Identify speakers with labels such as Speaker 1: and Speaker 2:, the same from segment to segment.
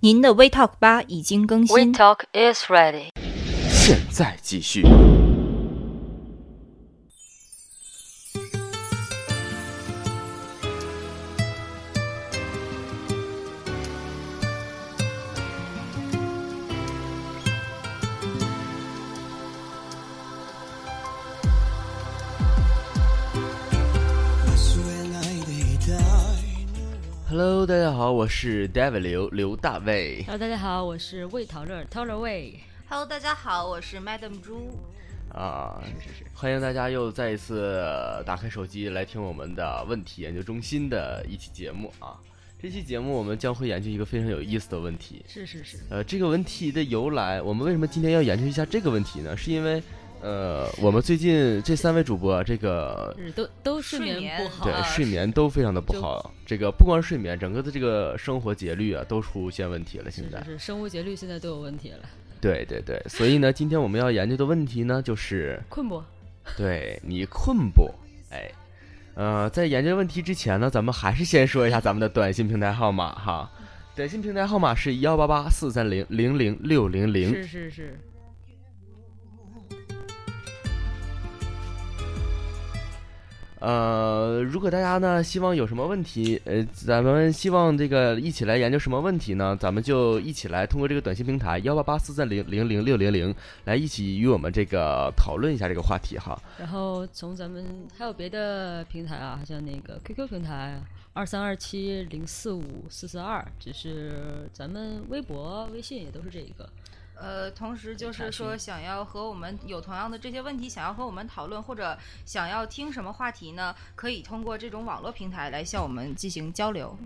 Speaker 1: 您的 We Talk 吧已经更
Speaker 2: We
Speaker 1: 新。
Speaker 2: Talk is ready。
Speaker 3: 现在继续。Hello，大家好，我是 David 刘刘大卫。
Speaker 4: Hello，大家好，我是魏陶乐 t a l e r 魏。
Speaker 1: Hello，大家好，我是 Madam 猪。
Speaker 3: 啊，欢迎大家又再一次呃打开手机来听我们的问题研究中心的一期节目啊。这期节目我们将会研究一个非常有意思的问题。
Speaker 4: 是是是，
Speaker 3: 呃，这个问题的由来，我们为什么今天要研究一下这个问题呢？是因为，呃，我们最近这三位主播啊这个
Speaker 4: 是都都睡
Speaker 1: 睡
Speaker 4: 眠
Speaker 1: 眠
Speaker 4: 不好
Speaker 3: 对
Speaker 1: 啊
Speaker 3: 睡眠都非常的不
Speaker 4: 就
Speaker 3: 好，这个不光是睡眠，整个的这个生活节律啊都出现问题了。现
Speaker 4: 是
Speaker 3: 在
Speaker 4: 是，是，生物节律现在都有问题了，
Speaker 3: 对对对，所以呢，今天我们要研究的问题呢，就是
Speaker 4: 困不？
Speaker 3: 对你困不？哎，呃，在研究问题之前呢，咱们还是先说一下咱们的短信平台号码哈。短信平台号码是幺八八四三零零零六零零
Speaker 4: 是。是是，
Speaker 3: 呃，如果大家呢希望有什么问题，呃，咱们希望这个一起来研究什么问题呢？咱们就一起来通过这个短信平台幺八八四三零零零六零零来一起与我们这个讨论一下这个话题哈。
Speaker 4: 然后从咱们还有别的平台啊，像那个 QQ 平台二三二七零四五四四二，只是咱们微博、微信也都是这一个。
Speaker 1: 呃，同时就
Speaker 4: 查
Speaker 1: 是
Speaker 4: 询
Speaker 1: 说，想要和我们有同样的这些问题，想要和我们讨论，或者想要听什么话题呢？可以通过这种网络平台来向我们进行交流。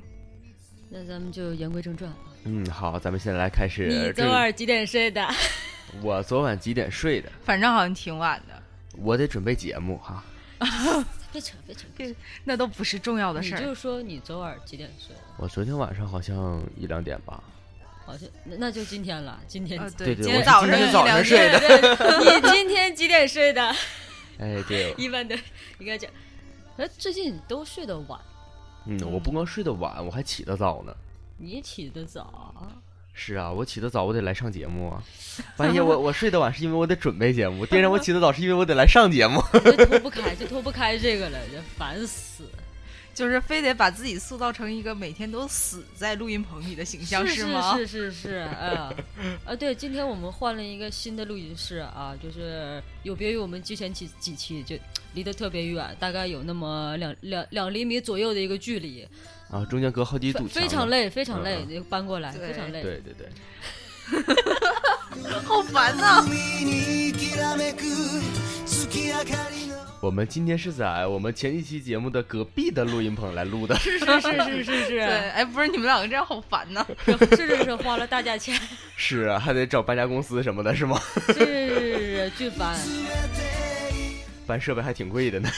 Speaker 4: 那咱们就言归正传啊，
Speaker 3: 嗯，好，咱们现在来开始
Speaker 4: 你
Speaker 3: 这。
Speaker 4: 昨晚几点睡的？
Speaker 3: 我昨晚几点睡的？
Speaker 1: 反正好像挺晚的，
Speaker 3: 我得准备节目哈。
Speaker 4: 别扯别扯，
Speaker 1: 那都不是重要的
Speaker 4: 你
Speaker 1: 事儿。
Speaker 4: 就说你昨晚几点睡？
Speaker 3: 我昨天晚上好像一两点吧。
Speaker 4: 好像那那就今天了，今天
Speaker 1: 呃，
Speaker 3: 对对
Speaker 1: 今
Speaker 3: 我
Speaker 1: 天
Speaker 3: 是
Speaker 1: 早
Speaker 3: 今
Speaker 1: 上
Speaker 3: 天
Speaker 1: 一
Speaker 3: 早
Speaker 1: 两
Speaker 3: 上睡
Speaker 1: 点
Speaker 3: 的
Speaker 4: 对对， 你今天几点睡的？
Speaker 3: 哎， 对，
Speaker 4: 一般的应该讲，哎，最近都睡得晚，
Speaker 3: 嗯，我不光睡得晚，我还起得早呢。
Speaker 4: 你起得早，
Speaker 3: 是啊，我起得早，我得来上节目啊。半夜我我睡得晚是因为我得准备节目，第二天我起得早是因为我得来上节目。
Speaker 4: 我就脱不开，就脱不开这个了，就烦死。
Speaker 1: 就是非得把自己塑造成一个每天都死在录音棚里的形象，
Speaker 4: 是
Speaker 1: 吗？
Speaker 4: 是是是，哎呀，啊，对，今天我们换了一个新的录音室啊，就是有别于我们之前几几期，就离得特别远，大概有那么两两两厘米左右的一个距离，
Speaker 3: 啊，中间隔好几堵墙。
Speaker 4: 非非常。累，非常累
Speaker 3: 嗯，
Speaker 4: 就搬过来，
Speaker 1: 对
Speaker 4: 非常累。
Speaker 3: 对对对，
Speaker 1: 好烦啊呐、
Speaker 3: 我们今天是在我们前一期节目的隔壁的录音棚来录的。
Speaker 4: 是是是是是
Speaker 1: 对，
Speaker 4: 是
Speaker 1: 哎，不是你们两个这样好烦啊呐、
Speaker 4: 是是是，花了大价钱，
Speaker 3: 是啊，还得找搬家公司什么的，是吗？
Speaker 4: 是是是是巨烦。
Speaker 3: 搬设备还挺贵的呢。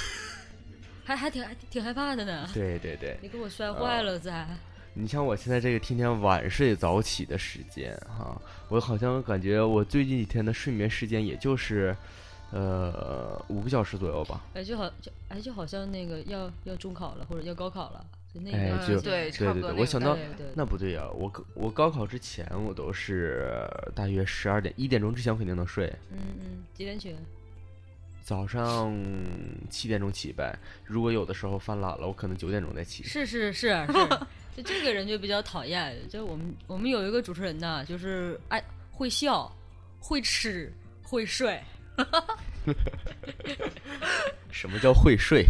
Speaker 4: 还还挺还挺害怕的呢。
Speaker 3: 对对对。
Speaker 4: 你给我摔坏了再，
Speaker 3: 你像我现在这个天天晚睡早起的时间哈、我好像感觉我最近几天的睡眠时间也就是，呃，五个小时左右吧。
Speaker 4: 哎，就好就哎就好像那个要要中考了或者要高考了，就那
Speaker 3: 哎
Speaker 4: 个
Speaker 3: 就
Speaker 1: 对，
Speaker 3: 对
Speaker 1: 差不多
Speaker 3: 对对，
Speaker 1: 那
Speaker 3: 我
Speaker 1: 个
Speaker 3: 想
Speaker 1: 感
Speaker 3: 到
Speaker 1: 觉
Speaker 4: 对对
Speaker 3: 那不对呀、我高我高考之前我都是大约十二点一点钟之前我肯定能睡，
Speaker 4: 嗯嗯，几点起？
Speaker 3: 早上七点钟起呗。如果有的时候犯懒了，我可能九点钟再起。
Speaker 4: 是 是是啊是，就这个人就比较讨厌。就我们我们有一个主持人呢，就是爱会笑，会吃，会睡，
Speaker 3: 什么叫会睡？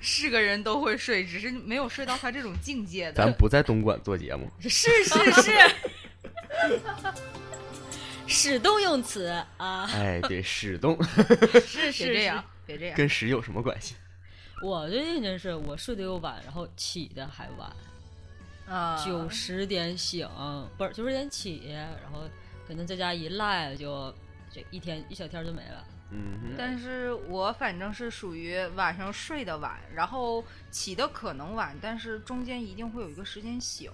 Speaker 1: 是个人都会睡，只是没有睡到他这种境界
Speaker 3: 咱
Speaker 1: 的。
Speaker 3: 不在东莞做节 目。
Speaker 4: 是是是。 使动用词啊，
Speaker 3: 哎，对，始 终
Speaker 1: 啊别这
Speaker 4: 是是是
Speaker 1: 样，别这样。
Speaker 3: 跟屎有什么关系？
Speaker 4: 我最近真是我睡得又晚，然后起的还晚，
Speaker 1: 啊，
Speaker 4: 九十点醒，不是九十点起，然后可能在家一赖就这一天一小天就没了。
Speaker 3: 嗯哼。
Speaker 1: 但是我反正是属于晚上睡得晚，然后起的可能晚，但是中间一定会有一个时间醒，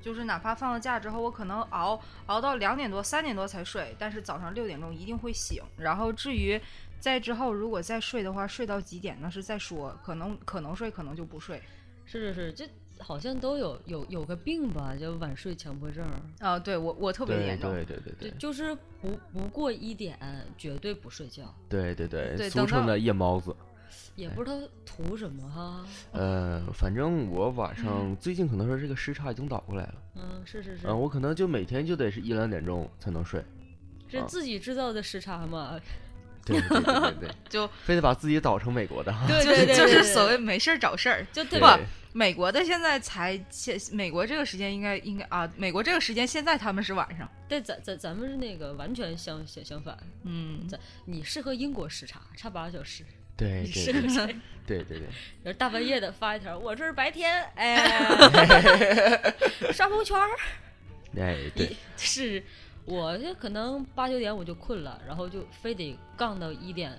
Speaker 1: 就是哪怕放了假之后，我可能熬熬到两点多、三点多才睡，但是早上六点钟一定会醒。然后至于在之后如果再睡的话，睡到几点那是再说，可能可能睡，可能就不睡。
Speaker 4: 是是是，这好像都有有有个病吧，叫晚睡强迫症，
Speaker 1: 啊，对我我特别
Speaker 3: 对
Speaker 1: 严重，
Speaker 3: 对对对
Speaker 4: 就
Speaker 3: 对
Speaker 4: 就是不不过一点绝对不睡觉，
Speaker 3: 对对对，
Speaker 1: 对
Speaker 3: 俗
Speaker 1: 等
Speaker 3: 称
Speaker 1: 到
Speaker 3: 的夜猫子。
Speaker 4: 也不知道图什么哈。
Speaker 1: 嗯
Speaker 3: 呃，反正我晚上最近可能说这个时差已经倒过来了，
Speaker 4: 嗯，是是是，
Speaker 3: 嗯、我可能就每天就得是一两点钟才能 睡。
Speaker 4: 是
Speaker 3: 嗯
Speaker 4: 自己制造的时差嘛？
Speaker 3: 对对对对对，
Speaker 1: 就
Speaker 3: 非得把自己倒成美国的哈。
Speaker 4: 对
Speaker 1: 就
Speaker 4: 对
Speaker 1: 是
Speaker 4: 对，
Speaker 1: 就
Speaker 4: 对
Speaker 1: 是
Speaker 4: 对
Speaker 1: 所谓没事儿找事儿。
Speaker 4: 就特
Speaker 3: 对
Speaker 4: 别
Speaker 1: 不美国的现在才现，美国这个时间应该应该啊，美国这个时间现在他们是晚上，
Speaker 4: 但咱咱咱们是那个完全相相相反，
Speaker 1: 嗯，
Speaker 4: 你适合英国时差，差八个小时，
Speaker 3: 对
Speaker 4: 你适
Speaker 3: 对
Speaker 4: 合
Speaker 3: 对
Speaker 4: 谁？
Speaker 3: 对对对，
Speaker 4: 然后大半夜的发一条，我这是白天，哎， 刷朋友圈儿
Speaker 3: 哎对，
Speaker 4: 是，我就可能八九点我就困了，然后就非得杠到一点，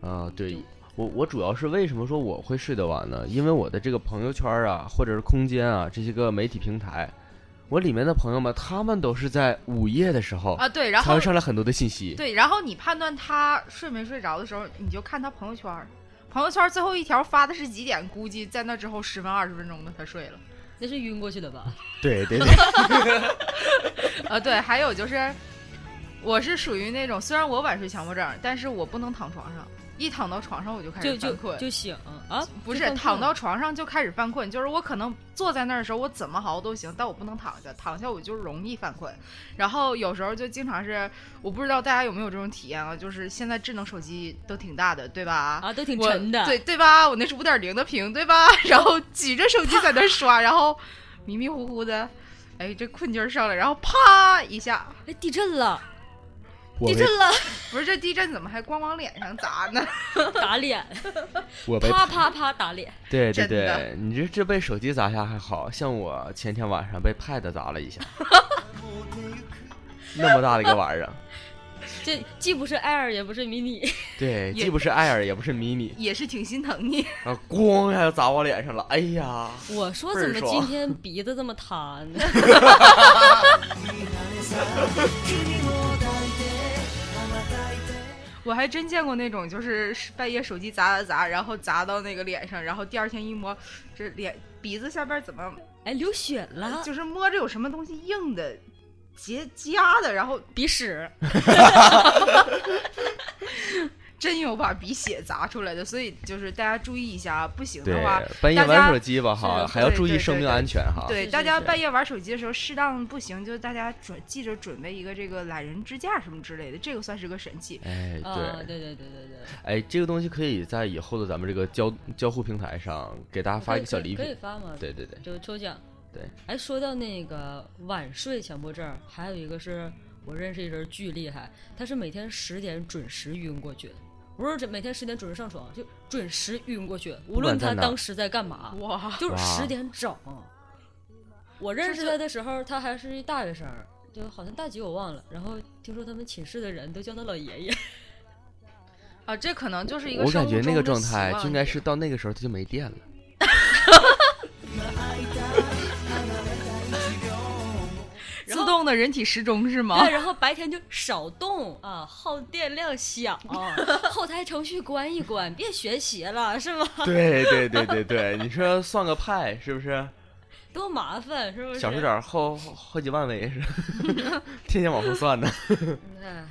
Speaker 3: 啊对
Speaker 4: 就。
Speaker 3: 我我主要是为什么说我会睡得晚呢？因为我的这个朋友圈啊，或者是空间啊，这些个媒体平台，我里面的朋友们，他们都是在午夜的时候
Speaker 1: 啊对，然
Speaker 3: 才
Speaker 1: 后
Speaker 3: 会上来很多的信息。
Speaker 1: 对，然后你判断他睡没睡着的时候，你就看他朋友圈儿，朋友圈儿最后一条发的是几点，估计在那之后十分二十分钟的他睡 了。
Speaker 4: 那是晕过去的吧？
Speaker 3: 对对对，
Speaker 1: 啊，对，还有就是，我是属于那种虽然我晚睡强迫症，但是我不能躺床上，一躺到床上我就开
Speaker 4: 就
Speaker 1: 始犯
Speaker 4: 就
Speaker 1: 困。
Speaker 4: 就醒啊？
Speaker 1: 不
Speaker 4: 就是犯
Speaker 1: 躺
Speaker 4: 困
Speaker 1: 到床上就开始犯困，就是我可能坐在那儿的时候，我怎么熬都行，但我不能躺下，躺下我就容易犯困。然后有时候就经常是，我不知道大家有没有这种体验啊，就是现在智能手机都挺大的，对吧？啊
Speaker 4: 啊，都挺
Speaker 1: 我
Speaker 4: 沉的，
Speaker 1: 对对吧？我那是五点零的屏，对吧？ 然后举着手机在那刷，然后迷迷糊糊的，哎，这困劲儿上来，然后啪一下，
Speaker 4: 哎，地 震了，
Speaker 3: 我
Speaker 4: 地
Speaker 3: 被
Speaker 4: 震了，
Speaker 1: 不是这地震怎么还光往脸上砸呢？
Speaker 4: 打脸，
Speaker 3: 我被
Speaker 4: 啪啪啪打脸，
Speaker 3: 对对
Speaker 1: 真
Speaker 3: 对
Speaker 1: 的，
Speaker 3: 你这这被手机砸下还好，像我前天晚上被 Pad 砸了 一下，那么大的一个玩意儿，
Speaker 4: 这既不是 Air 也不是 mini，
Speaker 3: 对，
Speaker 1: 也
Speaker 3: 既不是艾尔也不是迷你，
Speaker 1: 也是挺心疼你。
Speaker 3: 啊，咣一下就砸我脸上了，哎呀，
Speaker 4: 我说
Speaker 3: 倍
Speaker 4: 怎
Speaker 3: 儿
Speaker 4: 么今
Speaker 3: 爽
Speaker 4: 天鼻子这么塌呢？
Speaker 1: 我还真见过那种，就是半夜手机砸砸砸，然后砸到那个脸上，然后第二天一摸，这脸鼻子下边怎么
Speaker 4: 哎，流血 了，
Speaker 1: 就是摸着有什么东西硬的结痂的，然后
Speaker 4: 鼻屎，
Speaker 1: 真有把鼻血砸出来的，所以就是大家注意一下，啊，不行的
Speaker 3: 对
Speaker 1: 话，，
Speaker 3: 半夜
Speaker 1: 大家
Speaker 3: 玩手机吧哈，
Speaker 4: 是
Speaker 3: 还要
Speaker 1: 对
Speaker 3: 注意
Speaker 1: 对
Speaker 3: 生
Speaker 1: 对
Speaker 3: 命
Speaker 1: 对
Speaker 3: 安全哈，
Speaker 1: 对，
Speaker 4: 是是
Speaker 1: 大家
Speaker 4: 是
Speaker 1: 半夜玩手机的时候，适当不行就大家准记着准备一个这个懒人支架什么之类的，这个算是个神器。
Speaker 3: 哎
Speaker 4: 啊，
Speaker 3: 对，
Speaker 4: 对对对对对，
Speaker 3: 哎，这个东西可以在以后的咱们这个交交互平台上给大家发一个小礼
Speaker 4: 可以可以
Speaker 3: 品，
Speaker 4: 发吗？，
Speaker 3: 对对对
Speaker 4: 就抽奖。
Speaker 3: 对，
Speaker 4: 哎，说到那个晚睡强迫症，还有一个是我认识一人巨厉害，他是每天十点准时晕过去，不是这每天十点准时上床，就准时晕过去，无论
Speaker 3: 管在
Speaker 4: 他
Speaker 3: 哪
Speaker 4: 当时在干嘛，
Speaker 1: 哇，
Speaker 4: 就是
Speaker 3: 哇
Speaker 4: 十点整。我认识
Speaker 1: 这就
Speaker 4: 他的时候，他还是一大学生，就好像大几我忘了。然后听说他们寝室的人都叫他老爷爷，
Speaker 1: 啊，这可能就是一个
Speaker 3: 我
Speaker 1: 生
Speaker 3: 感
Speaker 1: 物
Speaker 3: 觉那
Speaker 1: 钟
Speaker 3: 个
Speaker 1: 的
Speaker 3: 状
Speaker 1: 习
Speaker 3: 态
Speaker 1: 惯
Speaker 3: 就应该
Speaker 1: 了
Speaker 3: 是到那个时候它就 没电了。
Speaker 1: 自动的人体时钟是吗？
Speaker 3: 啊
Speaker 4: 对，然后白天就少动啊，耗电量 小，后台程序关一关，别学习了，是吗？
Speaker 3: 对对对对对，你说算个派是不是？
Speaker 4: 多麻烦，是不是？
Speaker 3: 小数点儿后后后几万位是， 天天往后算的。
Speaker 4: 哎，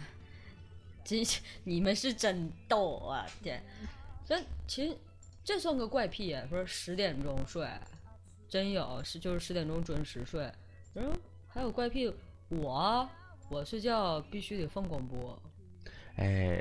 Speaker 4: 真是 你们是真逗啊！天，这其实这算个怪癖，说十点钟睡，啊真有是就是十点钟准时睡。然后还有怪癖，我我睡觉必须得放广播，
Speaker 3: 哎，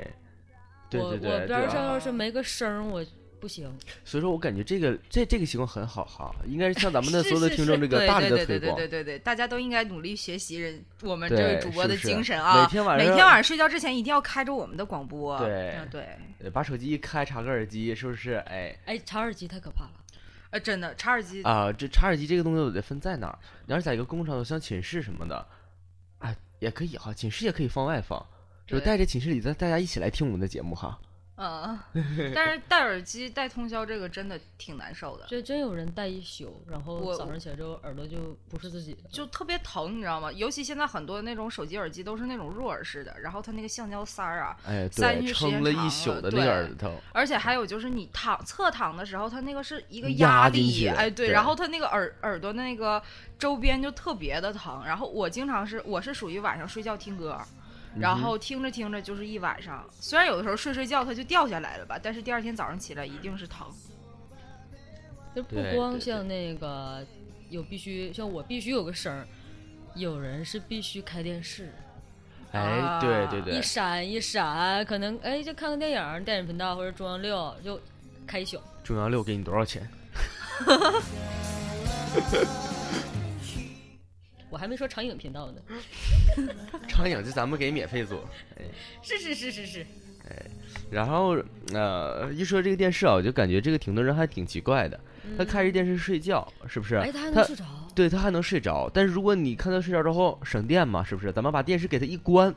Speaker 3: 对对
Speaker 4: 我
Speaker 3: 对
Speaker 4: 我
Speaker 3: 对、
Speaker 4: 边上
Speaker 3: 啊，
Speaker 4: 要是没个声儿，我不行。
Speaker 3: 所以说我感觉这个这这个习惯很好哈，应该是像咱们的
Speaker 4: 是
Speaker 3: 所有的
Speaker 4: 是
Speaker 3: 听众
Speaker 4: 是
Speaker 3: 这个
Speaker 1: 对
Speaker 3: 大力
Speaker 1: 对
Speaker 3: 的
Speaker 1: 对对
Speaker 3: 推
Speaker 1: 对
Speaker 3: 广。
Speaker 1: 对对对，大家都应该努力学习人我们这
Speaker 3: 对
Speaker 1: 位主播
Speaker 3: 是
Speaker 1: 的
Speaker 3: 不是
Speaker 1: 精神啊！
Speaker 3: 每天晚上
Speaker 1: 每天晚上睡觉之前一定要开着我们的广播。
Speaker 3: 对
Speaker 1: 啊对，
Speaker 3: 呃把手机一开，插个耳机，是不是？哎
Speaker 4: 哎，插耳机太可怕了。
Speaker 1: 呃，真的插耳机
Speaker 3: 啊、这插耳机这个东西我得分在哪儿。你要是在一个公共场所，像寝室什么的，啊哎，也可以哈，寝室也可以放外放，就
Speaker 1: 对
Speaker 3: 带着寝室里的大家一起来听我们的节目哈。
Speaker 1: 嗯，但是戴耳机戴通宵这个真的挺难受的，
Speaker 3: 呃
Speaker 4: 这真有人戴一宿，然后
Speaker 1: 我
Speaker 4: 早上起来之后耳朵就不是自己的了，
Speaker 1: 就特别疼，你知道吗？尤其现在很多那种手机耳机都是那种入耳式的，然后它那个橡胶塞儿啊，
Speaker 3: 哎，
Speaker 1: 三
Speaker 3: 对，
Speaker 1: 日时
Speaker 3: 撑
Speaker 1: 间
Speaker 3: 了
Speaker 1: 长
Speaker 3: 一
Speaker 1: 了
Speaker 3: 宿的那
Speaker 1: 对啊
Speaker 3: 个耳朵，
Speaker 1: 而且还有就是你躺侧躺的时候，它那个是一个
Speaker 3: 压进
Speaker 1: 力，
Speaker 3: 去
Speaker 1: 哎对，
Speaker 3: 对
Speaker 1: 然后它那个耳耳朵那个周边就特别的疼。然后我经常是我是属于晚上睡觉听歌，
Speaker 3: 嗯
Speaker 1: 然后听着听着就是一晚上，虽然有的时候睡睡觉它就掉下来了吧，但是第二天早上起来一定是疼。
Speaker 4: 就不
Speaker 3: 对对
Speaker 4: 光
Speaker 3: 对
Speaker 4: 像那个有必须像我必须有个声儿，有人是必须开电视，
Speaker 3: 哎，对对
Speaker 1: 啊
Speaker 3: 对
Speaker 4: 一，闪一闪，可能哎就看个电影儿，电影频道或者中央六就开一宿。
Speaker 3: 中央六给你多少钱？
Speaker 4: 我还没说长影频道呢，
Speaker 3: 长影就咱们给免费做。
Speaker 4: 是是是是是，
Speaker 3: 然后呃，一说这个电视啊，我就感觉这个挺多人还挺奇怪的，他开着电视睡觉，是不是？
Speaker 4: 嗯哎，他还能睡着，
Speaker 3: 对啊他还能睡着，但是如果你看他睡着之后省电嘛，是不是？咱们把电视给他一关，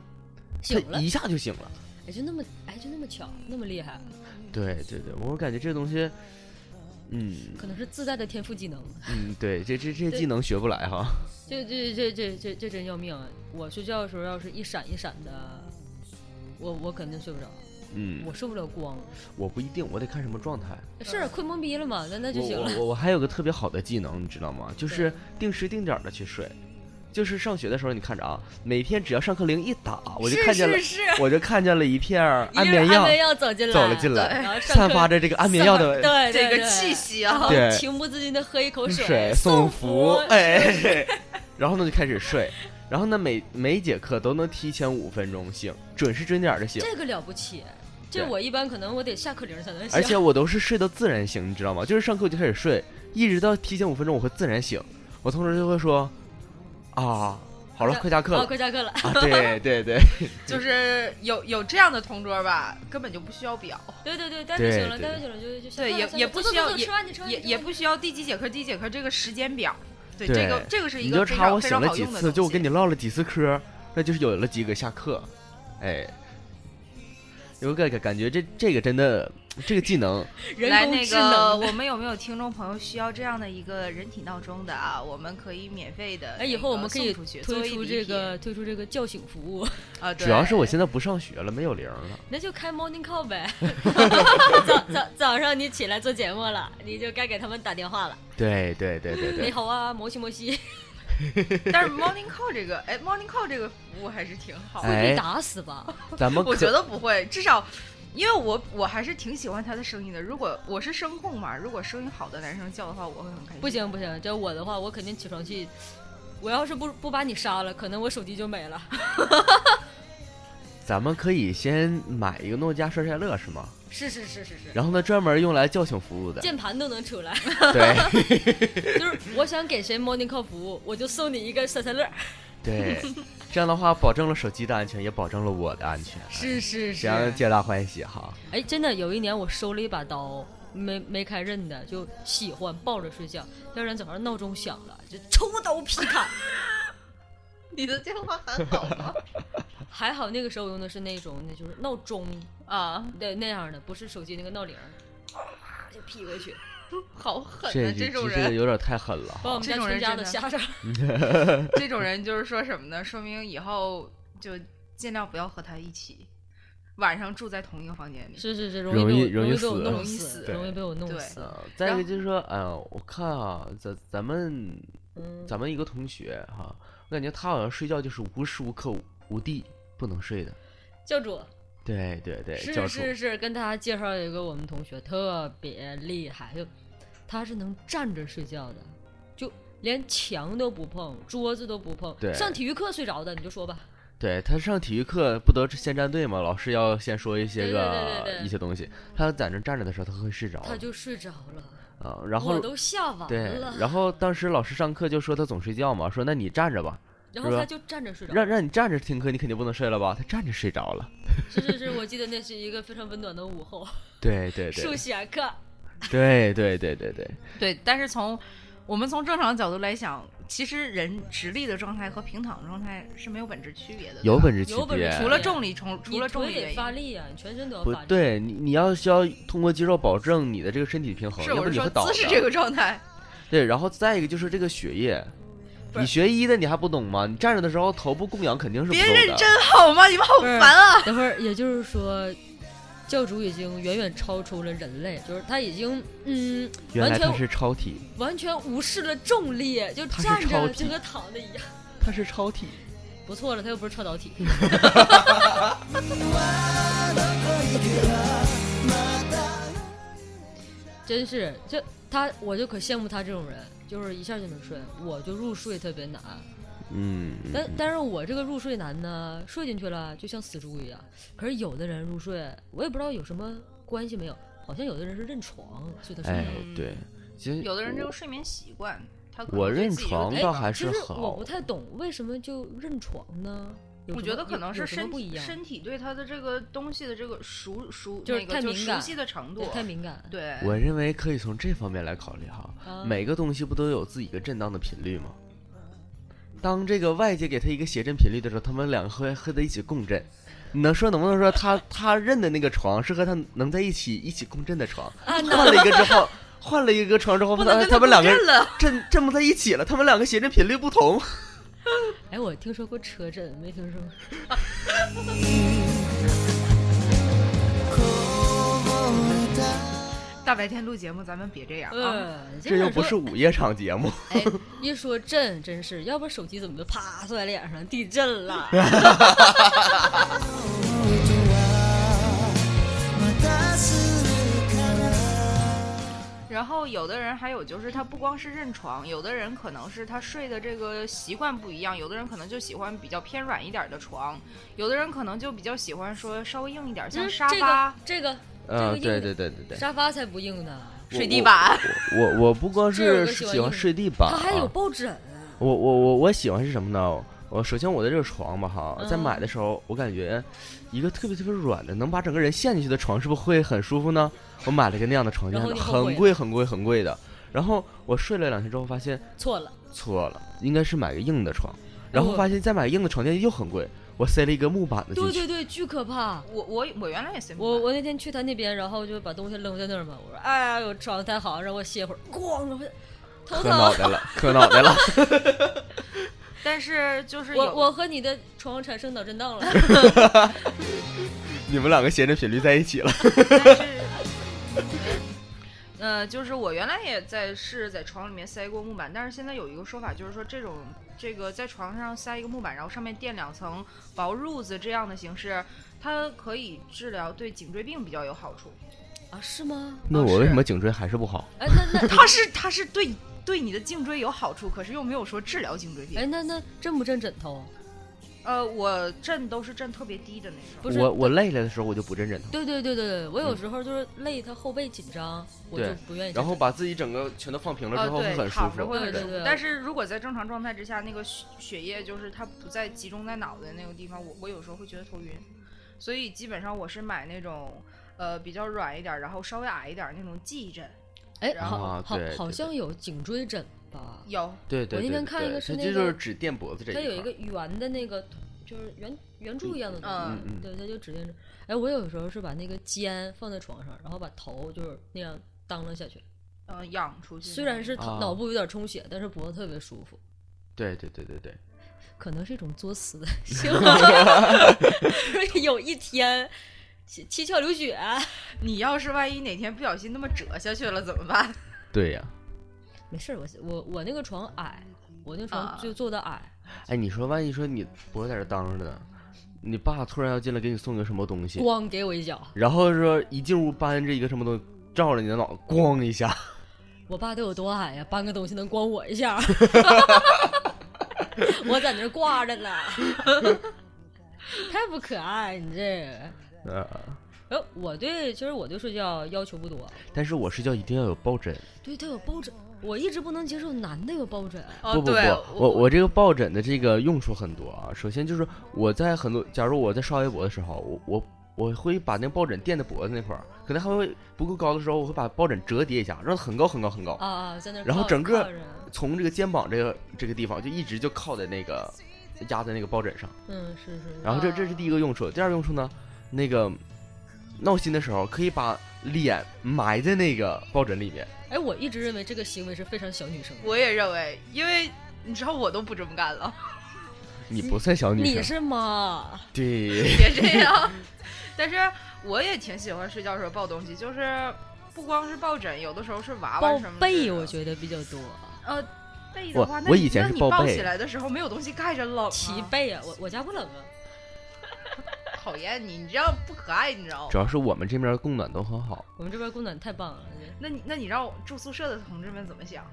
Speaker 3: 他
Speaker 4: 醒了，
Speaker 3: 一下就醒了。
Speaker 4: 哎就那么哎就那么巧，那么厉害，
Speaker 3: 对对对，我感觉这东西，嗯
Speaker 4: 可能是自带的天赋技能。
Speaker 3: 嗯，对，这这这
Speaker 4: 对
Speaker 3: 技能学不来哈。
Speaker 4: 这这这这这这真要命啊！我睡觉的时候要是一闪一闪的，我我肯定睡不着，
Speaker 3: 嗯，
Speaker 4: 我受不了光。
Speaker 3: 我不一定，我得看什么状态。
Speaker 4: 是困懵逼了嘛？那那就
Speaker 3: 我
Speaker 4: 行
Speaker 3: 我
Speaker 4: 了。
Speaker 3: 我我还有个特别好的技能，你知道吗？就是
Speaker 4: 对
Speaker 3: 定时定点的去睡。就是上学的时候，你看着啊，每天只要上课铃一打，我就看见了，
Speaker 4: 是是是，
Speaker 3: 我就看见了一片儿
Speaker 4: 一
Speaker 3: 安
Speaker 4: 定
Speaker 3: 眠
Speaker 4: 是
Speaker 3: 药
Speaker 4: 安眠药走进来，
Speaker 3: 走了进
Speaker 4: 对
Speaker 3: 来，
Speaker 4: 然后上
Speaker 3: 散
Speaker 4: 课
Speaker 3: 发着这个安眠药的
Speaker 4: 对对
Speaker 1: 这
Speaker 4: 对
Speaker 1: 个气息
Speaker 4: 然
Speaker 1: 啊
Speaker 4: 后
Speaker 3: 对嗯
Speaker 4: 情不自禁的喝一口送
Speaker 3: 送
Speaker 4: 服
Speaker 3: 服，， 哎，然后呢就开始睡，然后呢每每节课都能提前五分钟醒，准时准点的醒，
Speaker 4: 这个了不起。这
Speaker 3: 对
Speaker 4: 我一般可能我得下课铃才能醒，
Speaker 3: 而且我都是睡到自然醒，你知道吗？就是上课我就开始睡，一直到提前五分钟我会自然醒，我同时就会说，啊，好了，快下课
Speaker 4: 啊
Speaker 3: 了，
Speaker 4: 快下课了，
Speaker 3: 啊， 对对对，
Speaker 1: 就是有有这样的同桌吧，根本就不需要表，
Speaker 4: 对对对，单
Speaker 3: 对
Speaker 4: 位醒了，
Speaker 3: 对
Speaker 4: 单位醒了就就下
Speaker 1: 对
Speaker 4: 课
Speaker 1: 也
Speaker 4: 了下
Speaker 1: 也
Speaker 4: 课
Speaker 1: 不
Speaker 4: 走
Speaker 1: 需
Speaker 4: 走
Speaker 1: 要
Speaker 4: 走
Speaker 1: 也
Speaker 4: 吃饭去吃饭去
Speaker 1: 也
Speaker 4: 吃
Speaker 1: 也
Speaker 4: 饭
Speaker 1: 不需要第几节课第几节课这个时间表。对
Speaker 3: 对
Speaker 1: 这个这个是一
Speaker 3: 你
Speaker 1: 个
Speaker 3: 就
Speaker 1: 非
Speaker 3: 查
Speaker 1: 常
Speaker 3: 我
Speaker 1: 非
Speaker 3: 醒
Speaker 1: 常
Speaker 3: 了
Speaker 1: 好
Speaker 3: 几
Speaker 1: 用的
Speaker 3: 次，
Speaker 1: 东
Speaker 3: 就我跟
Speaker 1: 西
Speaker 3: 你唠了几次嗑，那就是有了几个下课，哎，有个感觉这这个真的这个技能。
Speaker 4: 去
Speaker 1: 来
Speaker 4: 人工
Speaker 1: 那
Speaker 4: 智
Speaker 1: 个，
Speaker 4: 能的。
Speaker 1: 我们有没有听众朋友需要这样的一个人体闹钟的啊？我们可以免费的。
Speaker 4: 哎，以后我们可以
Speaker 1: 呃出去
Speaker 4: 推出这个推出这个叫醒服务，
Speaker 1: 啊，对
Speaker 3: 主要是我现在不上学了，没有铃儿了。
Speaker 4: 那就开 morning call 呗。早早早上你起来做节目了，你就该给他们打电话了。
Speaker 3: 对对对对
Speaker 4: 你
Speaker 3: 对，
Speaker 4: 好啊，摩西摩西，
Speaker 1: 但是 morning call 这个，哎，morning call 这个服务还是挺好的。
Speaker 3: 哎
Speaker 4: 被打死吧。
Speaker 3: 咱们
Speaker 1: 我
Speaker 3: 可
Speaker 1: 觉得不会，至少因为我我还是挺喜欢他的声音的。如果我是声控嘛，如果声音好的男生叫的话，我会很开心。
Speaker 4: 不，行不行，这我的话，我肯定起床气。我要是不不把你杀了，可能我手机就没了。
Speaker 3: 咱们可以先买一个诺基亚摔摔乐是吗？
Speaker 4: 是是是是是，
Speaker 3: 然后呢，专门用来叫醒服务的。
Speaker 4: 键盘都能出来。
Speaker 3: 对
Speaker 4: 就是我想给谁 morning call 服务，我就送你一个酸酸乐。
Speaker 3: 对，这样的话保证了手机的安全，也保证了我的安全，
Speaker 4: 是是
Speaker 3: 这样皆大欢喜哈。
Speaker 4: 哎，真的有一年我收了一把刀，没没开刃的，就喜欢抱着睡觉。第二天早上闹钟响了，就抽刀劈砍。
Speaker 1: 你的电话很好吗？
Speaker 4: 还好那个时候我用的是那种，那就是闹钟
Speaker 1: 啊，
Speaker 4: 的那样的，不是手机那个闹铃儿，哗就劈过去，
Speaker 1: 好狠
Speaker 3: 这
Speaker 1: 啊！
Speaker 3: 这
Speaker 1: 种
Speaker 3: 这个
Speaker 1: 人，
Speaker 3: 有点太狠了
Speaker 4: 把
Speaker 3: 哈。
Speaker 4: 我们
Speaker 1: 这
Speaker 4: 家
Speaker 1: 种人
Speaker 4: 全家
Speaker 1: 真
Speaker 4: 都
Speaker 1: 的
Speaker 4: 吓着了。
Speaker 1: 这种人就是说什么呢？说明以后就尽量不要和他一起，晚上住在同一个房间里。
Speaker 4: 是是是，
Speaker 3: 容易
Speaker 4: 易
Speaker 3: 容
Speaker 4: 容
Speaker 3: 易
Speaker 4: 被我
Speaker 3: 死
Speaker 4: 弄
Speaker 1: 容易
Speaker 4: 死，
Speaker 1: 死
Speaker 4: 容易
Speaker 3: 对
Speaker 4: 被我弄
Speaker 1: 对
Speaker 4: 死。
Speaker 3: 呃，再一个就是说，哎、呀，我看啊，咱咱们
Speaker 4: 嗯，
Speaker 3: 咱们一个同学哈、我感觉他好像睡觉就是无时无刻无无地不能睡的。
Speaker 4: 教主
Speaker 3: 对对对，教
Speaker 4: 是
Speaker 3: 主
Speaker 4: 是是，跟他介绍一个我们同学特别厉害，就他是能站着睡觉的，就连墙都不碰，桌子都不碰，
Speaker 3: 对
Speaker 4: 上体育课睡着的，你就说吧。
Speaker 3: 对他上体育课不都是先站队吗？老师要先说一些
Speaker 4: 对对
Speaker 3: 个
Speaker 4: 对对对
Speaker 3: 一些东西。他在那站着的时候，他会睡着
Speaker 4: 他就睡着了，
Speaker 3: 啊。然后
Speaker 4: 我都吓完
Speaker 3: 对
Speaker 4: 了，，
Speaker 3: 然后当时老师上课就说他总睡觉嘛，说那你站着吧，
Speaker 4: 然后
Speaker 3: 是吧
Speaker 4: 他就站着睡着。
Speaker 3: 让让你站着听课，你肯定不能睡了吧？他站着睡着了。
Speaker 4: 是是是，我记得那是一个非常温暖的午后，
Speaker 3: 对对
Speaker 4: 数
Speaker 3: 对
Speaker 4: 学课。
Speaker 3: 对对对对对，
Speaker 1: 对，但是从我们从正常角度来想，其实人直立的状态和平躺的状态是没有本质区别的，对
Speaker 3: 有
Speaker 1: 吧
Speaker 3: 本事区
Speaker 4: 有本事
Speaker 3: 别。
Speaker 1: 除了重力重，除
Speaker 4: 你
Speaker 1: 了重
Speaker 4: 腿
Speaker 1: 力原
Speaker 4: 得
Speaker 1: 因
Speaker 4: 发力啊，你全身都要
Speaker 3: 不
Speaker 4: 发力。，
Speaker 3: 对，你你要需要通过肌肉保证你的这个身体平衡，
Speaker 1: 是
Speaker 3: 要不
Speaker 1: 我是
Speaker 3: 你
Speaker 1: 说
Speaker 3: 会倒
Speaker 1: 姿
Speaker 3: 的。
Speaker 1: 势这个状态，
Speaker 3: 对，然后再一个就是这个血液，
Speaker 1: 不
Speaker 3: 你
Speaker 1: 是
Speaker 3: 学医的你还不懂吗？你站着的时候头部供氧肯定是不
Speaker 1: 别
Speaker 3: 够
Speaker 1: 认
Speaker 3: 的。
Speaker 1: 真好吗？你们好
Speaker 4: 不是
Speaker 1: 烦啊！
Speaker 4: 等会儿也就是说，教主已经远远超出了人类，就是他已经嗯，
Speaker 3: 原来
Speaker 4: 完全
Speaker 3: 它是超体，
Speaker 4: 完全无视了重力，就
Speaker 3: 他是
Speaker 4: 站
Speaker 3: 超
Speaker 4: 着
Speaker 3: 体
Speaker 4: 就和躺着一样。
Speaker 3: 它是超体。
Speaker 4: 不错了，他又不是超导体。 真是，就他，我就可羡慕他这种人，就是一下就能睡，我就入睡特别难。
Speaker 3: 嗯，
Speaker 4: 但但是我这个入睡难呢，睡进去了就像死猪一样。可是有的人入睡，我也不知道有什么关系没有，好像有的人是认床，所以他睡
Speaker 3: 哎
Speaker 4: 不着。，
Speaker 3: 对，其实
Speaker 1: 嗯有的人这
Speaker 3: 我
Speaker 1: 个睡眠习惯，他可能
Speaker 3: 我
Speaker 1: 对
Speaker 3: 认
Speaker 1: 自己有
Speaker 3: 床
Speaker 1: 抵
Speaker 3: 倒
Speaker 1: 抗
Speaker 3: 还
Speaker 4: 哎其
Speaker 3: 是
Speaker 4: 实我
Speaker 3: 好
Speaker 4: 不，太懂为什么就认床呢？有
Speaker 1: 我
Speaker 4: 什
Speaker 1: 觉
Speaker 4: 么
Speaker 1: 得可
Speaker 4: 有
Speaker 1: 能
Speaker 4: 有
Speaker 1: 是
Speaker 4: 什么
Speaker 1: 身
Speaker 4: 不一
Speaker 1: 体
Speaker 4: 样，
Speaker 1: 身体对它的这个东西的这个熟熟
Speaker 4: 就是
Speaker 1: 那个
Speaker 4: 太
Speaker 1: 就
Speaker 4: 敏
Speaker 1: 熟
Speaker 4: 感
Speaker 1: 悉的程度
Speaker 4: 对，太敏感。
Speaker 1: 对，
Speaker 3: 我认为可以从这方面来考虑哈。
Speaker 4: 啊
Speaker 3: 每个东西不都有自己一个震荡的频率吗？当这个外界给他一个谐振频率的时候，他们两个会会在一起共振。你能说能不能说他他认的那个床是和他能在一起一起共振的床？
Speaker 4: 啊，
Speaker 3: 换了一个之后， 换了一个床之后，
Speaker 1: 不
Speaker 3: 发
Speaker 1: 能
Speaker 3: 现
Speaker 1: 跟
Speaker 3: 他们两个
Speaker 1: 共振了。
Speaker 3: 振振不在一起了，他们两个谐振频率不同。
Speaker 4: 哎，我听说过车震，没听说 过。
Speaker 1: 大白天录节目，咱们别这样啊！
Speaker 4: 嗯，
Speaker 3: 这又不是。午夜场节目，
Speaker 4: 哎，一说震，真是，要不手机怎么就啪摔脸上，地震 了。
Speaker 1: 然后有的人还有就是他不光是认床，有的人可能是他睡的这个习惯不一样，有的人可能就喜欢比较偏软一点的床，有的人可能就比较喜欢说稍微硬一点，像
Speaker 4: 嗯
Speaker 1: 沙发、
Speaker 4: 这个
Speaker 3: 嗯，
Speaker 4: 这个
Speaker 3: 对
Speaker 4: 硬
Speaker 3: 对对对对，啊
Speaker 4: 沙发才不硬呢，
Speaker 1: 水地板。
Speaker 3: 我我不光
Speaker 4: 这有
Speaker 3: 是
Speaker 4: 个喜欢
Speaker 3: 喜欢
Speaker 4: 硬
Speaker 3: 睡地板、
Speaker 4: 它
Speaker 3: 啊，
Speaker 4: 还有抱枕。
Speaker 3: 我我我我喜欢是什么呢？我首先我的这个床吧哈，在
Speaker 4: 嗯
Speaker 3: 买的时候，我感觉一个特别特别软的，能把整个人陷进去的床，是不是会很舒服呢？我买了一个那样的床
Speaker 4: 然
Speaker 3: 垫
Speaker 4: 后
Speaker 3: 的，
Speaker 4: 你后悔
Speaker 3: 很贵很贵很贵的。然后我睡了两天之后，发现
Speaker 4: 错了，
Speaker 3: 错了，应该是买个硬的
Speaker 4: 哦
Speaker 3: 床。然后
Speaker 4: 我
Speaker 3: 发现再买硬的床垫又很贵，我塞了一个木板的进
Speaker 4: 对
Speaker 3: 去。
Speaker 4: 对对，巨可怕。
Speaker 1: 我我我原来也喜欢，
Speaker 4: 我我那天去他那边，然后就把东西扔在那儿嘛。我说：“哎呦，床太好，让我歇会儿。”咣，我头
Speaker 3: 磕脑
Speaker 4: 疼。
Speaker 3: 袋了，磕脑袋 了。
Speaker 1: 但是就是有
Speaker 4: 我我和你的床产生脑震荡了。
Speaker 3: 你们两个谐振频率在一起了。
Speaker 1: 但是，呃，就是我原来也在是在床里面塞过木板，但是现在有一个说法，就是说这种这个在床上塞一个木板，然后上面垫两层薄褥子这样的形式，它可以治疗对颈椎病比较有好处。
Speaker 4: 啊，是吗？
Speaker 3: 那我为什么颈椎还是不好？
Speaker 4: 哎，那那
Speaker 1: 它是它是对对你的颈椎有好处，可是又没有说治疗颈椎病。
Speaker 4: 哎，那那震不震枕头？
Speaker 1: 呃，我震都是震特别低的那种。
Speaker 4: 不是
Speaker 3: 我我累了的时候我就不震枕头，
Speaker 4: 对对对对对，我有时候就是累，他后背紧张，我就
Speaker 3: 对
Speaker 4: 不愿意。
Speaker 3: 然后？把自己整个全都放平了
Speaker 1: 呃，
Speaker 3: 之后会
Speaker 1: 对，
Speaker 3: 很舒
Speaker 1: 躺着
Speaker 3: 服。
Speaker 1: 会很
Speaker 4: 哦对
Speaker 1: 舒服
Speaker 4: 对。对
Speaker 1: 但是如果在正常状态之下，那个血血液就是它不再集中在脑袋那个地方，我我有时候会觉得头晕，所以基本上我是买那种呃比较软一点，然后稍微矮一点那种记忆枕。
Speaker 4: 哎，
Speaker 1: 然
Speaker 4: 好
Speaker 3: 后
Speaker 4: 好
Speaker 3: 啊对对
Speaker 4: 好
Speaker 3: 对
Speaker 4: 像有颈椎枕吧？
Speaker 1: 有，
Speaker 3: 对对，
Speaker 4: 我那
Speaker 3: 对
Speaker 4: 天
Speaker 3: 对
Speaker 4: 看一
Speaker 3: 对
Speaker 4: 个是
Speaker 3: 它
Speaker 4: 那
Speaker 3: 这就是
Speaker 4: 个
Speaker 3: 指垫脖子这一
Speaker 4: 它
Speaker 3: 块儿。
Speaker 4: 有一个圆的那个，就是圆圆柱一样的东西，
Speaker 1: 嗯
Speaker 3: 嗯嗯
Speaker 4: 对，它就指定着。哎，我有时候是把那个肩放在床上，然后把头就是那样当了下去，
Speaker 1: 呃，仰出去。
Speaker 4: 虽然是头
Speaker 3: 啊
Speaker 4: 脑部有点充血，但是脖子特别舒服，
Speaker 3: 对对对对对，
Speaker 4: 可能是一种作死的 行为。 有一天七七窍流血，啊
Speaker 1: 你要是万一哪天不小心那么折下去了怎么办？
Speaker 3: 对呀、
Speaker 4: 没事儿，我我我那个床矮，我那个
Speaker 1: 啊
Speaker 4: 床就坐的矮。
Speaker 3: 哎，你说万一说你脖子在这当着呢，你爸突然要进来给你送个什么东西，
Speaker 4: 咣给我一脚，
Speaker 3: 然后说一进屋搬着一个什么东西照着你的脑，咣一下，
Speaker 4: 我爸得有多矮呀？搬个东西能光我 一下？我在那儿挂着呢，太不可爱你这个。
Speaker 3: 呃，
Speaker 4: 哎，我对其实我对睡觉要求不多，
Speaker 3: 但是我睡觉一定要有抱枕，
Speaker 4: 对他有抱枕，我一直不能接受男的有抱枕。
Speaker 1: 哦，
Speaker 4: 啊
Speaker 3: 不不不
Speaker 1: 对，，
Speaker 3: 我我这个抱枕的这个用处很多啊。首先就是我在很多，假如我在刷微博的时候，我我我会把那抱枕垫在脖子那块儿，可能还会不够高的时候，我会把抱枕折叠一下，让它很高很高很高，
Speaker 4: 啊啊，在那儿
Speaker 3: 然后
Speaker 4: 靠
Speaker 3: 整个
Speaker 4: 靠着
Speaker 3: 从这个肩膀这个这个地方就一直就靠在那个压在那个抱枕上。
Speaker 4: 嗯是是，
Speaker 3: 然后这这是第一个用处，第二个用处呢，那个闹心的时候可以把脸埋在那个抱枕里面。
Speaker 4: 哎，我一直认为这个行为是非常小女生的。
Speaker 2: 我也认为，因为你知道我都不这么干了，
Speaker 3: 你不算小女
Speaker 4: 你
Speaker 3: 生，
Speaker 4: 是吗？
Speaker 3: 对，
Speaker 2: 别这样。但是我也挺喜欢睡觉时候抱东西，就是不光是抱枕，有的时候是娃
Speaker 4: 报
Speaker 2: 娃什么
Speaker 4: 备我
Speaker 2: 得
Speaker 4: 觉得比较多，
Speaker 2: 呃被
Speaker 3: 我
Speaker 2: 的话，那
Speaker 3: 我
Speaker 2: 你
Speaker 3: 以前
Speaker 2: 那
Speaker 3: 是
Speaker 2: 你
Speaker 3: 抱
Speaker 2: 抱
Speaker 3: 被
Speaker 2: 起来的时候没有东西盖着冷、啊，
Speaker 4: 齐备啊，我我家不冷啊。
Speaker 2: 讨厌你，你这样不可爱，你知道吗
Speaker 3: 主？要是我们这边供暖都很好，
Speaker 4: 我们这边供暖太棒了，
Speaker 2: 那你那你让我住宿舍的同志们怎么想？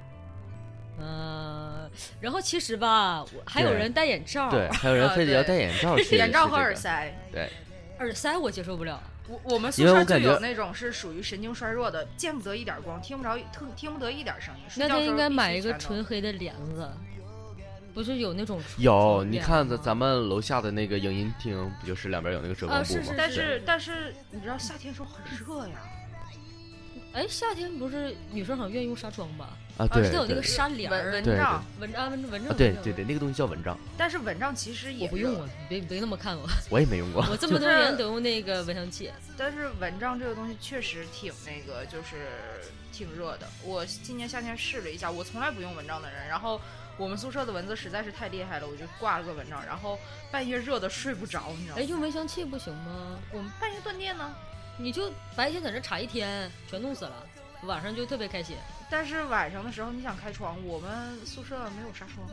Speaker 4: 嗯、然后其实吧，我还有
Speaker 3: 对
Speaker 4: 人戴眼罩，
Speaker 3: 对，还有人
Speaker 4: 哦
Speaker 2: 啊
Speaker 3: 非得要
Speaker 2: 对
Speaker 3: 戴眼罩 去，
Speaker 2: 眼罩和耳
Speaker 3: 塞，
Speaker 2: 塞，
Speaker 3: 对，
Speaker 4: 耳塞我接受不了。
Speaker 2: 我我们宿
Speaker 3: 因为
Speaker 2: 舍
Speaker 3: 我
Speaker 2: 就
Speaker 3: 感觉
Speaker 2: 有那种是属于神经衰弱的，见不得一点光，听不着特听不得一点声音。
Speaker 4: 那
Speaker 2: 睡觉
Speaker 4: 天
Speaker 2: 时候
Speaker 4: 应该
Speaker 2: 必须
Speaker 4: 买一个
Speaker 2: 全都
Speaker 4: 纯黑的帘子，不是有那种
Speaker 3: 有，
Speaker 4: 纯
Speaker 3: 你
Speaker 4: 帘
Speaker 3: 看
Speaker 4: 吗
Speaker 3: 咱咱们楼下的那个影音厅，不就是两边有那个遮光
Speaker 4: 啊
Speaker 3: 布
Speaker 4: 是
Speaker 3: 吗？
Speaker 4: 是
Speaker 2: 但
Speaker 3: 对
Speaker 2: 是但是你知道夏天时候很热呀，
Speaker 4: 哎，夏天不是女生好像愿意用纱窗吧？
Speaker 3: 啊，
Speaker 4: 啊，
Speaker 3: 对
Speaker 4: 它有那
Speaker 3: 对
Speaker 4: 个纱帘
Speaker 2: 蚊
Speaker 4: 儿
Speaker 2: 蚊
Speaker 3: 对
Speaker 2: 帐，
Speaker 4: 蚊啊蚊蚊
Speaker 3: 啊
Speaker 4: 帐，
Speaker 3: 对
Speaker 4: 蚊帐
Speaker 3: 对对，那个东西叫蚊帐，
Speaker 2: 但是蚊帐其实也
Speaker 4: 我不用
Speaker 2: 热
Speaker 4: 啊，你别你别那么 看我，
Speaker 3: 我也没用 过。
Speaker 4: 我这么多
Speaker 2: 就是
Speaker 4: 年都用那个蚊香器。
Speaker 2: 但是蚊帐这个东西确实挺那个，就是挺热的。我今年夏天试了一下，我从来不用蚊帐的人，然后我们宿舍的蚊子实在是太厉害了，我就挂了个蚊帐，然后半夜热的睡不着，你知道
Speaker 4: 哎，
Speaker 2: 吗？
Speaker 4: 用蚊香器不行吗？
Speaker 2: 我们半夜断电呢，
Speaker 4: 你就白天在这查一天，全冻死了，晚上就特别开心
Speaker 2: 但是晚上的时候你想开窗，我们宿舍没有纱窗，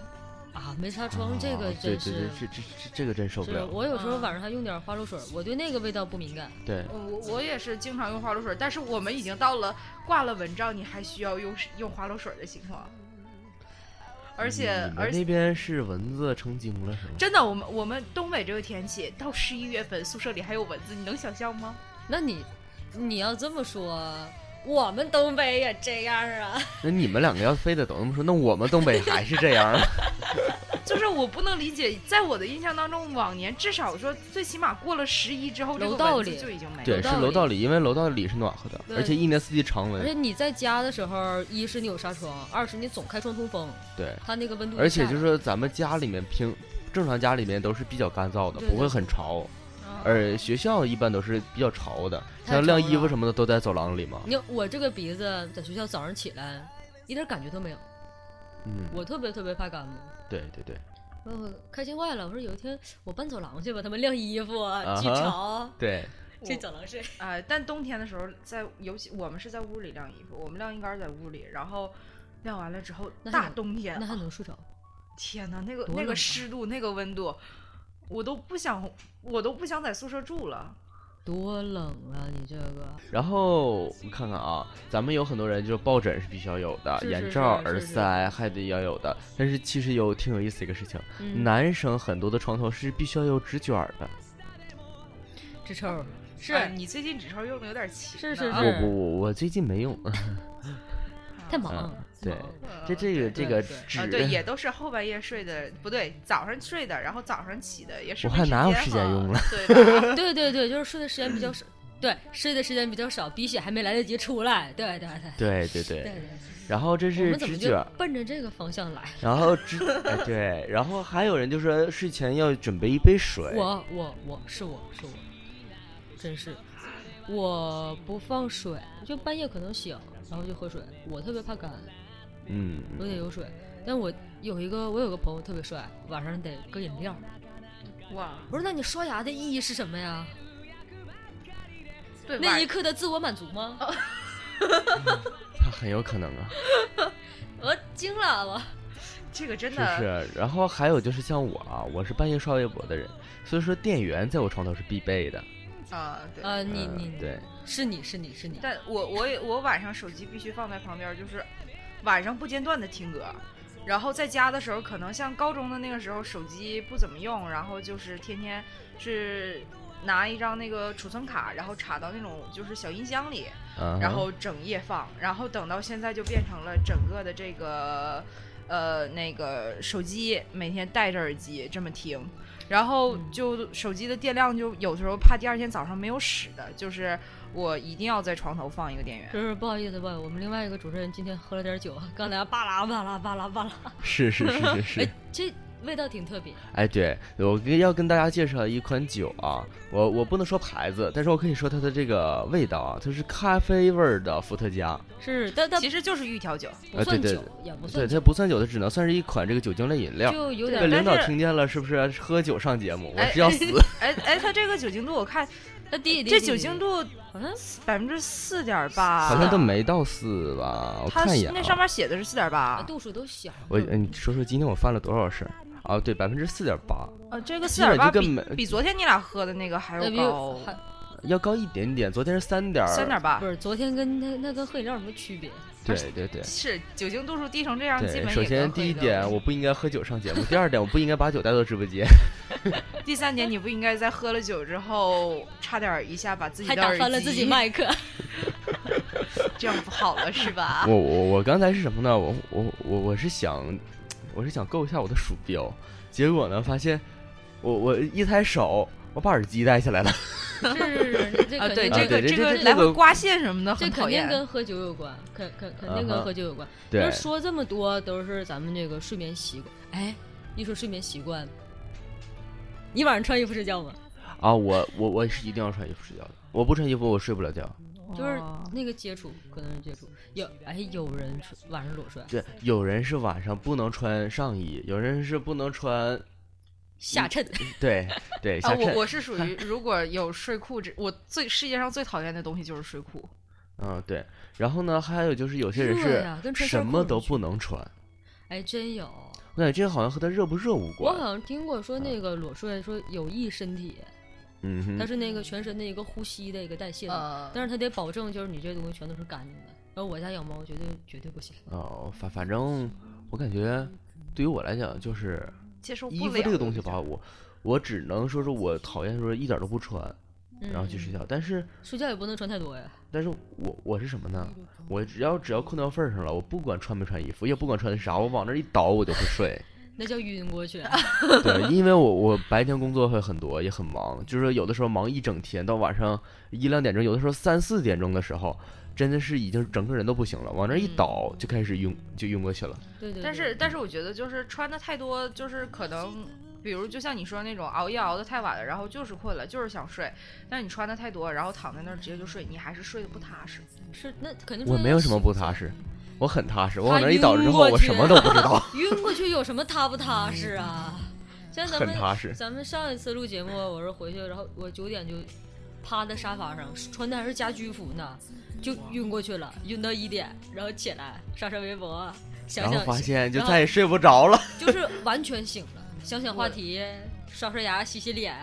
Speaker 4: 啊！没纱窗这个
Speaker 3: 啊对对
Speaker 4: 真是
Speaker 3: 对，，这这这这个真受不
Speaker 4: 是
Speaker 3: 了。
Speaker 4: 我有时候
Speaker 2: 嗯
Speaker 4: 晚上还用点花露水，我对那个味道不敏感。
Speaker 3: 对，
Speaker 2: 我我也是经常用花露水，但是我们已经到了挂了蚊帐你还需要用用花露水的情况，而且
Speaker 4: 呃
Speaker 3: 你
Speaker 2: 而
Speaker 3: 们
Speaker 2: 且
Speaker 3: 那边是蚊子成精了是吗？
Speaker 2: 真的，我们我们东北这个天气到十一月份宿舍里还有蚊子，你能想象吗？
Speaker 4: 那你你要这么说，我们东北也这样啊？
Speaker 3: 那你们两个要非得都那么说，那我们东北还是这样 儿。
Speaker 2: 就是我不能理解，在我的印象当中，往年至少说最起码过了十一之后，这
Speaker 4: 楼
Speaker 2: 个
Speaker 4: 道
Speaker 2: 蚊子
Speaker 4: 里
Speaker 2: 就已经没
Speaker 3: 对，
Speaker 2: 了。
Speaker 3: 是
Speaker 4: 道
Speaker 3: 楼
Speaker 4: 里
Speaker 3: 道里，因为楼道里是暖和的，
Speaker 4: 对
Speaker 3: 而且一年四季常
Speaker 4: 而
Speaker 3: 温
Speaker 4: 且。你在家的时候，一是你有纱窗，二是你总开窗通风，
Speaker 3: 对，
Speaker 4: 它那个温度。
Speaker 3: 而且就是，说咱们家里面平正常家里面都是比较干燥的，
Speaker 4: 对
Speaker 3: 不会
Speaker 4: 对
Speaker 3: 很潮。
Speaker 2: 嗯
Speaker 3: 而学校一般都是比较潮的，
Speaker 4: 太
Speaker 3: 像晾
Speaker 4: 潮
Speaker 3: 衣服
Speaker 4: 了
Speaker 3: 什么的都在走廊里嘛。
Speaker 4: 你看我这个鼻子在学校早上起来一点感觉都没有，
Speaker 3: 嗯，
Speaker 4: 我特别特别怕感冒。
Speaker 3: 对对对
Speaker 4: 我
Speaker 2: 嗯
Speaker 4: 开心坏了，我说有一天我搬走廊去吧，他们晾衣服
Speaker 3: 啊哈
Speaker 4: 巨潮，
Speaker 3: 对，
Speaker 4: 去走廊睡。
Speaker 2: 啊、但冬天的时候在，尤其我们是在屋里晾衣服，我们晾衣杆在屋里，然后晾完了之后，
Speaker 4: 那还
Speaker 2: 大
Speaker 4: 能
Speaker 2: 冬天，
Speaker 4: 那还
Speaker 2: 啊
Speaker 4: 能睡着？
Speaker 2: 天哪，那个
Speaker 4: 多
Speaker 2: 那
Speaker 4: 冷啊
Speaker 2: 个湿度，那个温度，我都不想，我都不想在宿舍住了。
Speaker 4: 多冷啊！你这个
Speaker 3: 然后我看看啊，咱们有很多人就是抱枕是必须要有的，
Speaker 4: 是
Speaker 3: 眼
Speaker 4: 是
Speaker 3: 罩、
Speaker 4: 是
Speaker 3: 耳
Speaker 4: 是是
Speaker 3: 塞还得要有的。但是其实有挺有意思的一个事情，
Speaker 4: 嗯
Speaker 3: 男生很多的床头是必须要有纸卷儿的。
Speaker 4: 直抽儿是
Speaker 2: 哎你最近纸钞用的有点勤呢，
Speaker 4: 是是
Speaker 3: 我
Speaker 4: 是
Speaker 3: 我我我最近没用，
Speaker 2: 啊
Speaker 4: 太忙
Speaker 3: 嗯
Speaker 4: 了，太
Speaker 3: 对
Speaker 4: 忙了
Speaker 3: 这这个这
Speaker 4: 对
Speaker 3: 个
Speaker 4: 对
Speaker 3: 纸，
Speaker 2: 啊，对，也都是后半夜睡的，不对，早上睡的，然后早上起的，也是
Speaker 3: 我看哪有时间
Speaker 2: 哈
Speaker 3: 用了？
Speaker 2: 对 吧？
Speaker 4: 对对对，就是睡的时间比较少，对，睡的时间比较少，鼻血还没来得及出来，对对对
Speaker 3: 对对对
Speaker 4: 对对。
Speaker 3: 然后这
Speaker 4: 我
Speaker 3: 是
Speaker 4: 们怎么
Speaker 3: 纸
Speaker 4: 就
Speaker 3: 卷儿，
Speaker 4: 奔着这个方向来？
Speaker 3: 然后纸、 哎对，然后还有人就说睡前要准备一杯水。
Speaker 4: 我我我是我是我，真是，我不放水，就半夜可能醒，然后就喝水。我特别怕干，
Speaker 3: 嗯，
Speaker 4: 我得有水。但我有一个我有个朋友特别帅，晚上得搁饮料。
Speaker 2: 哇，
Speaker 4: 不是，那你刷牙的意义是什么呀？
Speaker 2: 对，
Speaker 4: 那
Speaker 2: 晚
Speaker 4: 一刻的自我满足吗？
Speaker 3: 他很有可能啊，
Speaker 4: 我惊了，我
Speaker 2: 这个真
Speaker 3: 是
Speaker 2: 的
Speaker 3: 不是？然后还有就是像我啊，我是半夜刷微博的人，所以说电源在我床头是必备的。
Speaker 2: 啊，对。
Speaker 4: 啊，你
Speaker 3: 嗯
Speaker 4: 你
Speaker 3: 对，
Speaker 4: 是你是你是你，
Speaker 2: 但我我也我晚上手机必须放在旁边，就是晚上不间断的听歌。然后在家的时候，可能像高中的那个时候，手机不怎么用，然后就是天天是拿一张那个储存卡，然后插到那种就是小音箱里，
Speaker 3: 啊哈
Speaker 2: 然后整夜放，然后等到现在就变成了整个的这个呃那个手机每天戴着耳机这么听，然后
Speaker 3: 嗯
Speaker 2: 就手机的电量就有的时候怕第二天早上没有使的，就是我一定要在床头放一个电源。
Speaker 4: 就是不好意思吧，我们另外一个主持人今天喝了点酒，啊刚才巴拉巴拉巴拉巴拉，
Speaker 3: 是是是是 是
Speaker 4: 哎。，这味道挺特别。
Speaker 3: 哎，对我跟要跟大家介绍一款酒啊，我我不能说牌子，但是我可以说它的这个味道啊，它是咖啡味儿的伏特加，
Speaker 4: 是，但但
Speaker 2: 其实就是玉调酒，
Speaker 4: 不算
Speaker 3: 啊对对
Speaker 4: 酒，也不
Speaker 3: 对，
Speaker 4: 算酒，
Speaker 3: 它不算酒，它只能算是一款这个酒精类饮料。
Speaker 4: 就有
Speaker 3: 被
Speaker 4: 点。
Speaker 3: 领导
Speaker 2: 但是
Speaker 3: 听见了，是不是喝酒上节目？我
Speaker 2: 哎
Speaker 3: 是要死。
Speaker 2: 哎哎，它这个酒精度我看
Speaker 4: 那第
Speaker 2: 这酒精度
Speaker 4: 好像
Speaker 2: 百分之四点八，
Speaker 3: 好像都没到四吧，我
Speaker 2: 它
Speaker 3: 看一眼、
Speaker 2: 那上
Speaker 3: 啊。
Speaker 2: 面写的是四点
Speaker 4: 啊
Speaker 2: 八，
Speaker 4: 度数都小。
Speaker 3: 我呃你说说今天我犯了多少事儿啊？对，百分之四点八，
Speaker 2: 呃，这个四
Speaker 3: 基本
Speaker 2: 点八
Speaker 3: 就跟
Speaker 2: 比
Speaker 3: 没
Speaker 2: 比昨天你俩喝的那个还
Speaker 4: 那
Speaker 2: 要
Speaker 4: 比
Speaker 2: 高，啊
Speaker 4: 还
Speaker 3: 要高一点点。昨天是三点，
Speaker 2: 三点八
Speaker 4: 不。是昨天跟那那跟喝饮料有什么区别？
Speaker 3: 对对对。
Speaker 2: 是酒精度数低成这样，基
Speaker 3: 对，
Speaker 2: 本
Speaker 3: 首
Speaker 2: 也
Speaker 3: 先
Speaker 2: 能喝
Speaker 3: 第一
Speaker 2: 个
Speaker 3: 点，我不应该喝酒上节目；第二点，我不应该把酒带到直播间。
Speaker 2: 第三点，你不应该在喝了酒之后，差点儿一下把自己
Speaker 4: 还
Speaker 2: 的
Speaker 4: 打
Speaker 2: 耳
Speaker 4: 翻了自己
Speaker 2: 机，
Speaker 4: 麦克。
Speaker 2: 这样不好了是吧？
Speaker 3: 我我我刚才是什么呢？我我我我是想，我是想够一下我的鼠标，结果呢，发现我我一抬手，我把耳机带下来了。
Speaker 4: 是是是，这
Speaker 2: 啊，
Speaker 4: 肯
Speaker 2: 对，
Speaker 4: 定
Speaker 3: 啊
Speaker 2: 这个
Speaker 3: 对这
Speaker 2: 个
Speaker 3: 这
Speaker 2: 来
Speaker 3: 这
Speaker 2: 回
Speaker 3: 个
Speaker 2: 刮线什么的
Speaker 4: 这
Speaker 2: 很
Speaker 4: 肯
Speaker 2: 讨
Speaker 4: 定
Speaker 2: 厌。
Speaker 4: 跟喝酒有关，肯肯肯
Speaker 3: 啊哈
Speaker 4: 定跟喝酒有关。就
Speaker 3: 对
Speaker 4: 是，说这么多都是咱们这个睡眠习惯。哎，一说睡眠习惯，你晚上穿衣服睡觉吗？
Speaker 3: 啊，我我我是一定要穿衣服睡觉的，我不穿衣服我睡不了觉。
Speaker 4: 就是
Speaker 2: 哦
Speaker 4: 哦那个接触，可能是接触。有哎，有人睡晚上裸睡，
Speaker 3: 对，有人是晚上不能穿上衣，有人是不能穿，嗯
Speaker 4: 下衬。
Speaker 3: 对对，
Speaker 2: 啊，
Speaker 3: 下
Speaker 2: 我
Speaker 3: 衬。
Speaker 2: 我是 属于如果有睡裤这，我最世界上最讨厌的东西就是睡裤。
Speaker 3: 嗯，对。然后呢，还有就是有些人
Speaker 4: 热呀跟
Speaker 3: 是
Speaker 4: 穿
Speaker 3: 什
Speaker 4: 衫
Speaker 3: 么
Speaker 4: 裤
Speaker 3: 都
Speaker 4: 有区
Speaker 3: 不能穿，
Speaker 4: 哎，真有。
Speaker 3: 我感觉这个好像和他热不热无
Speaker 4: 我
Speaker 3: 关
Speaker 4: 好。像听过说那个裸睡说有益身体，
Speaker 3: 嗯
Speaker 4: 它
Speaker 3: 哼，
Speaker 4: 是那个全身的一个呼吸的一个代谢的，
Speaker 2: 呃，
Speaker 4: 但是它得保证就是你这东西全都是干净的。然后我家养猫绝对绝对不行。
Speaker 3: 哦，反反正我感觉，对于我来讲就是
Speaker 2: 接受
Speaker 3: 衣
Speaker 2: 不
Speaker 3: 服
Speaker 2: 了
Speaker 3: 这个东西吧，我我只能说是我讨厌说一点都不穿，
Speaker 4: 嗯、
Speaker 3: 然后去睡觉。但是
Speaker 4: 睡觉也不能穿太多呀。
Speaker 3: 但是我我是什么呢？我只要只要困到份儿上了，我不管穿没穿衣服，也不管穿的啥，我往那儿一倒我就会睡。
Speaker 4: 那叫晕过 去。
Speaker 3: 对，因为我我白天工作会很多，也很忙，就是说有的时候忙一整天，到晚上一两点钟，有的时候三四点钟的时候，真的是已经整个人都不行了，往那儿一
Speaker 2: 嗯
Speaker 3: 倒就开始晕，就晕过去了。
Speaker 4: 对对对
Speaker 2: 但是但是我觉得就是穿的太多，就是可能，比如就像你说那种熬夜熬得太晚了，然后就是困了，就是想睡，但是你穿的太多，然后躺在那儿直接就睡，你还是睡得不踏实。
Speaker 4: 是那肯定
Speaker 3: 我
Speaker 4: 说
Speaker 3: 没有什么不踏实，我很踏实，我往
Speaker 4: 他
Speaker 3: 那儿一倒
Speaker 4: 晕
Speaker 3: 之后，
Speaker 4: 过
Speaker 3: 我
Speaker 4: 去
Speaker 3: 什么都不知道，
Speaker 4: 晕过去有什么踏不踏实 啊？像咱
Speaker 3: 很
Speaker 4: 们
Speaker 3: 踏实。
Speaker 4: 咱们上一次录节目，我是回去，然后我九点就趴在沙发上，穿的还是家居服呢，就晕过去了，晕到一点，然后起来刷刷微博， 想
Speaker 3: 然后
Speaker 4: 想
Speaker 3: 发现就
Speaker 4: 然后
Speaker 3: 再也睡不着 了。
Speaker 4: 就是完全醒了，想想 话题，刷刷牙，洗洗脸，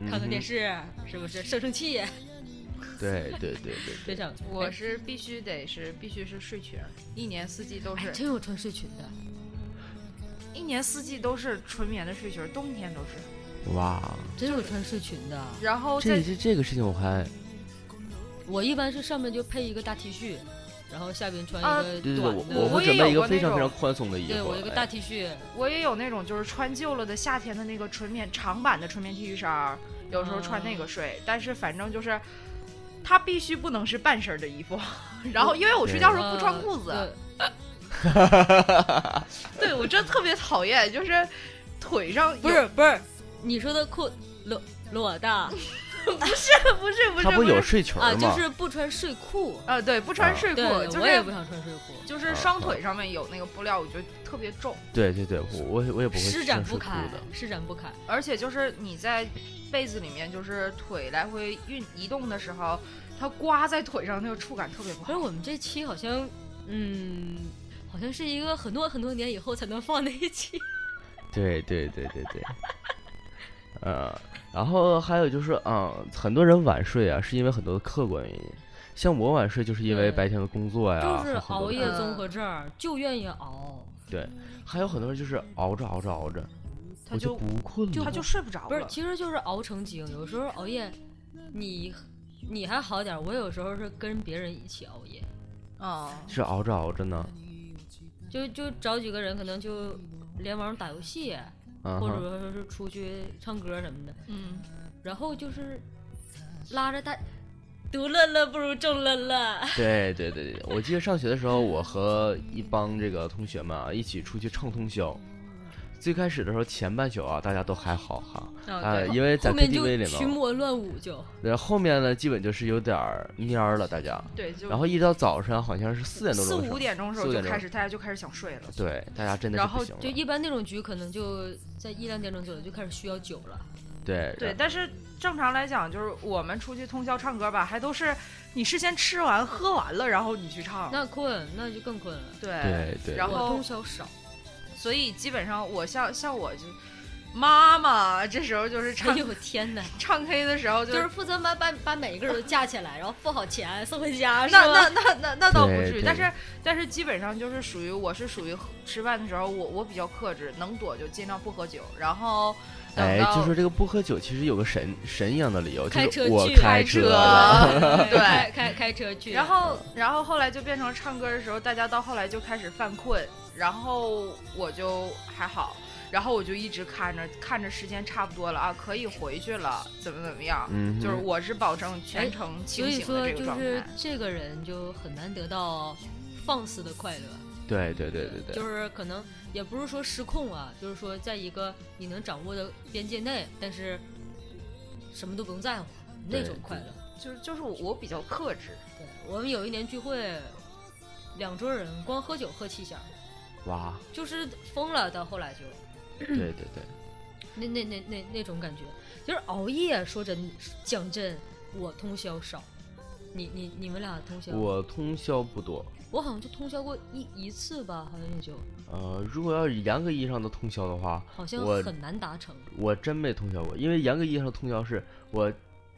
Speaker 3: 嗯
Speaker 4: 看看电视，是不是生生气？哎
Speaker 3: 对对对 对
Speaker 4: 非常
Speaker 2: 我是必须得是必须是睡裙，一年四季都
Speaker 4: 哎
Speaker 2: 是，
Speaker 4: 真有穿睡裙的，
Speaker 2: 一年四季都是纯棉的睡裙，冬天都是。
Speaker 3: 对，哇，
Speaker 4: 真有穿睡裙的。
Speaker 2: 然后
Speaker 3: 这
Speaker 2: 在
Speaker 3: 这这个事情我还
Speaker 4: 我一般是上面就配一个大 T 恤，然后下边穿
Speaker 2: 啊
Speaker 3: 对
Speaker 4: 一个
Speaker 3: 对，
Speaker 4: 短
Speaker 3: 我
Speaker 4: 的，
Speaker 3: 我会
Speaker 2: 也
Speaker 3: 准备
Speaker 2: 有
Speaker 3: 一个
Speaker 2: 过
Speaker 3: 非
Speaker 2: 那
Speaker 3: 常非常
Speaker 2: 种
Speaker 3: 宽松的衣服。
Speaker 4: 对我一个大
Speaker 3: 哎
Speaker 4: T 恤，
Speaker 2: 我也有那种就是穿旧了的夏天的那个纯棉长版的纯棉 T 恤衫儿，有时候穿那个睡，但是反正就是。它必须不能是半身儿的衣服， 然后因为我睡觉的时候不穿裤子，
Speaker 4: 呃对
Speaker 2: 对我真特别讨厌，就是腿上有
Speaker 4: 不是不是，你说的裤裸裸的啊，
Speaker 2: 不是不是
Speaker 3: 它不
Speaker 2: 是
Speaker 3: 有睡裙儿吗？
Speaker 4: 就是不穿睡裤。
Speaker 2: 啊，对，不穿睡裤，
Speaker 4: 对，
Speaker 2: 就
Speaker 4: 我也啊
Speaker 2: 是
Speaker 4: 不想穿睡裤，
Speaker 2: 就是双腿上面有那个布料，我觉得特别重，
Speaker 3: 对对对，我我也我也不会
Speaker 4: 施
Speaker 3: 穿
Speaker 4: 展不
Speaker 3: 睡裤
Speaker 4: 开
Speaker 3: 的。，
Speaker 4: 施展不开。
Speaker 2: 而且就是你在被子里面，就是腿来回运移动的时候，它刮在腿上那个触感特别不
Speaker 4: 不是
Speaker 2: 好。
Speaker 4: 我们这期好像，嗯，好像是一个很多很多年以后才能放的一期。
Speaker 3: 对对对对对，呃，然后还有就是，嗯，很多人晚睡啊，是因为很多的客观原因。像我晚睡，就是因为
Speaker 4: 对
Speaker 3: 白天的工作哎呀，
Speaker 4: 就是
Speaker 3: 还有很多
Speaker 4: 熬
Speaker 3: 的
Speaker 4: 夜
Speaker 3: 事
Speaker 2: 嗯
Speaker 4: 综合症儿，就愿意熬。
Speaker 3: 对，还有很多人就是熬着熬着熬着，
Speaker 2: 他
Speaker 3: 我
Speaker 2: 就
Speaker 3: 不困
Speaker 2: 它
Speaker 3: 了。
Speaker 2: 就睡不着
Speaker 4: 不是
Speaker 2: 了，。
Speaker 4: 其实就是熬成精。有时候熬夜，你你还好点儿，我有时候是跟别人一起熬夜。
Speaker 2: 嗯，
Speaker 3: 是熬着熬着呢，
Speaker 4: 就就找几个人，可能就联网打游戏，
Speaker 3: 啊
Speaker 4: 或
Speaker 3: 哈，
Speaker 4: 者说是出去唱歌什么的。
Speaker 2: 嗯，
Speaker 4: 然后就是拉着大，独乐乐不如众乐乐。
Speaker 3: 对对对对，我记得上学的时候，我和一帮这个同学们啊一起出去唱通宵。最开始的时候，前半宿啊，大家都还好哈，啊、
Speaker 4: 哦对
Speaker 3: 因为在
Speaker 4: 后面就
Speaker 3: KTV 里
Speaker 4: 群
Speaker 3: 面嘛，
Speaker 4: 魔乱舞就，
Speaker 3: 然后后面呢，基本就是有点儿蔫儿了，大家。
Speaker 2: 对，就
Speaker 3: 然后一到早上，好像是四点多
Speaker 2: 四
Speaker 3: 钟的时候，
Speaker 2: 五点钟的时候
Speaker 3: 四五
Speaker 2: 就
Speaker 3: 点钟
Speaker 2: 开始大家就开始想睡了。
Speaker 3: 对，大家真的是
Speaker 2: 然后
Speaker 3: 不行
Speaker 4: 就
Speaker 3: 了。
Speaker 4: 一般那种局可能就在一两点钟左右就开始需要酒了。
Speaker 3: 对
Speaker 2: 对，但是正常来讲，就是我们出去通宵唱歌吧，还都是你事先吃完喝完了，然后你去唱。
Speaker 4: 那困那就更困 了。
Speaker 2: 对，
Speaker 3: 对对，
Speaker 2: 然后
Speaker 4: 我通宵少，
Speaker 2: 所以基本上我像像我就妈妈这时候就是
Speaker 4: 哎
Speaker 2: 唱
Speaker 4: 呦我天 哪！
Speaker 2: 唱 K 的时候
Speaker 4: 就
Speaker 2: 就是
Speaker 4: 负责把把把每一个人都架起来，然后付好钱送回家，是
Speaker 2: 那那
Speaker 4: 吧？
Speaker 2: 那那那倒不
Speaker 3: 对
Speaker 2: 至于，
Speaker 3: 对
Speaker 2: 但是但是基本上就是属于我是属于喝吃饭的时候我我比较克制，能躲就尽量不喝酒，然后等
Speaker 3: 哎，
Speaker 2: 到、
Speaker 3: 就说这个不喝酒，其实有个神神一样的理由，
Speaker 4: 开
Speaker 3: 就
Speaker 4: 车
Speaker 3: 是我
Speaker 4: 去
Speaker 3: 开
Speaker 2: 开
Speaker 3: 车
Speaker 2: 车
Speaker 3: 了，
Speaker 2: 对
Speaker 4: 开开开车去，
Speaker 2: 然后然后后来就变成唱歌的时候，大家到后来就开始犯困，然后我就还好。然后我就一直看着，看着时间差不多了啊，可以回去了，怎么怎么样？
Speaker 3: 嗯哼，
Speaker 2: 就是我是保证全程
Speaker 4: 所
Speaker 2: 清
Speaker 4: 以
Speaker 2: 醒
Speaker 4: 说
Speaker 2: 的这
Speaker 4: 就
Speaker 2: 个状态。
Speaker 4: 是这个人就很难得到放肆的快乐，
Speaker 3: 对对对对对，
Speaker 4: 就是可能也不是说失控啊，就是说在一个你能掌握的边界内，但是什么都不用在乎那种快乐。
Speaker 2: 就是就是我我比较克制，
Speaker 4: 对我们有一年聚会，两桌人光喝酒喝七箱，
Speaker 3: 哇，
Speaker 4: 就是疯了，到后来就。
Speaker 3: 对对对，
Speaker 4: 那那那那那种感觉，就是熬夜。说真，讲真，我通宵少。你你你们俩通宵，
Speaker 3: 我通宵不多，
Speaker 4: 我好像就通宵过一一次吧，好像也就
Speaker 3: 呃，如果要是严格意义上的通宵的话，
Speaker 4: 好像
Speaker 3: 我
Speaker 4: 很难达成。
Speaker 3: 我真没通宵过，因为严格意义上的通宵是我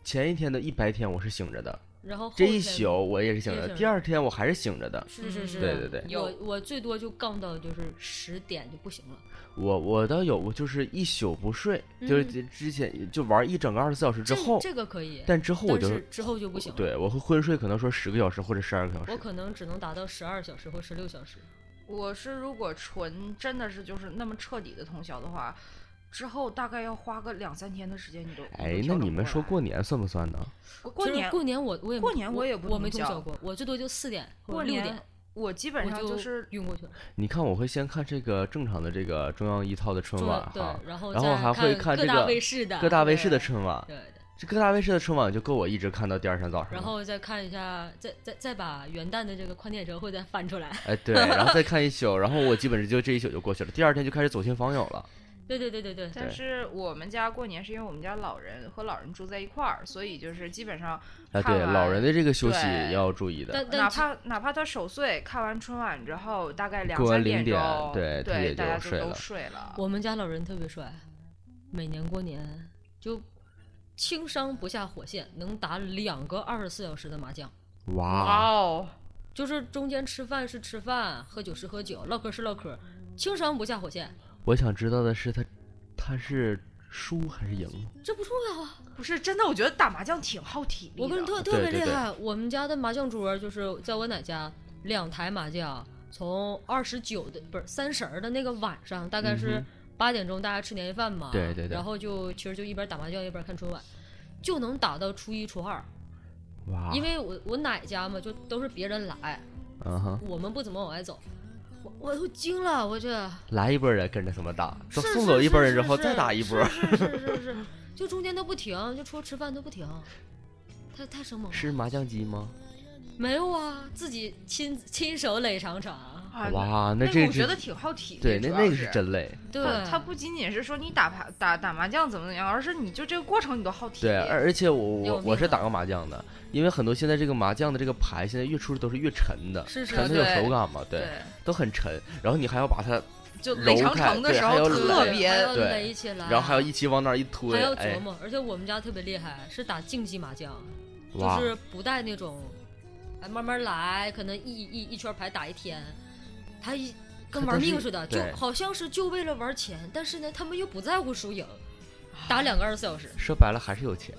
Speaker 3: 前一天的一白天我是醒着的，
Speaker 4: 然后后
Speaker 3: 这一
Speaker 4: 天
Speaker 3: 宿我也是醒着
Speaker 4: 也
Speaker 3: 的，
Speaker 4: 是
Speaker 3: 第二天我还是醒着的，
Speaker 4: 是是是，
Speaker 3: 对对对
Speaker 2: 有
Speaker 4: 我我最多就杠到就是十点就不行了，
Speaker 3: 我我倒有，我就是一宿不睡，就是
Speaker 4: 嗯
Speaker 3: 之前就玩一整个二十四小时之后，
Speaker 4: 这这个可以，
Speaker 3: 但之后我
Speaker 4: 但
Speaker 3: 就是
Speaker 4: 之后就不行了。
Speaker 3: 对我会昏睡，可能说十个小时或者十二个小
Speaker 4: 我
Speaker 3: 时。
Speaker 4: 可能只能达到十二小时或十六小时。
Speaker 2: 我是如果纯真的是就是那么彻底的通宵的话，之后大概要花个两三天的时间，你都
Speaker 3: 哎，
Speaker 2: 都
Speaker 3: 那
Speaker 2: 调整
Speaker 3: 你们
Speaker 2: 过
Speaker 3: 说
Speaker 2: 来
Speaker 3: 过年算不算呢？
Speaker 2: 过过
Speaker 4: 就是
Speaker 2: 年
Speaker 4: 过年我我也没
Speaker 2: 过年
Speaker 4: 我
Speaker 2: 我也不
Speaker 4: 我没通
Speaker 2: 通
Speaker 4: 宵
Speaker 2: 宵
Speaker 4: 过，我最多就四点或
Speaker 2: 过
Speaker 4: 者六
Speaker 2: 年
Speaker 4: 点，
Speaker 2: 我基
Speaker 4: 我
Speaker 2: 本上就是
Speaker 4: 晕过去了。
Speaker 3: 你看，我会先看这个正常的这个中央一套的春
Speaker 4: 中
Speaker 3: 晚
Speaker 4: 对
Speaker 3: 哈，，
Speaker 4: 然后
Speaker 3: 啊然后
Speaker 4: 再
Speaker 3: 还会看
Speaker 4: 各
Speaker 3: 这
Speaker 4: 大
Speaker 3: 个
Speaker 4: 卫视的
Speaker 3: 各大卫视的
Speaker 2: 对
Speaker 3: 春晚，
Speaker 4: 对的，
Speaker 3: 这各大卫视的春晚就够我一直看到第二天早上
Speaker 4: 然
Speaker 3: 了。
Speaker 4: 后再看一下，再再再把元旦的这个宽点折会再翻出来。
Speaker 3: 哎，对，然后再看一宿，然后我基本上就这一宿就过去了，第二天就开始走亲访友了。
Speaker 4: 对对对对对，
Speaker 2: 但
Speaker 3: 对
Speaker 2: 是我们家过年是因为我们家老人和老人住在一块儿，所以就是基本上
Speaker 3: 哎，
Speaker 2: 看
Speaker 3: 对，
Speaker 2: 完
Speaker 3: 老人的这个休息
Speaker 2: 对
Speaker 3: 也要注意的。
Speaker 4: 但
Speaker 2: 哪
Speaker 4: 但其
Speaker 2: 怕哪怕他守岁，看完春晚之后，大概两
Speaker 3: 过完
Speaker 2: 三
Speaker 3: 零
Speaker 2: 点
Speaker 3: 点
Speaker 2: 钟，对
Speaker 3: 对他也
Speaker 2: 大
Speaker 3: 就
Speaker 2: 家
Speaker 3: 睡
Speaker 2: 都
Speaker 3: 了
Speaker 2: 睡了。
Speaker 4: 我们家老人特别帅，每年过年就轻伤不下火线，能打两个二十四小时的麻将。
Speaker 3: 哇，
Speaker 2: 哇哦，
Speaker 4: 就是中间吃饭是吃饭，喝酒是喝酒，唠嗑是唠嗑，轻伤不下火线，
Speaker 3: 我想知道的是他他是输还是赢？
Speaker 4: 这不重要啊！
Speaker 2: 不是真的，我觉得打麻将挺耗体力的。
Speaker 4: 我跟你特特
Speaker 3: 对啊
Speaker 4: 别
Speaker 3: 对
Speaker 4: 厉
Speaker 3: 对
Speaker 4: 害，我们家的麻将桌就是在我奶家两台麻将，从二十九的不是三十儿的那个晚上，大概
Speaker 3: 嗯
Speaker 4: 是八点钟，大家吃年夜饭嘛，
Speaker 3: 对对对
Speaker 4: 然后就其实就一边打麻将一边看春晚，就能打到初一初二，
Speaker 3: 哇，
Speaker 4: 因为我我奶家嘛，就都是别人来，
Speaker 3: 嗯哼，
Speaker 4: 我们不怎么往外走，我我都惊了，我这。
Speaker 3: 来一波人跟着他们打，
Speaker 4: 是
Speaker 3: 送送走
Speaker 4: 是
Speaker 3: 一波
Speaker 4: 是
Speaker 3: 人之
Speaker 4: 是
Speaker 3: 后
Speaker 4: 是
Speaker 3: 再打一波，
Speaker 4: 是是是是是，就中间都不停，就除了吃饭都不停，太太生猛 了。
Speaker 3: 是麻将机吗？
Speaker 4: 没有啊，自己亲亲手垒长场，
Speaker 2: 啊，
Speaker 3: 哇，
Speaker 2: 那
Speaker 3: 那
Speaker 2: 个
Speaker 3: 这
Speaker 2: 我觉得
Speaker 3: 是
Speaker 2: 挺耗体力。
Speaker 3: 对，那
Speaker 2: 主要
Speaker 3: 那个
Speaker 2: 是
Speaker 3: 是。真累。
Speaker 4: 对，
Speaker 2: 它它不仅仅是说你打牌打打麻将怎么怎么样，而是你就这个过程你都耗体力。
Speaker 3: 对，而而且我
Speaker 4: 要
Speaker 3: 我
Speaker 4: 命
Speaker 3: 我是
Speaker 4: 啊
Speaker 3: 打过麻将的，因为很多现在这个麻将的这个牌现在越出都是越沉的，
Speaker 4: 是是
Speaker 3: 沉它有
Speaker 2: 对
Speaker 3: 手感嘛，对，都很沉，然后你还要把它，
Speaker 2: 就垒长
Speaker 3: 揉开
Speaker 2: 城的
Speaker 3: 对
Speaker 2: 时
Speaker 3: 还
Speaker 2: 候
Speaker 3: 要
Speaker 2: 特
Speaker 3: 垒
Speaker 2: 别
Speaker 4: 还要
Speaker 3: 对
Speaker 4: 垒起来，
Speaker 3: 然后还要一起往那儿一推
Speaker 4: 啊还要，琢
Speaker 3: 哎，
Speaker 4: 磨。而且我们家特别厉害，是打竞技麻将，就
Speaker 3: 哇，
Speaker 4: 是不带那种，哎，慢慢来，可能一一一圈牌打一天，他一。跟
Speaker 3: 他
Speaker 4: 玩
Speaker 3: 都是
Speaker 4: 命似的，就
Speaker 3: 对
Speaker 4: 好像是就为了玩钱，但是呢，他们又不在乎输赢，
Speaker 2: 啊
Speaker 4: 打两个二十四小时，
Speaker 3: 说白了还是有钱，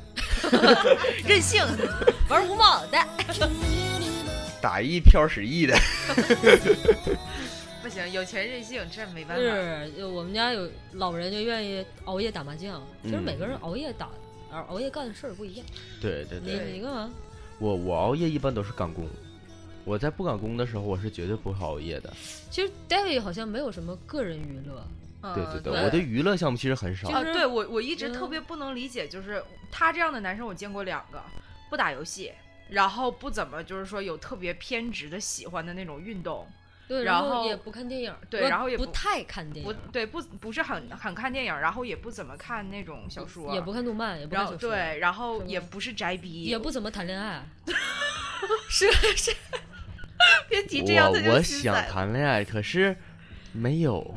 Speaker 2: 任性。
Speaker 4: 玩 五毛的。
Speaker 3: 打一票使一的，
Speaker 5: 不行，有钱任性，这没办法。
Speaker 4: 是，就我们家有老人就愿意熬夜打麻将，其实
Speaker 3: 嗯
Speaker 4: 每个人熬夜打。熬熬夜干的事儿不一样，
Speaker 3: 对对
Speaker 4: 你
Speaker 3: 对，
Speaker 4: 你干嘛？
Speaker 3: 我我熬夜一般都是赶工。我在不赶工的时候，我是绝对不会熬夜的。
Speaker 4: 其实 David 好像没有什么个人娱乐，
Speaker 2: 嗯
Speaker 3: 对对
Speaker 2: 对，
Speaker 3: 我的娱乐项目其实很少
Speaker 4: 就。
Speaker 2: 啊，
Speaker 4: 是
Speaker 2: 对我我一直
Speaker 4: 嗯
Speaker 2: 特别不能理解，就是他这样的男生，我见过两个，不打游戏，然后不怎么就是说有特别偏执的喜欢的那种运动，
Speaker 4: 对，
Speaker 2: 然后
Speaker 4: 也不看电影，
Speaker 2: 对
Speaker 4: 不
Speaker 2: 然后也
Speaker 4: 不
Speaker 2: 不
Speaker 4: 太看电
Speaker 2: 不
Speaker 4: 影，
Speaker 2: 对不不是很很看电影，然后也不怎么看那种小说，
Speaker 4: 也不看动漫，也不
Speaker 2: 然
Speaker 4: 看
Speaker 2: 后
Speaker 4: 小说，，
Speaker 2: 对，然后
Speaker 4: 什么
Speaker 2: 也不是宅逼，
Speaker 4: 也不怎么谈恋爱，
Speaker 2: 别提这样他就
Speaker 3: 我我
Speaker 2: 心
Speaker 3: 想
Speaker 2: 塞了
Speaker 3: 谈恋爱，可是没有。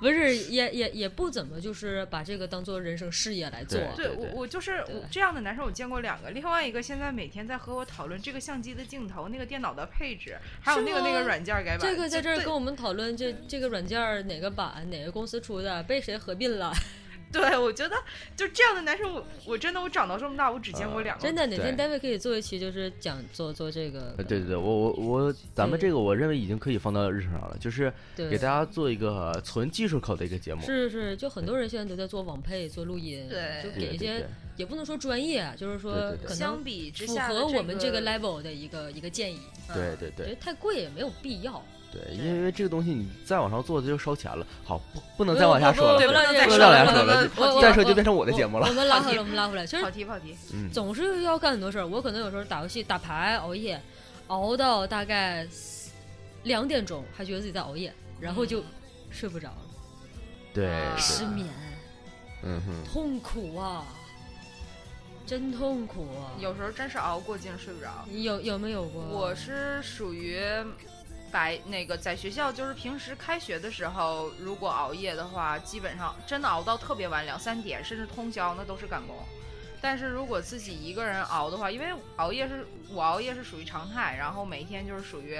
Speaker 4: 不是也也也不怎么就是把这个当做人生事业来做，
Speaker 3: 对
Speaker 2: 对我，我就是
Speaker 4: 对
Speaker 2: 我这样的男生，我见过两个。另外一个现在每天在和我讨论这个相机的镜头、那个电脑的配置，还有
Speaker 4: 是
Speaker 2: 那个那个
Speaker 4: 吗
Speaker 2: 软件改版。
Speaker 4: 这个在
Speaker 2: 就
Speaker 4: 这儿
Speaker 2: 对
Speaker 4: 跟我们讨论这这个软件儿哪个版哪个公司出的被谁合并
Speaker 3: 啊
Speaker 4: 了，
Speaker 2: 对，我觉得就这样的男生，我我真的我长到这么大，我只见过
Speaker 3: 呃
Speaker 2: 两个。
Speaker 4: 真的哪天
Speaker 3: 对
Speaker 4: David 可以做一期就是讲做做这个
Speaker 3: 呃，对对对，我我我，咱们这个我认为已经可以放到日程上了，就是
Speaker 4: 对
Speaker 3: 给大家做一个纯技术口的一个节目。
Speaker 4: 是是，就很多人现在都在做网配、做录音，
Speaker 2: 对
Speaker 4: 就
Speaker 3: 对
Speaker 4: 给一
Speaker 3: 对
Speaker 4: 些
Speaker 3: 对
Speaker 4: 也不能说专业啊，就是说
Speaker 3: 对对对
Speaker 4: 可能
Speaker 2: 相比之
Speaker 4: 符
Speaker 2: 下的，
Speaker 4: 合我们
Speaker 2: 这
Speaker 4: 这个 level 的一个一个建议，嗯
Speaker 3: 对对
Speaker 4: 觉
Speaker 3: 对
Speaker 4: 得太贵也没有必要。
Speaker 3: 对，
Speaker 2: 对
Speaker 3: 因为这个东西你再往上做就烧钱了。好，不不能
Speaker 4: 不
Speaker 3: 再往下
Speaker 4: 不
Speaker 3: 说了，
Speaker 4: 不不
Speaker 2: 不能
Speaker 4: 能
Speaker 2: 再
Speaker 3: 不能
Speaker 2: 说
Speaker 3: 再
Speaker 2: 了
Speaker 3: 往下
Speaker 2: 不能
Speaker 3: 说了，
Speaker 2: 再说
Speaker 3: 就
Speaker 2: 了
Speaker 3: 再说就变成我的节目了
Speaker 4: 我。们拉回来，我们拉回来。其实
Speaker 2: 跑题跑题。
Speaker 3: 嗯，
Speaker 4: 总是要干很多事儿。我可能有时候打游戏、打牌、熬夜，熬到大概四两点钟，还觉得自己在熬夜，然后就睡不着了，
Speaker 3: 对，
Speaker 2: 啊
Speaker 3: 对
Speaker 4: 嗯失眠，
Speaker 3: 嗯 哼，
Speaker 4: 痛苦啊，真痛苦啊！
Speaker 2: 有时候真是熬过劲睡不着。
Speaker 4: 你有有没有过？
Speaker 2: 我是属于白那个在学校，就是平时开学的时候，如果熬夜的话，基本上真的熬到特别晚，两三点甚至通宵，那都是赶工。但是如果自己一个人熬的话，因为熬夜是我熬夜是属于常态，然后每天就是属于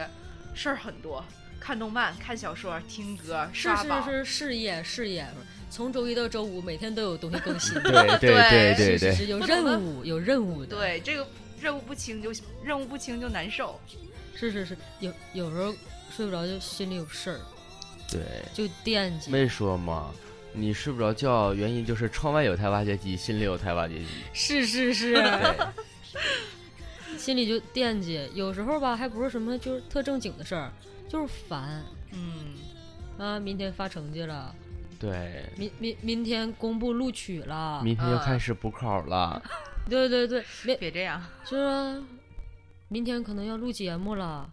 Speaker 2: 事儿很多，看动漫、看小说、听歌、
Speaker 4: 是
Speaker 2: 刷
Speaker 4: 是
Speaker 2: 榜。
Speaker 4: 是事业事业，从周一到周五每天都有东西 更新，
Speaker 3: 对对
Speaker 2: 对
Speaker 3: 对
Speaker 4: 是是
Speaker 3: 对，
Speaker 4: 是有
Speaker 2: 不同的
Speaker 4: 任务有任务的，
Speaker 2: 对这个任务不清就任务不清就难受。
Speaker 4: 是是是，有有时候睡不着就心里有事儿，
Speaker 3: 对，
Speaker 4: 就惦记，
Speaker 3: 没说嘛。你睡不着觉，原因就是窗外有台挖掘机，心里有台挖掘机。
Speaker 4: 是是是。
Speaker 3: 对，
Speaker 4: 心里就惦记，有时候吧，还不是什么就是特正经的事儿，就是烦
Speaker 2: 嗯，
Speaker 4: 啊。明天发成绩了，
Speaker 3: 对，
Speaker 4: 明明明天公布录取了，
Speaker 3: 明天又
Speaker 2: 啊
Speaker 3: 开始补考
Speaker 4: 啊
Speaker 3: 了。
Speaker 4: 对对对，明
Speaker 2: 别这样。
Speaker 4: 就是说明天可能要录节目了，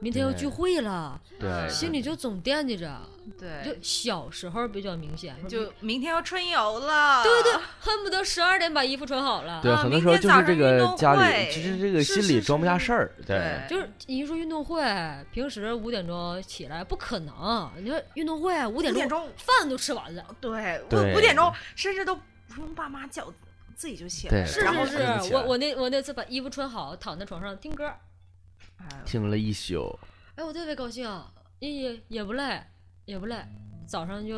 Speaker 4: 明天要
Speaker 3: 对
Speaker 4: 聚会了，
Speaker 3: 对，
Speaker 4: 心里就总惦记着。就
Speaker 2: 对，
Speaker 4: 小时候比较明显，
Speaker 2: 就明天要春游了。
Speaker 4: 对对，恨不得十二点把衣服穿好了。
Speaker 3: 对，
Speaker 2: 啊
Speaker 3: 很多
Speaker 2: 明
Speaker 3: 时候
Speaker 2: 天
Speaker 3: 就
Speaker 2: 早
Speaker 3: 是这
Speaker 2: 上运
Speaker 3: 个
Speaker 2: 动
Speaker 3: 家里，
Speaker 2: 会
Speaker 3: 就是这个心
Speaker 4: 是
Speaker 3: 里
Speaker 4: 是
Speaker 3: 装不下
Speaker 4: 是
Speaker 3: 事儿。对
Speaker 2: 对，
Speaker 4: 就是你一说运动会，平时五点钟起来不可能，你说运动会五点
Speaker 2: 五点
Speaker 4: 钟
Speaker 2: 钟
Speaker 4: 饭都吃完了，
Speaker 2: 对，
Speaker 3: 对
Speaker 2: 我五点钟甚至都不用爸妈叫，自己就起来
Speaker 3: 对
Speaker 2: 了。
Speaker 4: 是
Speaker 2: 然后
Speaker 4: 是
Speaker 3: 我想
Speaker 4: 是
Speaker 3: 起，来
Speaker 4: 我我那我那次把衣服穿好，躺在床上听歌，
Speaker 2: 哎
Speaker 3: 听了一宿。
Speaker 4: 哎，我特别高兴，也也也不累，也不累。早上就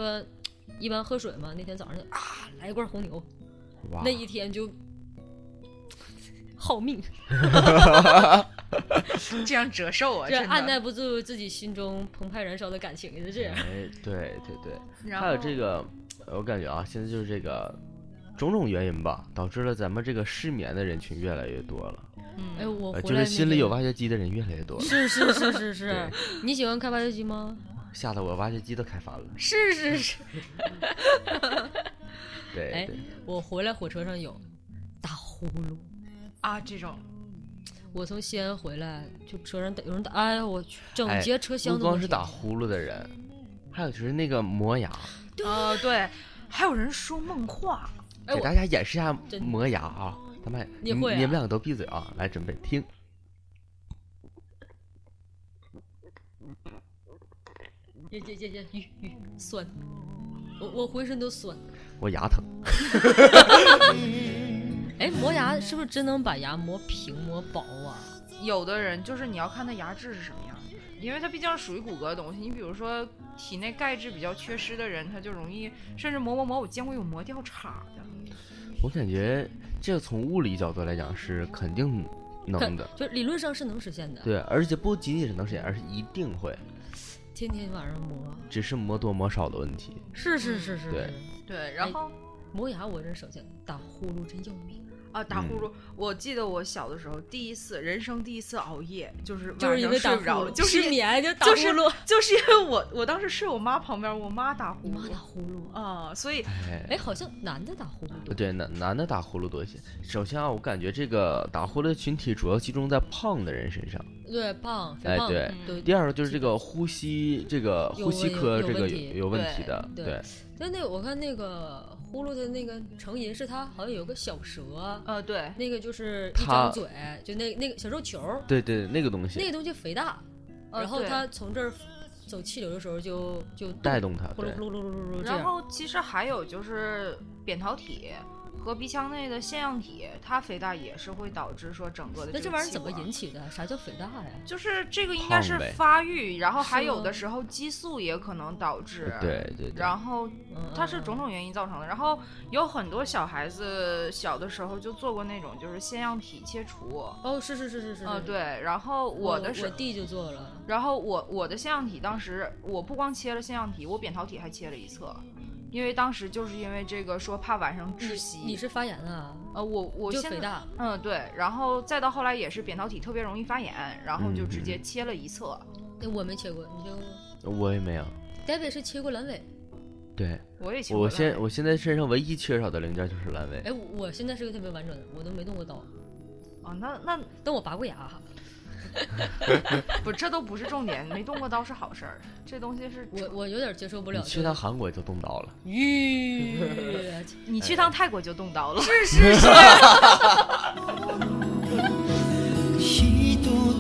Speaker 4: 一般喝水嘛，那天早上就啊来一罐红牛，
Speaker 3: 哇
Speaker 4: 那，一天就耗命，
Speaker 2: 呦这样折寿啊，
Speaker 4: 这
Speaker 2: 真的
Speaker 4: 按耐不住自己心中澎湃燃烧的感情，也是这样。
Speaker 3: 哎，对对对，
Speaker 2: 然后
Speaker 3: 还有这个，呃我感觉啊，现在就是这个种种原因吧，导致了咱们这个失眠的人群越来越多了，
Speaker 4: 哎，
Speaker 2: 嗯，
Speaker 4: 我
Speaker 3: 呃
Speaker 4: 回来、
Speaker 3: 就是心里有。挖掘机的人越来越多了，
Speaker 4: 是是是 是是，你喜欢开挖掘机吗？
Speaker 3: 吓得我挖掘机都开翻了。
Speaker 4: 是是是，
Speaker 3: 对
Speaker 4: 哎
Speaker 3: 对，
Speaker 4: 我回来火车上有打呼噜，
Speaker 2: 啊，这种
Speaker 4: 我从西安回来就车上打有人打，哎呀我去，整
Speaker 3: 哎
Speaker 4: 节车厢
Speaker 3: 不
Speaker 4: 都能
Speaker 3: 光是
Speaker 4: 听
Speaker 3: 打
Speaker 4: 见
Speaker 3: 呼噜的人，还有就是那个磨牙，
Speaker 2: 呃，对，还有人说梦话，
Speaker 4: 哎
Speaker 3: 给
Speaker 4: 我
Speaker 3: 大家演示一下
Speaker 4: 真
Speaker 3: 磨牙啊。咱们
Speaker 4: 你会
Speaker 3: 你
Speaker 4: 啊
Speaker 3: 们两个都闭嘴啊！来，准备听。
Speaker 4: 也也 也也晕晕哎酸，我我浑身都酸。
Speaker 3: 我牙疼，
Speaker 4: 哎，磨牙是不是真能把牙磨平磨薄啊？
Speaker 2: 有的人就是你要看他牙质是什么样的，因为它毕竟是属于骨骼的东西。你比如说体内钙质比较缺失的人，他就容易甚至磨磨磨，我见过有磨掉茬的。
Speaker 3: 我感觉这从物理角度来讲是肯定能的。
Speaker 4: 就理论上是能实现的。
Speaker 3: 对，而且不仅仅是能实现，而是一定会。
Speaker 4: 天天晚上磨。
Speaker 3: 只是磨多磨少的问题。
Speaker 4: 是是是是，
Speaker 3: 对
Speaker 4: 是
Speaker 1: 对，
Speaker 4: 哎
Speaker 1: 然后
Speaker 4: 磨牙我这手劲打呼噜真要命，
Speaker 1: 啊，打
Speaker 3: 嗯
Speaker 1: 呼噜，我记得我小的时候第一次，人生第一次熬夜，就是晚
Speaker 4: 就是因
Speaker 1: 上
Speaker 4: 为
Speaker 1: 睡
Speaker 4: 打
Speaker 1: 不
Speaker 4: 呼
Speaker 1: 着
Speaker 4: 噜，
Speaker 1: 了，就是
Speaker 4: 失
Speaker 1: 因
Speaker 4: 眠就打呼
Speaker 1: 就是
Speaker 4: 噜，
Speaker 1: 就是因为我我当时睡我妈旁边，我妈打呼
Speaker 4: 你妈
Speaker 1: 噜
Speaker 4: 打呼噜啊？
Speaker 2: 嗯
Speaker 1: 啊，所以
Speaker 3: 哎，
Speaker 4: 哎，好像男的打呼噜多，
Speaker 3: 对，男男的打呼噜多一些。首先啊，我感觉这个打呼噜的群体主要集中在胖的人身上。
Speaker 4: 对胖肥
Speaker 3: 哎
Speaker 4: 胖，
Speaker 3: 对
Speaker 4: 嗯对
Speaker 3: 第二个就是这个呼吸，这个
Speaker 4: 有
Speaker 3: 呼吸
Speaker 4: 有
Speaker 3: 科
Speaker 4: 有
Speaker 3: 这个
Speaker 4: 问题
Speaker 3: 有有问题
Speaker 1: 对
Speaker 3: 的，
Speaker 4: 对
Speaker 3: 对，
Speaker 4: 但那我看那个呼噜的那个成因是它好像有个小蛇，
Speaker 1: 呃对，
Speaker 4: 那个就是一
Speaker 3: 它
Speaker 4: 张嘴就那那个小肉球儿，
Speaker 3: 对对，那个东
Speaker 4: 那
Speaker 3: 西
Speaker 4: 个东西肥大，
Speaker 1: 呃
Speaker 4: 然后
Speaker 1: 对
Speaker 4: 它从这儿走气流的时候就就
Speaker 3: 带动它，
Speaker 4: 呼噜
Speaker 3: 对
Speaker 4: 呼，噜呼噜呼噜呼噜这
Speaker 1: 然
Speaker 4: 样。
Speaker 1: 后其实还有就是扁桃体。和鼻腔内的腺样体，它肥大也是会导致说整个的
Speaker 4: 那
Speaker 1: 这
Speaker 4: 这玩意儿
Speaker 1: 儿
Speaker 4: 怎么引？起的？啥叫肥大呀？
Speaker 1: 就是这个应该是
Speaker 3: 胖呗
Speaker 1: 发育，然后还
Speaker 4: 是
Speaker 1: 有
Speaker 4: 吗
Speaker 1: 的时候激素也可能导致。
Speaker 3: 对对对，
Speaker 1: 啊然后
Speaker 4: 嗯
Speaker 1: 它是种种原因造成的。然后有很多小孩子小的时候就做过那种就是腺样体切除，
Speaker 4: 哦，是是是是是，
Speaker 1: 呃，对。然后我的
Speaker 4: 我
Speaker 1: 是，
Speaker 4: 弟就做了，
Speaker 1: 然后我我的腺样体当时我不光切了腺样体，我扁桃体还切了一侧，因为当时就是因为这个说怕晚上窒息。
Speaker 4: 你是发炎啊？
Speaker 1: 呃，我我
Speaker 4: 就
Speaker 1: 现
Speaker 4: 肥
Speaker 1: 在
Speaker 4: 大，
Speaker 1: 嗯对，然后再到后来也是扁桃体特别容易发炎，然后就直
Speaker 3: 嗯
Speaker 1: 接切了一侧。
Speaker 4: 那我没切过，你切过吗？
Speaker 3: 我也没有，
Speaker 4: 戴维是切过阑尾，
Speaker 3: 对
Speaker 1: 我也切过
Speaker 3: 我
Speaker 1: 阑尾
Speaker 3: 现我现在身上唯一缺少的零件就是阑尾，
Speaker 4: 哎，我我现在是个特别完整的人，我都没动过刀，
Speaker 1: 啊，那那
Speaker 4: 但我拔过牙。
Speaker 1: 不这都不是重点，没动过刀是好事儿，这东西是
Speaker 4: 我我有点接受不
Speaker 3: 你
Speaker 4: 了。
Speaker 3: 去
Speaker 4: 他
Speaker 3: 趟，韩国就动刀了，
Speaker 4: 吁，
Speaker 1: 你去趟泰国就动 刀了。
Speaker 6: 人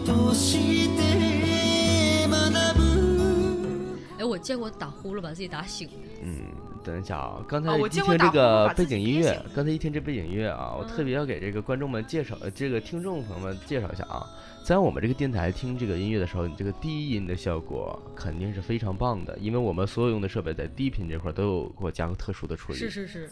Speaker 6: として学ぶ
Speaker 4: 哎，我见过打呼噜把自己打醒的，
Speaker 3: 嗯。等一下啊！刚才
Speaker 1: 啊我
Speaker 3: 一
Speaker 1: 见
Speaker 3: 听
Speaker 1: 过
Speaker 3: 这
Speaker 1: 打呼噜把
Speaker 3: 个背
Speaker 1: 自己
Speaker 3: 景音
Speaker 1: 憋
Speaker 3: 乐
Speaker 1: 醒，
Speaker 3: 刚才一听这背景音乐啊，我
Speaker 4: 嗯
Speaker 3: 特别要给这个观众们介绍，呃这个听众朋友们介绍一下啊，在我们这个电台听这个音乐的时候，你这个低音的效果肯定是非常棒的，因为我们所有用的设备在低频这块都有给我加过特殊的处理。
Speaker 4: 是是是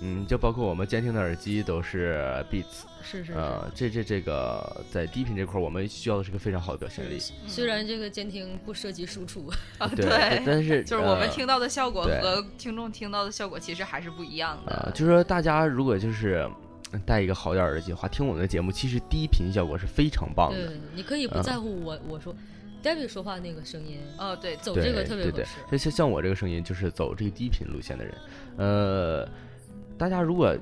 Speaker 3: 嗯，就包括我们监听的耳机都是 Beats，
Speaker 4: 是是是。
Speaker 3: 呃，这这这个在低频这块儿我们需要的是个非常好的 表现力，
Speaker 4: 虽然这个监听不涉及输出，
Speaker 3: 对，但但是
Speaker 1: 就是我们
Speaker 3: 呃
Speaker 1: 听到的效果
Speaker 3: 对
Speaker 1: 和听众听到的效果其实还是不一样的。
Speaker 3: 啊，就说大家如果就是嗯戴一个好点儿的耳机的话，听我们的节目，其实低频效果是非常棒的。
Speaker 4: 对，你可以不
Speaker 3: 嗯
Speaker 4: 在乎我我说 d a v i d 说话那个声音，
Speaker 1: 哦，对，
Speaker 4: 走
Speaker 3: 对
Speaker 4: 这个特别
Speaker 3: 对
Speaker 4: 合
Speaker 3: 对
Speaker 4: 适，。
Speaker 3: 就像像我这个声音，就是走这个低频路线的人。呃，大家如果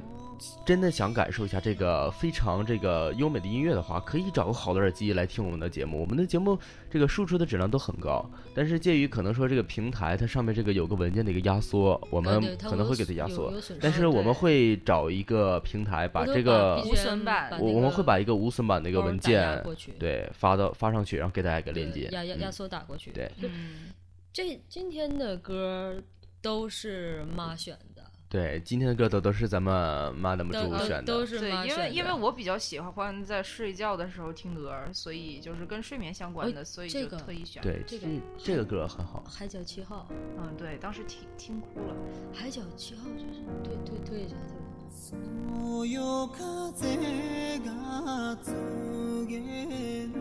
Speaker 3: 真的想感受一下这个非常这个优美的音乐的话，可以找个好的耳机来听我们的节目。我们的节目这个输出的质量都很高，但是介于可能说这个平台它上面这个有个文件的一个压缩，我
Speaker 4: 我
Speaker 3: 们可能会给它压缩，，但是
Speaker 1: 哦
Speaker 3: 我们
Speaker 1: 对
Speaker 3: 会找一个平台把
Speaker 4: 我都
Speaker 3: 这个
Speaker 4: BGM
Speaker 1: 无损版
Speaker 4: 把
Speaker 3: 我
Speaker 4: 那
Speaker 3: 我们
Speaker 4: 个
Speaker 3: 会把一个无损版的一个
Speaker 4: 包
Speaker 3: 文
Speaker 4: 打压
Speaker 3: 件，
Speaker 4: 过去，
Speaker 3: 对发到发上去，然后给大家一个
Speaker 4: 对，
Speaker 3: 链接。
Speaker 4: 压压
Speaker 3: 嗯
Speaker 4: 压缩打过去。
Speaker 3: 对
Speaker 1: 嗯，
Speaker 4: 这今天的歌都是妈选的，
Speaker 3: 对，今天的歌都都是咱们妈那么
Speaker 4: 都
Speaker 3: 猪
Speaker 4: 呃
Speaker 3: 选
Speaker 4: 都
Speaker 3: 的，
Speaker 4: 是
Speaker 1: 对
Speaker 4: 妈，
Speaker 1: 因
Speaker 4: 选
Speaker 1: 为
Speaker 4: 的
Speaker 1: 因为我比较喜欢在睡觉的时候听歌儿，所以就是跟睡眠相关的，所以
Speaker 4: 哎这
Speaker 1: 就
Speaker 4: 个
Speaker 1: 特意选。，
Speaker 3: 对，这
Speaker 4: 这个嗯
Speaker 3: 这个歌很好。
Speaker 4: 海角七号，
Speaker 1: 嗯，对，当时听听哭了。
Speaker 4: 海角七号就是推推推一下，推一下
Speaker 6: そよ風が告げる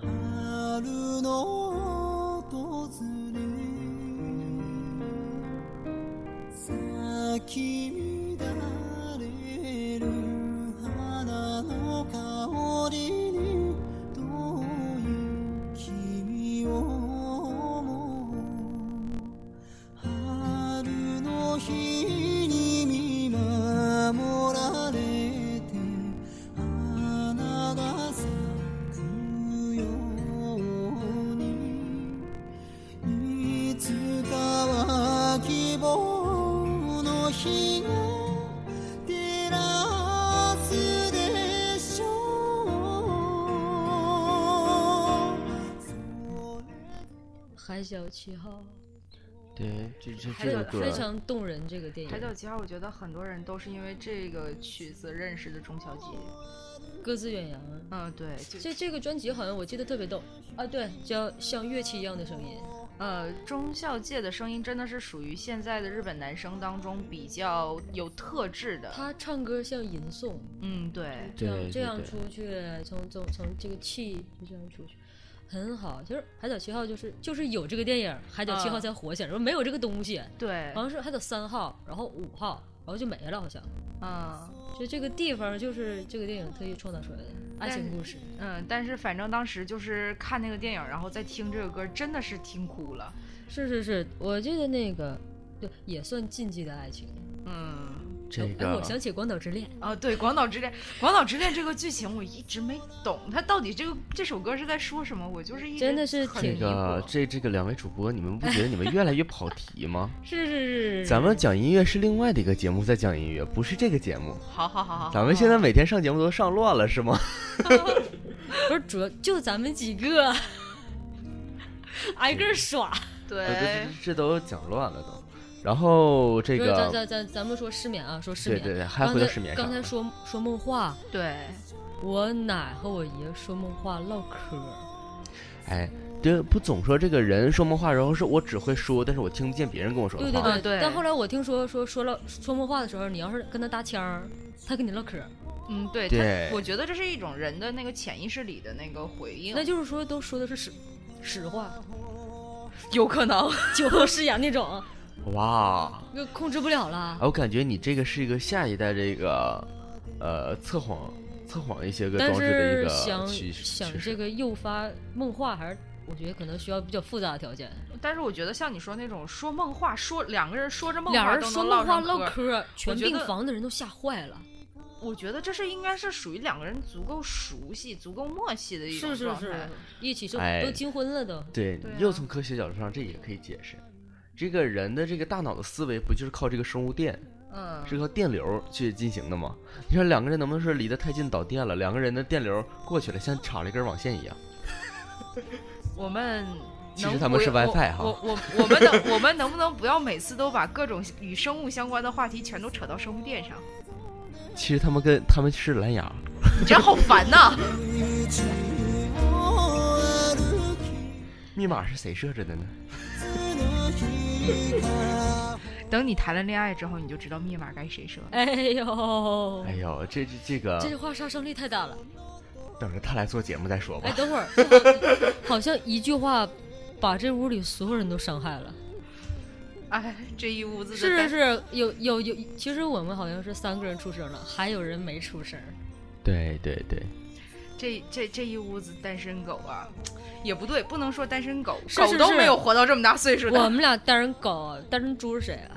Speaker 6: 春の訪れ咲き乱れる花の香りにどういう君を思う春の日に見守られて花が咲くようにいつかは希望の日が照らすでしょう
Speaker 4: 海角七号，
Speaker 3: 对，这这
Speaker 1: 还
Speaker 3: 这
Speaker 1: 有
Speaker 3: 个
Speaker 4: 非
Speaker 3: 歌，
Speaker 4: 常动人。这个电
Speaker 1: 海角
Speaker 4: 影
Speaker 1: 七号，我觉得很多人都是因为这个曲子认识的钟小姐。
Speaker 4: 各自远扬。啊
Speaker 1: 嗯，对，就
Speaker 4: 这这个专辑好像我记得特别逗啊，对，叫像乐器一样的声音，
Speaker 1: 呃，钟孝介的声音真的是属于现在的日本男生当中比较有特质的。
Speaker 4: 他唱歌像吟诵，
Speaker 1: 嗯，对，
Speaker 4: 这
Speaker 3: 对
Speaker 4: 样这
Speaker 3: 对
Speaker 4: 样
Speaker 3: 对
Speaker 4: 出去，从从从这个气就这样出去。很好。就是《海角七号》，就是就是有这个电影，《海角七号》
Speaker 1: 啊
Speaker 4: 才火起来，说没有这个东西，
Speaker 1: 对
Speaker 4: 好，像是还有三号，然后五号，然后就没了，好像。
Speaker 1: 嗯
Speaker 4: 就这个地方，就是这个电影特意创造出来的爱情故事。
Speaker 1: 嗯，但是反正当时就是看那个电影，然后再听这个歌，真的是听哭了。
Speaker 4: 是是是，我记得那个，对，也算禁忌的爱情。
Speaker 1: 嗯，
Speaker 3: 这
Speaker 4: 哎
Speaker 3: 个
Speaker 4: 我想起《广岛之恋》，
Speaker 1: 啊，对，《广岛之恋》，《广岛之恋》这个剧情我一直没懂，它到底这个这首歌是在说什么？我就是一直
Speaker 4: 真的是
Speaker 1: 很
Speaker 4: 挺
Speaker 3: 这
Speaker 1: 迷惑
Speaker 3: 个这这个两位主播，你们不觉得你们越来越跑题 吗？
Speaker 4: 是是是，
Speaker 3: 咱们讲音乐是另外的一个节目在讲音乐，不是这个节目。
Speaker 1: 好好好好，
Speaker 3: 咱们现
Speaker 4: 啊
Speaker 3: 在每天上节目都上乱了是吗？
Speaker 4: 不是主要就咱们几个，挨个耍。
Speaker 3: 这
Speaker 1: 对
Speaker 3: 这，这都讲乱了都。然后这
Speaker 4: 不是咱
Speaker 3: 个
Speaker 4: 咱咱咱们说失眠啊，说失
Speaker 3: 对
Speaker 4: 眠。
Speaker 3: 对对，还
Speaker 4: 刚
Speaker 3: 回到
Speaker 4: 才
Speaker 3: 失眠上
Speaker 4: 刚。才说说梦话，
Speaker 1: 对，
Speaker 4: 我奶和我爷说梦话唠嗑儿，
Speaker 3: 哎，这不总说这个人说梦话，然后是我只会说，但是我听不见别人跟我说的
Speaker 4: 对
Speaker 3: 话。
Speaker 4: 对
Speaker 1: 啊对
Speaker 4: 但后来我听说说说唠说梦话的时候，你要是跟他搭腔儿，他跟你唠嗑儿，
Speaker 1: 嗯，对，
Speaker 3: 对
Speaker 1: 它我觉得这是一种人的那个潜意识里的那个回应，
Speaker 4: 那就是说都说的是实实话，
Speaker 1: 有可 能。
Speaker 4: 酒后失言那种，
Speaker 3: 哇，
Speaker 4: 就控制不了了
Speaker 3: 哎。我感觉你这个是一个下一代这个呃测谎测谎一些个
Speaker 4: 但
Speaker 3: 装置的一
Speaker 4: 是
Speaker 3: 个
Speaker 4: 想
Speaker 3: 趋势
Speaker 4: 想
Speaker 3: 趋势
Speaker 4: 这个诱发梦话，还是我觉得可能需要比较复杂的条件。
Speaker 1: 但是我觉得像你说那种说梦话，说两个人说着梦
Speaker 4: 俩
Speaker 1: 话
Speaker 4: 人
Speaker 1: 都
Speaker 4: 说
Speaker 1: 能唠
Speaker 4: 梦话
Speaker 1: 上
Speaker 4: 唠
Speaker 1: 嗑儿，
Speaker 4: 嗑儿，全
Speaker 1: 觉
Speaker 4: 病
Speaker 1: 得
Speaker 4: 房的人都吓坏了。
Speaker 1: 我觉得这是应该是属于两个人足够熟悉、足够默契的一种
Speaker 4: 是是
Speaker 1: 状态。
Speaker 4: 是，一起就
Speaker 3: 哎
Speaker 4: 都结婚了都。
Speaker 3: 对，
Speaker 1: 对
Speaker 3: 又
Speaker 1: 啊
Speaker 3: 从科学角度上，这也可以解释。这个人的这个大脑的思维不就是靠这个生物电，
Speaker 1: 嗯，
Speaker 3: 是靠电流去进行的吗？你说两个人能不能是离得太近导电了？两个人的电流过去了，像插了一根网线一样。
Speaker 1: 我们
Speaker 3: 其
Speaker 1: 能
Speaker 3: 实他们
Speaker 1: 不
Speaker 3: 是
Speaker 1: 要
Speaker 3: WiFi 哈
Speaker 1: 我我我我们能我们能不能不要每次都把各种与生物相关的话题全都扯到生物电上？
Speaker 3: 其实他们跟他们是蓝牙。
Speaker 1: 你这样好烦呐！
Speaker 3: 密码是谁设置的呢？
Speaker 1: 等你谈了恋爱之后，你就知道密码该谁设了。
Speaker 4: 哎呦
Speaker 3: 哎，呦，这这这个
Speaker 4: 这句话杀伤力太大了。
Speaker 3: 等着他来做节目再说
Speaker 4: 哎，
Speaker 3: 吧。
Speaker 4: 等会儿，这 好像好像一句话把这屋里所有人都伤害了。
Speaker 1: 哎，这一屋子的
Speaker 4: 是是
Speaker 1: 单
Speaker 4: 是，有有有，其实我们好像是三个人出声了，还有人没出声。
Speaker 3: 对对对，
Speaker 1: 这这这一屋子单身狗啊，也不对，不能说单身狗，
Speaker 4: 是是
Speaker 1: 狗都
Speaker 4: 是
Speaker 1: 没有活到这么大岁数
Speaker 4: 我
Speaker 1: 的。
Speaker 4: 们俩单人狗，单人猪是谁啊？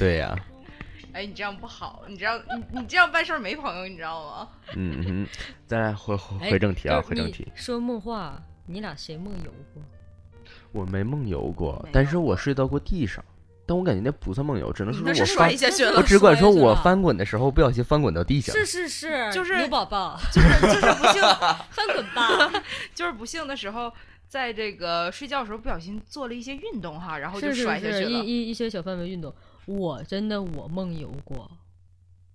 Speaker 3: 对呀、
Speaker 1: 哎，你这样不好，你这样你你这样办事儿没朋友，你知道吗？
Speaker 3: 嗯哼，咱俩回回
Speaker 4: 哎
Speaker 3: 回正题啊，
Speaker 4: 哥
Speaker 3: 回正
Speaker 4: 你
Speaker 3: 题。
Speaker 4: 说梦话，你俩谁梦游过？
Speaker 3: 我没梦游过
Speaker 1: 没，
Speaker 3: 但
Speaker 1: 有
Speaker 3: 是我睡到过地上，但我感觉那不算梦游，只能说
Speaker 1: 那
Speaker 3: 是
Speaker 1: 是
Speaker 3: 我翻
Speaker 1: 摔，下去
Speaker 3: 我
Speaker 1: 了，
Speaker 3: 只管说
Speaker 4: 摔
Speaker 3: 我
Speaker 4: 是吧
Speaker 3: 翻滚的时候不小心翻滚到地上。
Speaker 4: 是是是，
Speaker 1: 就是
Speaker 4: 牛宝宝，
Speaker 1: 就是就是不 幸，
Speaker 4: 翻滚吧！
Speaker 1: 就是不幸的时候，在这个睡觉的时候不小心做了一些运动哈，然后就是摔下
Speaker 4: 是
Speaker 1: 去
Speaker 4: 是，一
Speaker 1: 了。
Speaker 4: 一一些小范围运动，我真的我梦游过，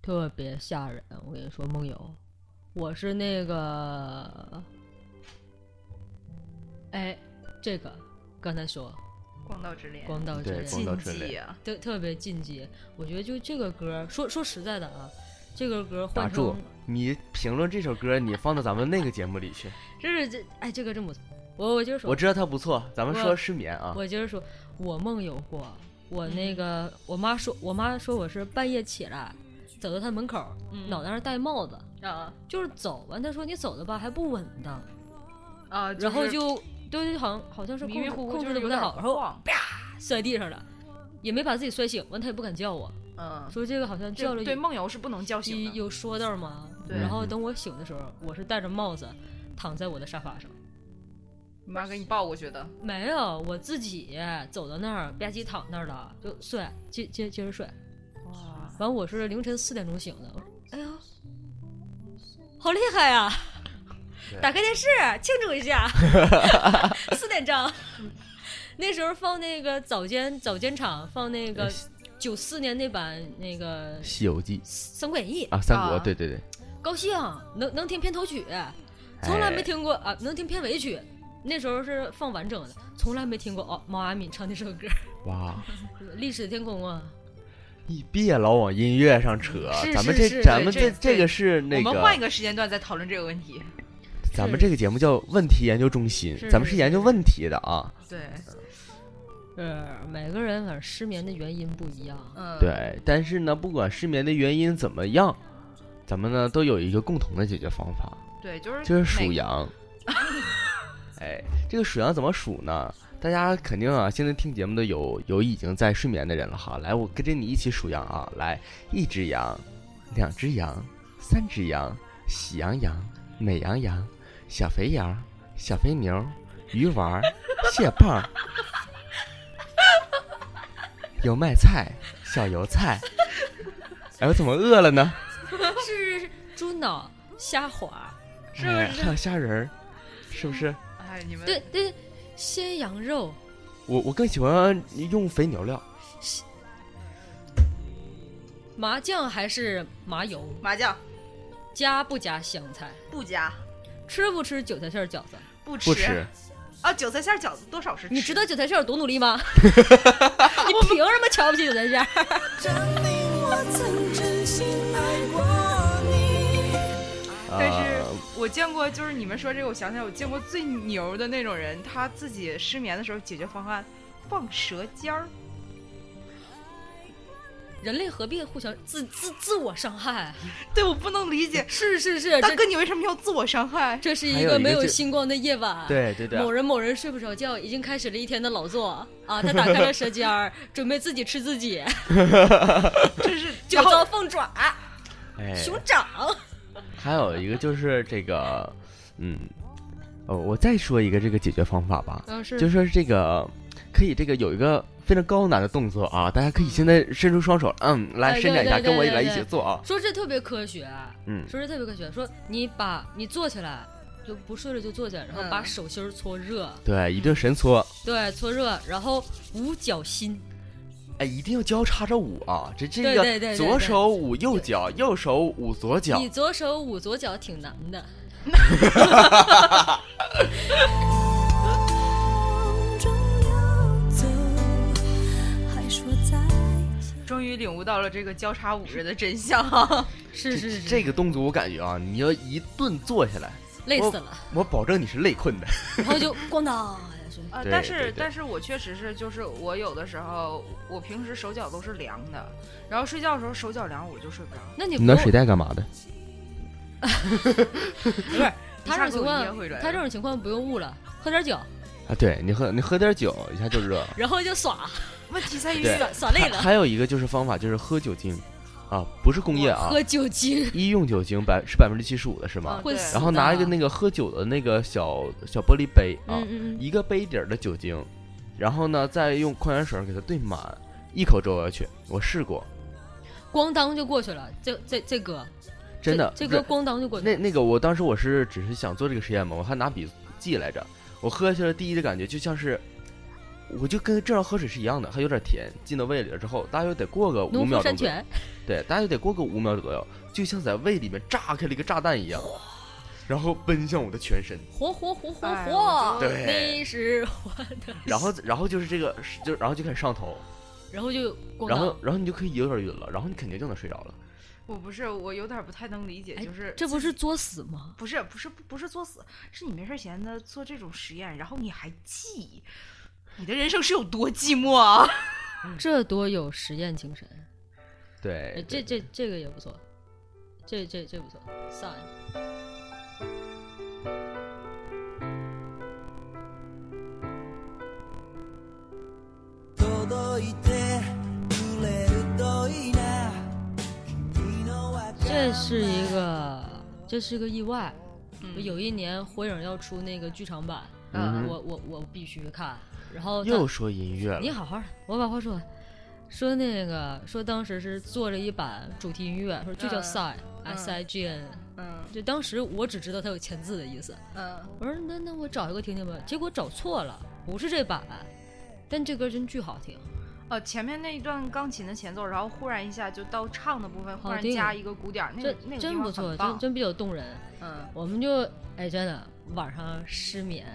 Speaker 4: 特别吓人。我跟你说梦游，我是那个，哎，这个刚才说
Speaker 1: 广岛之恋，
Speaker 4: 光道之
Speaker 3: 对
Speaker 4: 恋，
Speaker 3: 广岛
Speaker 1: 禁
Speaker 3: 之
Speaker 1: 忌
Speaker 3: 恋
Speaker 1: 啊，
Speaker 4: 特特别进阶。我觉得就这个歌，说说实在的啊，这个歌
Speaker 3: 打
Speaker 4: 换
Speaker 3: 住
Speaker 4: 成！
Speaker 3: 你评论这首歌，你放到咱们那个节目里去。
Speaker 4: 这是这哎，这个真不错。我我就是说
Speaker 3: 我，知道它不错，咱们
Speaker 4: 我
Speaker 3: 说失眠啊。
Speaker 4: 我就是说，我梦游过，我那
Speaker 3: 嗯
Speaker 4: 个我妈说，我妈说我是半夜起来，走到她门口，
Speaker 1: 嗯
Speaker 4: 脑袋上戴帽子，
Speaker 1: 啊
Speaker 4: 就是走完，她说你走的吧还不稳当，
Speaker 1: 啊，
Speaker 4: 然后
Speaker 1: 是
Speaker 4: 就对，好像好像是
Speaker 1: 迷
Speaker 4: 控
Speaker 1: 迷
Speaker 4: 制
Speaker 1: 糊糊，
Speaker 4: 控
Speaker 1: 就是
Speaker 4: 制的
Speaker 1: 有
Speaker 4: 不太
Speaker 1: 点
Speaker 4: 好，然后
Speaker 1: 晃
Speaker 4: 摔地上了，也没把自己摔醒，完她也不敢叫我，
Speaker 1: 嗯，
Speaker 4: 说这个好像叫了
Speaker 1: 这对梦游是不能叫醒
Speaker 4: 有
Speaker 1: 的。
Speaker 4: 有说道吗？
Speaker 1: 对
Speaker 4: 然后等我醒的时候，我是戴着帽子躺在我的沙发上。
Speaker 1: 你妈给你抱过去的，
Speaker 4: 没有，我自己走到那儿吧唧躺那儿了，就睡，接接接着睡。
Speaker 1: 哇，
Speaker 4: 完，我是凌晨四点钟醒的，我说：“哎呀，好厉害呀、
Speaker 3: 对
Speaker 4: 打开电视庆祝一下， 四点钟。那时候放那个早间早间场放那个九四年那版那个《
Speaker 3: 西游记
Speaker 4: 三国演义》，》
Speaker 3: 啊，三国，
Speaker 1: 啊
Speaker 3: 对对对，
Speaker 4: 高兴能能听片头曲，从来没
Speaker 3: 哎
Speaker 4: 听过、啊，能听片尾曲。那时候是放完整的，从来没听过哦，毛阿敏唱那首歌
Speaker 3: 哇，
Speaker 4: 《历史天空》啊。
Speaker 3: 你别老往音乐上扯
Speaker 4: 是，
Speaker 3: 咱们
Speaker 4: 是
Speaker 3: 这
Speaker 4: 是
Speaker 3: 咱们
Speaker 1: 对
Speaker 3: 这
Speaker 1: 这
Speaker 3: 这个是那
Speaker 1: 我们换一
Speaker 3: 个，
Speaker 1: 个时间段再讨论这个问题。
Speaker 3: 咱们这个节目叫问题研究中心，
Speaker 4: 是
Speaker 3: 咱们是
Speaker 4: 是
Speaker 3: 研究问题的啊。
Speaker 2: 对，
Speaker 4: 是呃每个人反正失眠的原因不一样，
Speaker 1: 嗯，，
Speaker 3: 对，但是呢，不管失眠的原因怎么样，咱们呢都有一个共同的解决方法，
Speaker 1: 对，就是
Speaker 3: 就是数
Speaker 1: 每
Speaker 3: 羊。 哎，这个数羊怎么数呢？大家肯定啊，现在听节目的有有已经在睡眠的人了哈。来，我跟着你一起数羊啊！来，一只羊，两只羊，三只羊，喜羊羊、美羊羊、小肥羊、小肥牛、鱼丸 儿、蟹棒儿、油麦菜、小油菜。哎，我怎么饿了呢？
Speaker 4: 是猪脑虾滑，
Speaker 3: 是不是？哎还有虾仁儿，是不是？
Speaker 2: 哎，你们
Speaker 4: 对对，鲜羊肉，
Speaker 3: 我我更喜欢用肥牛料，
Speaker 4: 麻酱还是麻油，
Speaker 1: 麻酱
Speaker 4: 加不加香菜，
Speaker 1: 不加，
Speaker 4: 吃不吃韭菜馅儿饺子？
Speaker 1: 不吃
Speaker 3: 不吃。
Speaker 1: 啊，韭菜馅儿饺子多少是吃，
Speaker 4: 你知道韭菜馅儿有多努力 吗？你凭什么瞧不起韭菜馅儿？
Speaker 6: 证明我曾真心爱过你。
Speaker 1: 但是
Speaker 3: 呃
Speaker 1: 我见过，就是你们说这个，我想起来，我见过最牛的那种人，他自己失眠的时候解决方案放舌尖儿，
Speaker 4: 人类何必互相自自自我伤害？啊
Speaker 1: 对我不能理解，
Speaker 4: 是是是，
Speaker 1: 大
Speaker 4: 这
Speaker 1: 哥你为什么要自我伤害？
Speaker 4: 这是
Speaker 3: 还
Speaker 4: 一
Speaker 3: 有
Speaker 4: 个
Speaker 3: 一
Speaker 4: 没
Speaker 3: 个
Speaker 4: 有
Speaker 3: 就
Speaker 4: 星光的夜晚。。
Speaker 3: 对对啊对，
Speaker 4: 某人某人睡不着觉，已经开始了一天的劳作 啊！他打开了舌尖儿，准备自己吃自己，
Speaker 1: 这是
Speaker 4: 酒糟凤爪、
Speaker 3: 哎，
Speaker 4: 熊掌。
Speaker 3: 还有一个就是这个，嗯，哦，我再说一个这个解决方法吧，
Speaker 4: 嗯，是
Speaker 3: 就说这个可以这个有一个非常高难的动作啊，大家可以现在伸出双手，嗯，来
Speaker 4: 哎
Speaker 3: 伸展一下，
Speaker 4: 对对
Speaker 3: 跟我一
Speaker 4: 对
Speaker 3: 来一
Speaker 4: 对
Speaker 3: 起做啊，
Speaker 4: 说这特别科学，
Speaker 3: 嗯，
Speaker 4: 说这特别科学。说你把你坐起来，就不睡了就坐起来，然后
Speaker 1: 嗯
Speaker 4: 把手心儿搓热，
Speaker 3: 对，一顿神搓，
Speaker 4: 对，搓热，然后捂脚心，
Speaker 3: 哎，一定要交叉着舞啊，这这
Speaker 4: 对对对
Speaker 3: 个
Speaker 4: 对
Speaker 3: 左
Speaker 4: 对
Speaker 3: 手捂右脚，右手捂左脚
Speaker 4: 你，左手捂左脚挺难的。
Speaker 6: 风中游走，还说再见。
Speaker 1: 终于领悟到了这个交叉五日的真相 啊！
Speaker 4: 是
Speaker 3: 这
Speaker 4: 是是，
Speaker 3: 这个动作我感觉啊，你要一顿做下来，
Speaker 4: 累
Speaker 3: 我
Speaker 4: 死了，
Speaker 3: 我保证你是累 困的。
Speaker 4: 然后就咣当哎一下，
Speaker 1: 啊，
Speaker 3: 对
Speaker 1: 但
Speaker 3: 对
Speaker 1: 是
Speaker 3: 对
Speaker 1: 但是我确实是，就是我有的时候，我平时手脚都是凉的，然后睡觉的时候手脚凉，我就睡不着。
Speaker 4: 那你
Speaker 3: 你
Speaker 4: 不
Speaker 3: 拿
Speaker 4: 用
Speaker 3: 水袋干嘛的？
Speaker 4: 不是他这种情
Speaker 1: 一下给我噎回来
Speaker 4: 况，
Speaker 1: 了
Speaker 4: 他这种情况不用捂了，喝点酒，
Speaker 3: 啊，对你喝你喝点酒，一下就热。
Speaker 4: 然后就耍
Speaker 1: 问题在于
Speaker 3: 对
Speaker 4: 耍 耍累
Speaker 3: 还
Speaker 4: 了，
Speaker 3: 还有一个就是方法，就是喝酒精，啊，不是工业啊，
Speaker 4: 喝酒哦精
Speaker 3: 医用酒精百是百分之七十五的是吗
Speaker 1: 啊？
Speaker 4: 会
Speaker 1: 对
Speaker 4: 死的。
Speaker 3: 然后拿一个那个喝酒的那个小小玻璃杯啊，
Speaker 4: 嗯嗯嗯，
Speaker 3: 一个杯底儿的酒精，然后呢再用矿泉水给它兑满，一口粥下去。我试过，
Speaker 4: 咣当就过去了，这这这歌
Speaker 3: 真的，
Speaker 4: 这这歌咣当就过去了。
Speaker 3: 那那个，我当时我是只是想做这个实验嘛，我还拿笔记来着。我喝下去的第一的感觉就像是，我就跟正常喝水是一样的，还有点甜，进到胃里了之后，大约得过个五
Speaker 4: 农
Speaker 3: 秒钟
Speaker 4: 夫山
Speaker 3: 左右，
Speaker 4: 泉，
Speaker 3: 对，大约得过个五秒左右，就像在胃里面炸开了一个炸弹一样，然后奔向我的全身，
Speaker 4: 活活活活
Speaker 1: 哎
Speaker 4: 活
Speaker 1: 我，
Speaker 3: 觉得
Speaker 4: 那是我的。
Speaker 3: 然后然后就是这个就然后就开始上头，
Speaker 4: 然后就咣
Speaker 3: 然
Speaker 4: 当
Speaker 3: 后，然后你就可以有点晕了，然后你肯定就能睡着了。
Speaker 1: 我不是，我有点不太能理解，
Speaker 4: 哎
Speaker 1: 就是
Speaker 4: 这不是作死吗？
Speaker 1: 不是不是不是作死，是你没事闲的做这种实验，然后你还记，你的人生是有多寂寞啊！
Speaker 4: 这多有实验精神，哎
Speaker 3: 对，
Speaker 4: 这这这个也不错，这这这不错。散，
Speaker 6: 届いてくれるといいな君のわか
Speaker 4: 这是一个，这是个意外。
Speaker 1: 嗯
Speaker 4: 有一年火影要出那个剧场版，
Speaker 3: 嗯
Speaker 4: 呃我我我必须看。然后他
Speaker 3: 又说音乐
Speaker 4: 你
Speaker 3: 了，
Speaker 4: 好好的，我把话说完。说那个说当时是做了一版主题音乐，说就叫
Speaker 1: 嗯
Speaker 4: sign、
Speaker 1: 嗯
Speaker 4: s i g n，
Speaker 1: 嗯
Speaker 4: 就当时我只知道它有前字的意思。
Speaker 1: 嗯，
Speaker 4: 我说那那我找一个听听吧，结果找错了，不是这版，但这歌真巨好听。
Speaker 1: 呃，前面那一段钢琴的前奏，然后忽然一下就到唱的部分，忽
Speaker 4: 好
Speaker 1: 然
Speaker 4: 听
Speaker 1: 加一个鼓点儿，那
Speaker 4: 这
Speaker 1: 个那个地
Speaker 4: 真不
Speaker 1: 方
Speaker 4: 错，
Speaker 1: 很
Speaker 4: 真
Speaker 1: 棒。
Speaker 4: 真比较动人。
Speaker 1: 嗯，
Speaker 4: 我们就哎真的晚上失眠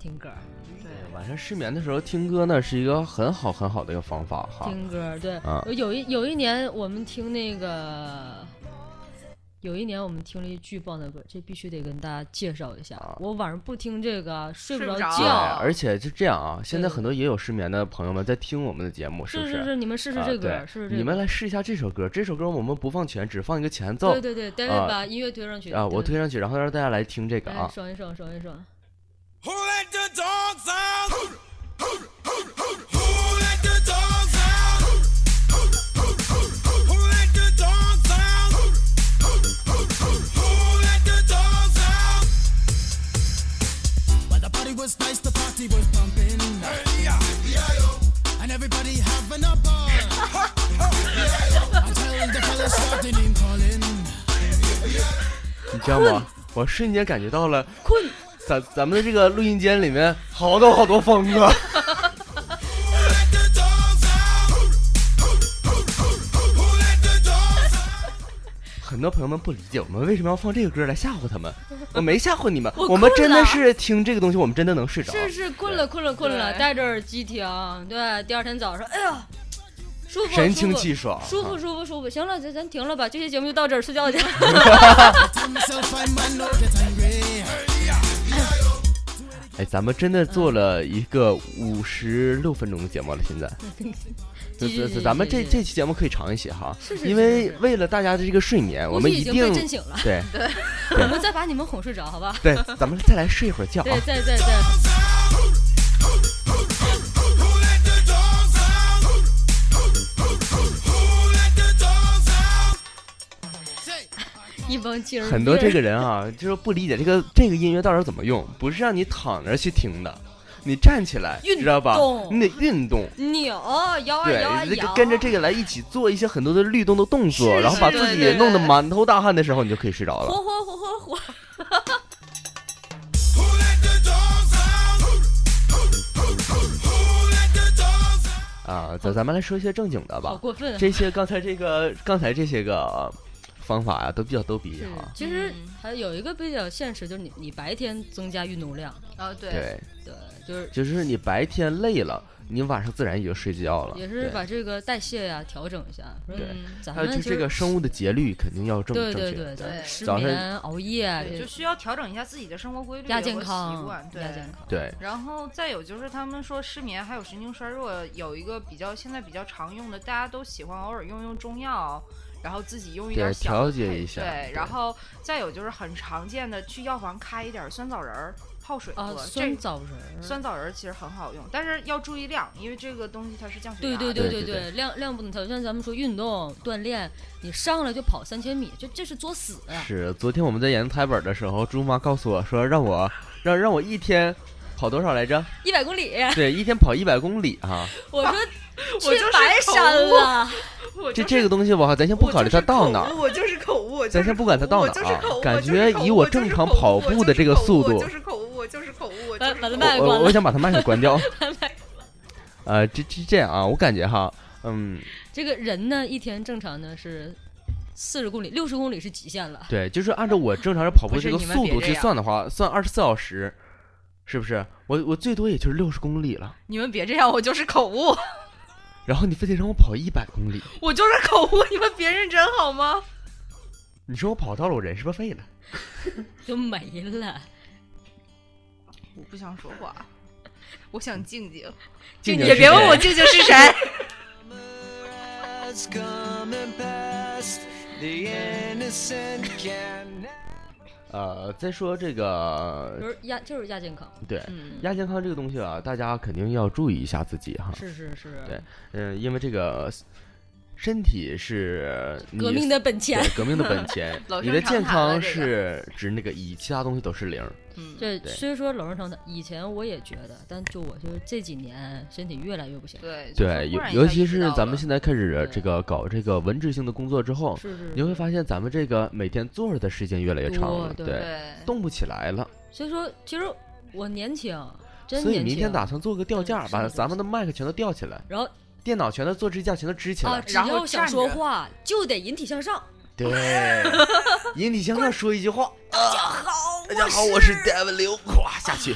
Speaker 4: 听歌儿，
Speaker 1: 对，
Speaker 3: 晚上失眠的时候听歌呢是一个很好很好的一个方法哈。
Speaker 4: 呃听歌儿对。
Speaker 3: 啊
Speaker 4: 有一有一年我们听那个有一年我们听了一巨棒的歌，这必须得跟大家介绍一下
Speaker 3: 啊。
Speaker 4: 我晚上不听这个啊睡不
Speaker 1: 睡
Speaker 4: 着
Speaker 1: 不
Speaker 4: 觉
Speaker 1: 着
Speaker 3: 对，
Speaker 1: 哦
Speaker 3: 而且是这样啊，现在
Speaker 4: 对
Speaker 3: 很多也有失眠的朋友们在听我们的节目，不
Speaker 4: 是
Speaker 3: 是？
Speaker 4: 是是，你们试试
Speaker 3: 啊
Speaker 4: 这歌
Speaker 3: 对
Speaker 4: 儿，试试这
Speaker 3: 你
Speaker 4: 歌
Speaker 3: 们
Speaker 4: 儿。
Speaker 3: 来试一下这首歌，这首歌我们不放全，只放一个前奏
Speaker 4: 对对对，待会
Speaker 3: 啊
Speaker 4: 儿把音乐推上去
Speaker 3: 啊，我
Speaker 4: 对
Speaker 3: 推上去，然后让大家来听这个
Speaker 4: 哎
Speaker 3: 啊，
Speaker 4: 爽一爽，爽一爽。
Speaker 6: Who let the dogs out? Who let the dogs out? Who let the dogs out? Who let the dogs out?
Speaker 7: While the party was nice, the party was pumping. And everybody having a ball. Until the fella started name calling.
Speaker 3: 你知道吗？我瞬间感觉到了困，咱咱们的这个录音间里面好多好多风 啊，
Speaker 6: Who let the dogs out? Who let the dogs out?
Speaker 3: 很多朋友们不理解我们为什么要放这个歌来吓唬他 们，我没吓唬你们，
Speaker 4: 我
Speaker 3: 我们
Speaker 4: 困
Speaker 3: 真的
Speaker 4: 了
Speaker 3: 是听这个东西，我们真的能睡着。
Speaker 4: 是是，困了困了困了，
Speaker 1: 对
Speaker 4: 戴着耳机听。对，第二天早上，哎呀，舒服，
Speaker 3: 神
Speaker 4: 舒
Speaker 3: 清
Speaker 4: 服
Speaker 3: 气爽
Speaker 4: 舒服
Speaker 3: 啊
Speaker 4: 舒服舒服。行了，咱咱停了吧，这期节目就到这儿，睡觉去。
Speaker 7: Tell myself I might not get angry.
Speaker 3: 哎，咱们真的做了一个五十六分钟的节目了， 现在。
Speaker 4: 继续
Speaker 3: 咱
Speaker 4: 继续
Speaker 3: 咱咱们
Speaker 4: 继
Speaker 3: 这
Speaker 4: 续
Speaker 3: 这期节目可以长一些哈，
Speaker 4: 是是是
Speaker 3: 因为
Speaker 4: 是是
Speaker 3: 为了大家的这个睡眠，我
Speaker 4: 估
Speaker 3: 们
Speaker 4: 计已
Speaker 3: 一
Speaker 4: 经
Speaker 3: 定
Speaker 4: 被震醒了，
Speaker 3: 对
Speaker 4: 我们再把你们哄睡着，好吧？
Speaker 3: 对，咱们再来睡一会儿觉
Speaker 4: 对
Speaker 3: 啊，。
Speaker 4: 再再再，
Speaker 6: Who let the dogs out? Who let the dogs out?
Speaker 4: 一帮劲 儿。
Speaker 3: 很多这个人啊，就是不理解这个 这个音乐到底怎么用，不是让你躺着去听的，你站起来，
Speaker 4: 运
Speaker 3: 知道吧？
Speaker 4: 动
Speaker 3: 你得运 动，
Speaker 4: 扭摇啊
Speaker 3: 对
Speaker 4: 摇啊，
Speaker 3: 这个
Speaker 4: 摇，
Speaker 3: 跟着这个来一起做一些很多的律动的动作，
Speaker 4: 是哦
Speaker 3: 然后把
Speaker 1: 是
Speaker 3: 自己
Speaker 1: 对
Speaker 3: 弄得满头大汗的时候，你就可以睡着
Speaker 4: 活
Speaker 3: 了。
Speaker 4: 活活活活。
Speaker 6: Who let the dogs out? Who let the dogs out?
Speaker 3: 啊，咱咱们来说一些正经的
Speaker 4: 好
Speaker 3: 吧。
Speaker 4: 过 分啊！
Speaker 3: 这些刚才这个刚才这些个呃方法呀、都比较逗逼
Speaker 4: 是
Speaker 3: 哈。
Speaker 4: 其实
Speaker 1: 嗯
Speaker 4: 还有一个比较现实，就是你你白天增加运动量，
Speaker 1: 啊，对，
Speaker 3: 对，
Speaker 4: 对，就是
Speaker 3: 就是你白天累了，你晚上自然也就睡觉了。
Speaker 4: 也是
Speaker 3: 对
Speaker 4: 把这个代谢呀调整一下。说
Speaker 3: 对
Speaker 1: 嗯
Speaker 4: 咱
Speaker 3: 还有
Speaker 4: 们
Speaker 3: 就
Speaker 4: 其
Speaker 3: 这
Speaker 4: 实
Speaker 3: 个生物的节律肯定要正
Speaker 4: 对
Speaker 3: 正
Speaker 4: 对
Speaker 3: 确。
Speaker 4: 对，咱们
Speaker 1: 对
Speaker 4: 失
Speaker 3: 早上
Speaker 4: 眠、熬夜
Speaker 1: 就
Speaker 4: 这
Speaker 1: 需要调整一下自己的生活规律
Speaker 4: 亚
Speaker 1: 和
Speaker 4: 健
Speaker 1: 习
Speaker 4: 康、
Speaker 1: 惯，对
Speaker 4: 亚。健康。
Speaker 3: 对
Speaker 1: 然后再有就是，他们说失眠还有神经衰弱，有一个比较现在比较常用的，大家都喜欢偶尔用用中药，然后自己用一点
Speaker 3: 对
Speaker 1: 小
Speaker 3: 调
Speaker 1: 的
Speaker 3: 节
Speaker 1: 配
Speaker 3: 一下
Speaker 1: 对
Speaker 3: 对，
Speaker 1: 然后再有就是很常见的，去药房开一点酸枣仁儿泡水
Speaker 4: 啊，
Speaker 1: 喝，
Speaker 4: 酸
Speaker 1: 这
Speaker 4: 枣仁儿，
Speaker 1: 酸枣仁儿其实很好用，但是要注意量，因为这个东西它是降血
Speaker 4: 对
Speaker 1: 压的。
Speaker 4: 对
Speaker 3: 对
Speaker 4: 对
Speaker 3: 对对
Speaker 4: 量量不能调，像咱们说运动锻炼，你上来就跑三千米，这这是作死。啊
Speaker 3: 是昨天我们在研究台本的时候，猪妈告诉我说，让我让让我一天跑多少来 着？
Speaker 4: 一百公里，
Speaker 3: 对，一天跑一百公里啊。
Speaker 4: 我 说
Speaker 1: 我就
Speaker 4: 去
Speaker 1: 是
Speaker 4: 白山了，
Speaker 1: 我
Speaker 3: 这
Speaker 1: 就
Speaker 3: 这个东西我咱先不考虑它到哪儿，
Speaker 1: 我就是口误，我就
Speaker 3: 咱
Speaker 1: 是
Speaker 3: 先不管它
Speaker 1: 口误我
Speaker 3: 到哪
Speaker 1: 就
Speaker 3: 儿
Speaker 1: 是
Speaker 3: 啊
Speaker 1: 口误，
Speaker 3: 感
Speaker 1: 我就
Speaker 3: 觉
Speaker 1: 是口
Speaker 3: 以
Speaker 1: 误
Speaker 3: 我
Speaker 1: 就是口
Speaker 3: 正常
Speaker 1: 误
Speaker 3: 跑
Speaker 1: 我
Speaker 3: 步
Speaker 1: 就
Speaker 3: 的
Speaker 1: 是
Speaker 3: 这个
Speaker 1: 口误
Speaker 3: 速
Speaker 1: 我
Speaker 3: 度
Speaker 1: 就是口误，我就是口误，我
Speaker 4: 把
Speaker 1: 就是
Speaker 4: 把它
Speaker 1: 口误
Speaker 4: 卖关
Speaker 3: 我我
Speaker 4: 了。
Speaker 3: 想把它麦给关掉。呃，这这这样啊，我感觉哈，嗯，
Speaker 4: 这个人呢，一天正常呢是四十公里，六十公里是极限了。
Speaker 3: 对，就是按照我正常人跑步
Speaker 2: 不
Speaker 3: 这
Speaker 2: 是
Speaker 3: 个
Speaker 2: 你们
Speaker 3: 速
Speaker 2: 别
Speaker 3: 度
Speaker 2: 这
Speaker 3: 去
Speaker 2: 样
Speaker 3: 算的话，算二十四小时，是不是？我我最多也就是六十公里了。
Speaker 1: 你们别这样，我就是口误，
Speaker 3: 然后你非得让我跑一百公里，
Speaker 1: 我就是口误，你们别认真好吗？
Speaker 3: 你说我跑到了，我人是不是废了？
Speaker 4: 就没了，
Speaker 1: 我不想说话，我想静静，
Speaker 3: 静静
Speaker 1: 也
Speaker 3: 是
Speaker 1: 别问
Speaker 3: 谁
Speaker 1: 我静静 是谁。嗯
Speaker 6: Summer has come and passed. The innocent can now.
Speaker 3: 呃，再说这个
Speaker 4: 就，是亚就是亚健康，
Speaker 3: 对
Speaker 1: 嗯，
Speaker 3: 亚健康这个东西啊，大家肯定要注意一下自己哈。
Speaker 4: 是是是，
Speaker 3: 对嗯、因为这个身体是你
Speaker 4: 革命的本钱。
Speaker 3: 对革命的本钱
Speaker 1: 老，
Speaker 3: 你的
Speaker 1: 生
Speaker 3: 健
Speaker 1: 常谈了
Speaker 3: 康
Speaker 1: 这个
Speaker 3: 是值那个一，其他东西都是零。
Speaker 1: 嗯，
Speaker 4: 这
Speaker 3: 对
Speaker 4: 虽说老生常谈，以前我也觉得，但就我就是这几年身体越来越不行。
Speaker 1: 对
Speaker 3: 对，尤尤其是咱们现在开始这个搞这个文职性的工作之后，
Speaker 4: 是是，
Speaker 3: 你会发现咱们这个每天坐着的时间越来越长
Speaker 4: 多
Speaker 3: 了，
Speaker 4: 对
Speaker 1: 在
Speaker 3: 对，
Speaker 1: 对
Speaker 3: 动不起来了。
Speaker 4: 所以说，其实我年轻，真
Speaker 3: 所以
Speaker 4: 年轻。啊
Speaker 3: 明天打算做个吊架，
Speaker 4: 对
Speaker 3: 把
Speaker 4: 是的
Speaker 3: 咱们的麦克全都吊起来，
Speaker 4: 然后
Speaker 3: 电脑全都做支架全都支起
Speaker 4: 啊，
Speaker 3: 来。
Speaker 4: 只
Speaker 1: 然后
Speaker 4: 要想
Speaker 1: 站
Speaker 4: 说
Speaker 1: 着
Speaker 4: 话，就得引体向上。
Speaker 3: 对，引体向上说一句话，
Speaker 4: 好，
Speaker 3: 大家好，我是 David 刘，哗下去，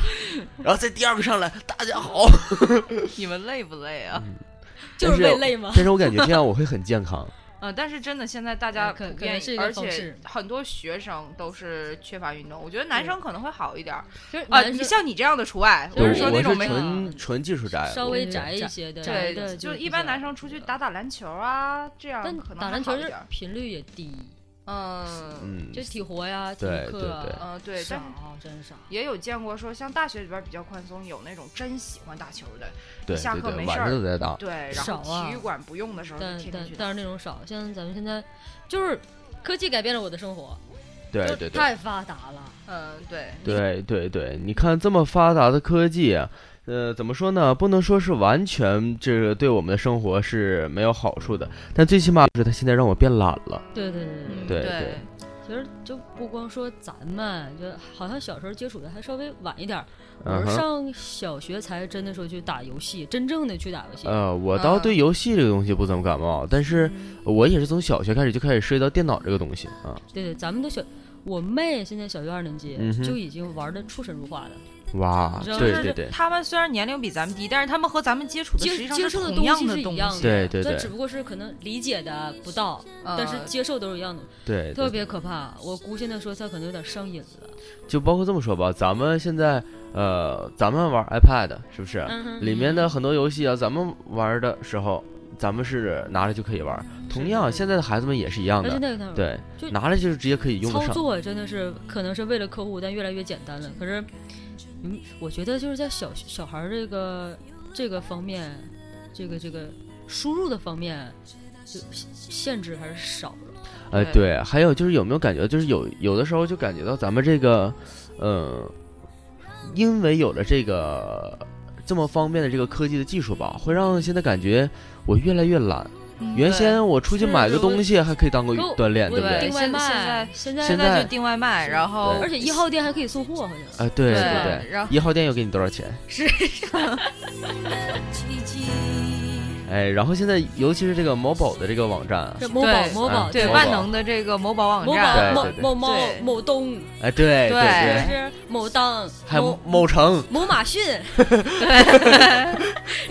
Speaker 3: 然后再第二个上来，大家好。
Speaker 1: 你们累不累啊？
Speaker 4: 就是为累吗
Speaker 3: 但是我感觉这样我会很健康，
Speaker 1: 呃，但是真的现在大家
Speaker 4: 嗯
Speaker 1: 普
Speaker 4: 可可能
Speaker 1: 遍
Speaker 4: 是一，个
Speaker 1: 而
Speaker 4: 方
Speaker 1: 且
Speaker 4: 式
Speaker 1: 很多学生都是缺乏运动。我觉得男生可能会好一点儿
Speaker 4: 就是
Speaker 1: 啊，
Speaker 4: 男
Speaker 1: 你
Speaker 4: 生
Speaker 1: 像你这样的除外，
Speaker 4: 对
Speaker 1: 我
Speaker 3: 我
Speaker 1: 是说
Speaker 4: 我
Speaker 1: 那
Speaker 4: 是
Speaker 1: 种没
Speaker 4: 纯
Speaker 3: 纯纯技术宅，
Speaker 4: 稍微
Speaker 3: 我
Speaker 4: 宅一些的，
Speaker 1: 对
Speaker 4: 的，
Speaker 1: 就是一
Speaker 4: 比
Speaker 1: 般
Speaker 4: 较
Speaker 1: 男生出去打打篮球啊，这样
Speaker 4: 但
Speaker 1: 可能
Speaker 4: 打
Speaker 1: 还
Speaker 4: 篮球
Speaker 1: 好一
Speaker 4: 是
Speaker 1: 点儿。
Speaker 4: 频率也低，
Speaker 1: 嗯
Speaker 3: 嗯
Speaker 4: 就体活呀、体
Speaker 3: 对
Speaker 4: 育课
Speaker 3: 对
Speaker 4: 啊，
Speaker 1: 嗯，对，
Speaker 4: 少
Speaker 1: 但是
Speaker 4: 真少。
Speaker 1: 也有见过说，像大学里边比较宽松，有那种真喜欢打球的，
Speaker 3: 对
Speaker 1: 下
Speaker 3: 对
Speaker 1: 课
Speaker 3: 对，
Speaker 1: 没
Speaker 3: 晚
Speaker 1: 事
Speaker 3: 上
Speaker 1: 儿
Speaker 3: 都在打，
Speaker 1: 对，然后
Speaker 4: 少啊
Speaker 1: 体育馆不用的时候就
Speaker 4: 但
Speaker 1: 天
Speaker 4: 但
Speaker 1: 天去打
Speaker 4: 但是那种少，像咱们现在就是科技改变了我的生活，
Speaker 3: 对
Speaker 4: 就
Speaker 3: 哎对对。
Speaker 4: 太发达了。
Speaker 1: 嗯，对，
Speaker 3: 对对对，你看这么发达的科技，呃，怎么说呢？不能说是完全这个对我们的生活是没有好处的，但最起码是它现在让我变懒了。
Speaker 4: 对对对对
Speaker 1: 嗯
Speaker 3: 对
Speaker 1: 对
Speaker 4: 其实就不光说咱们，就好像小时候接触的还稍微晚一点儿。我
Speaker 3: 嗯
Speaker 4: 是
Speaker 3: 哼，
Speaker 4: 上小学才真的说去打游戏，真正的去打游戏。
Speaker 3: 呃，我倒对游戏这个东西不怎么感冒，但是我也是从小学开始就开始涉及到电脑这个东西啊，
Speaker 4: 对对，咱们的小，我妹现在小学二年级、
Speaker 3: 嗯哼
Speaker 4: 就已经玩的出神入化了，
Speaker 3: 哇，
Speaker 4: 你知道
Speaker 3: 对
Speaker 1: 就是
Speaker 3: 对对
Speaker 1: 他们虽然年龄比咱们低，但是他们和咱们接触的实际
Speaker 4: 接
Speaker 1: 上
Speaker 4: 接
Speaker 1: 是
Speaker 4: 受的
Speaker 1: 同
Speaker 4: 东
Speaker 1: 样
Speaker 4: 西是
Speaker 1: 东
Speaker 4: 一
Speaker 1: 西，
Speaker 4: 样的，
Speaker 3: 对对
Speaker 4: 但
Speaker 3: 对
Speaker 4: 只不过是可能理解的不到，
Speaker 1: 呃
Speaker 4: 但是接受都是一样的，
Speaker 3: 对，
Speaker 4: 特别可怕。我姑现在说她可能有点上瘾了，
Speaker 3: 就包括这么说吧，咱们现在呃，咱们玩 iPad 是不是？
Speaker 4: 嗯哼
Speaker 3: 里面的很多游戏啊，咱们玩的时候，咱们是拿着就可以玩。同样，现在的孩子们也是一样
Speaker 4: 她现
Speaker 3: 的，
Speaker 4: 在有点
Speaker 3: 对
Speaker 4: 就，
Speaker 3: 拿来就是直接可以用得
Speaker 4: 操
Speaker 3: 上。
Speaker 4: 作真的是可能是为了客户，但越来越简单了。可是，嗯，我觉得就是在小小孩儿这个这个方面，这个这个输入的方面，就限制还是少了。
Speaker 3: 哎，
Speaker 1: 对
Speaker 3: 对，还有就是有没有感觉，就是有有的时候就感觉到咱们这个，嗯，因为有了这个这么方便的这个科技的技术吧，会让现在感觉我越来越懒。
Speaker 1: 嗯
Speaker 3: 原
Speaker 1: 对
Speaker 3: 先我出去
Speaker 4: 是
Speaker 3: 买个
Speaker 4: 我
Speaker 3: 东西还可以当个
Speaker 4: 给我
Speaker 3: 锻炼，
Speaker 4: 我
Speaker 3: 对不对？
Speaker 1: 对
Speaker 4: 订外
Speaker 1: 现
Speaker 4: 卖，现在
Speaker 3: 现
Speaker 1: 现
Speaker 3: 在
Speaker 1: 在就订外卖，然后
Speaker 4: 而且一号店还可以送货，好像。
Speaker 3: 啊，
Speaker 1: 哦
Speaker 3: 对
Speaker 1: 对
Speaker 3: 对，
Speaker 1: 然后
Speaker 3: 一号店又给你多少钱？
Speaker 4: 是。
Speaker 3: 哎，然后现在尤其是这个某宝的这个网站，啊
Speaker 4: 这某宝
Speaker 1: 对嗯
Speaker 4: 某宝
Speaker 1: 对
Speaker 3: 某宝
Speaker 1: 万能的这个某宝网
Speaker 4: 某
Speaker 1: 站，
Speaker 3: 对
Speaker 4: 宝某
Speaker 3: 对对
Speaker 4: 某某
Speaker 1: 对
Speaker 4: 某东，
Speaker 3: 哎，对
Speaker 1: 对
Speaker 4: 还
Speaker 3: 对，
Speaker 4: 是某当
Speaker 3: 还有
Speaker 4: 某
Speaker 3: 某城，
Speaker 4: 某马 逊，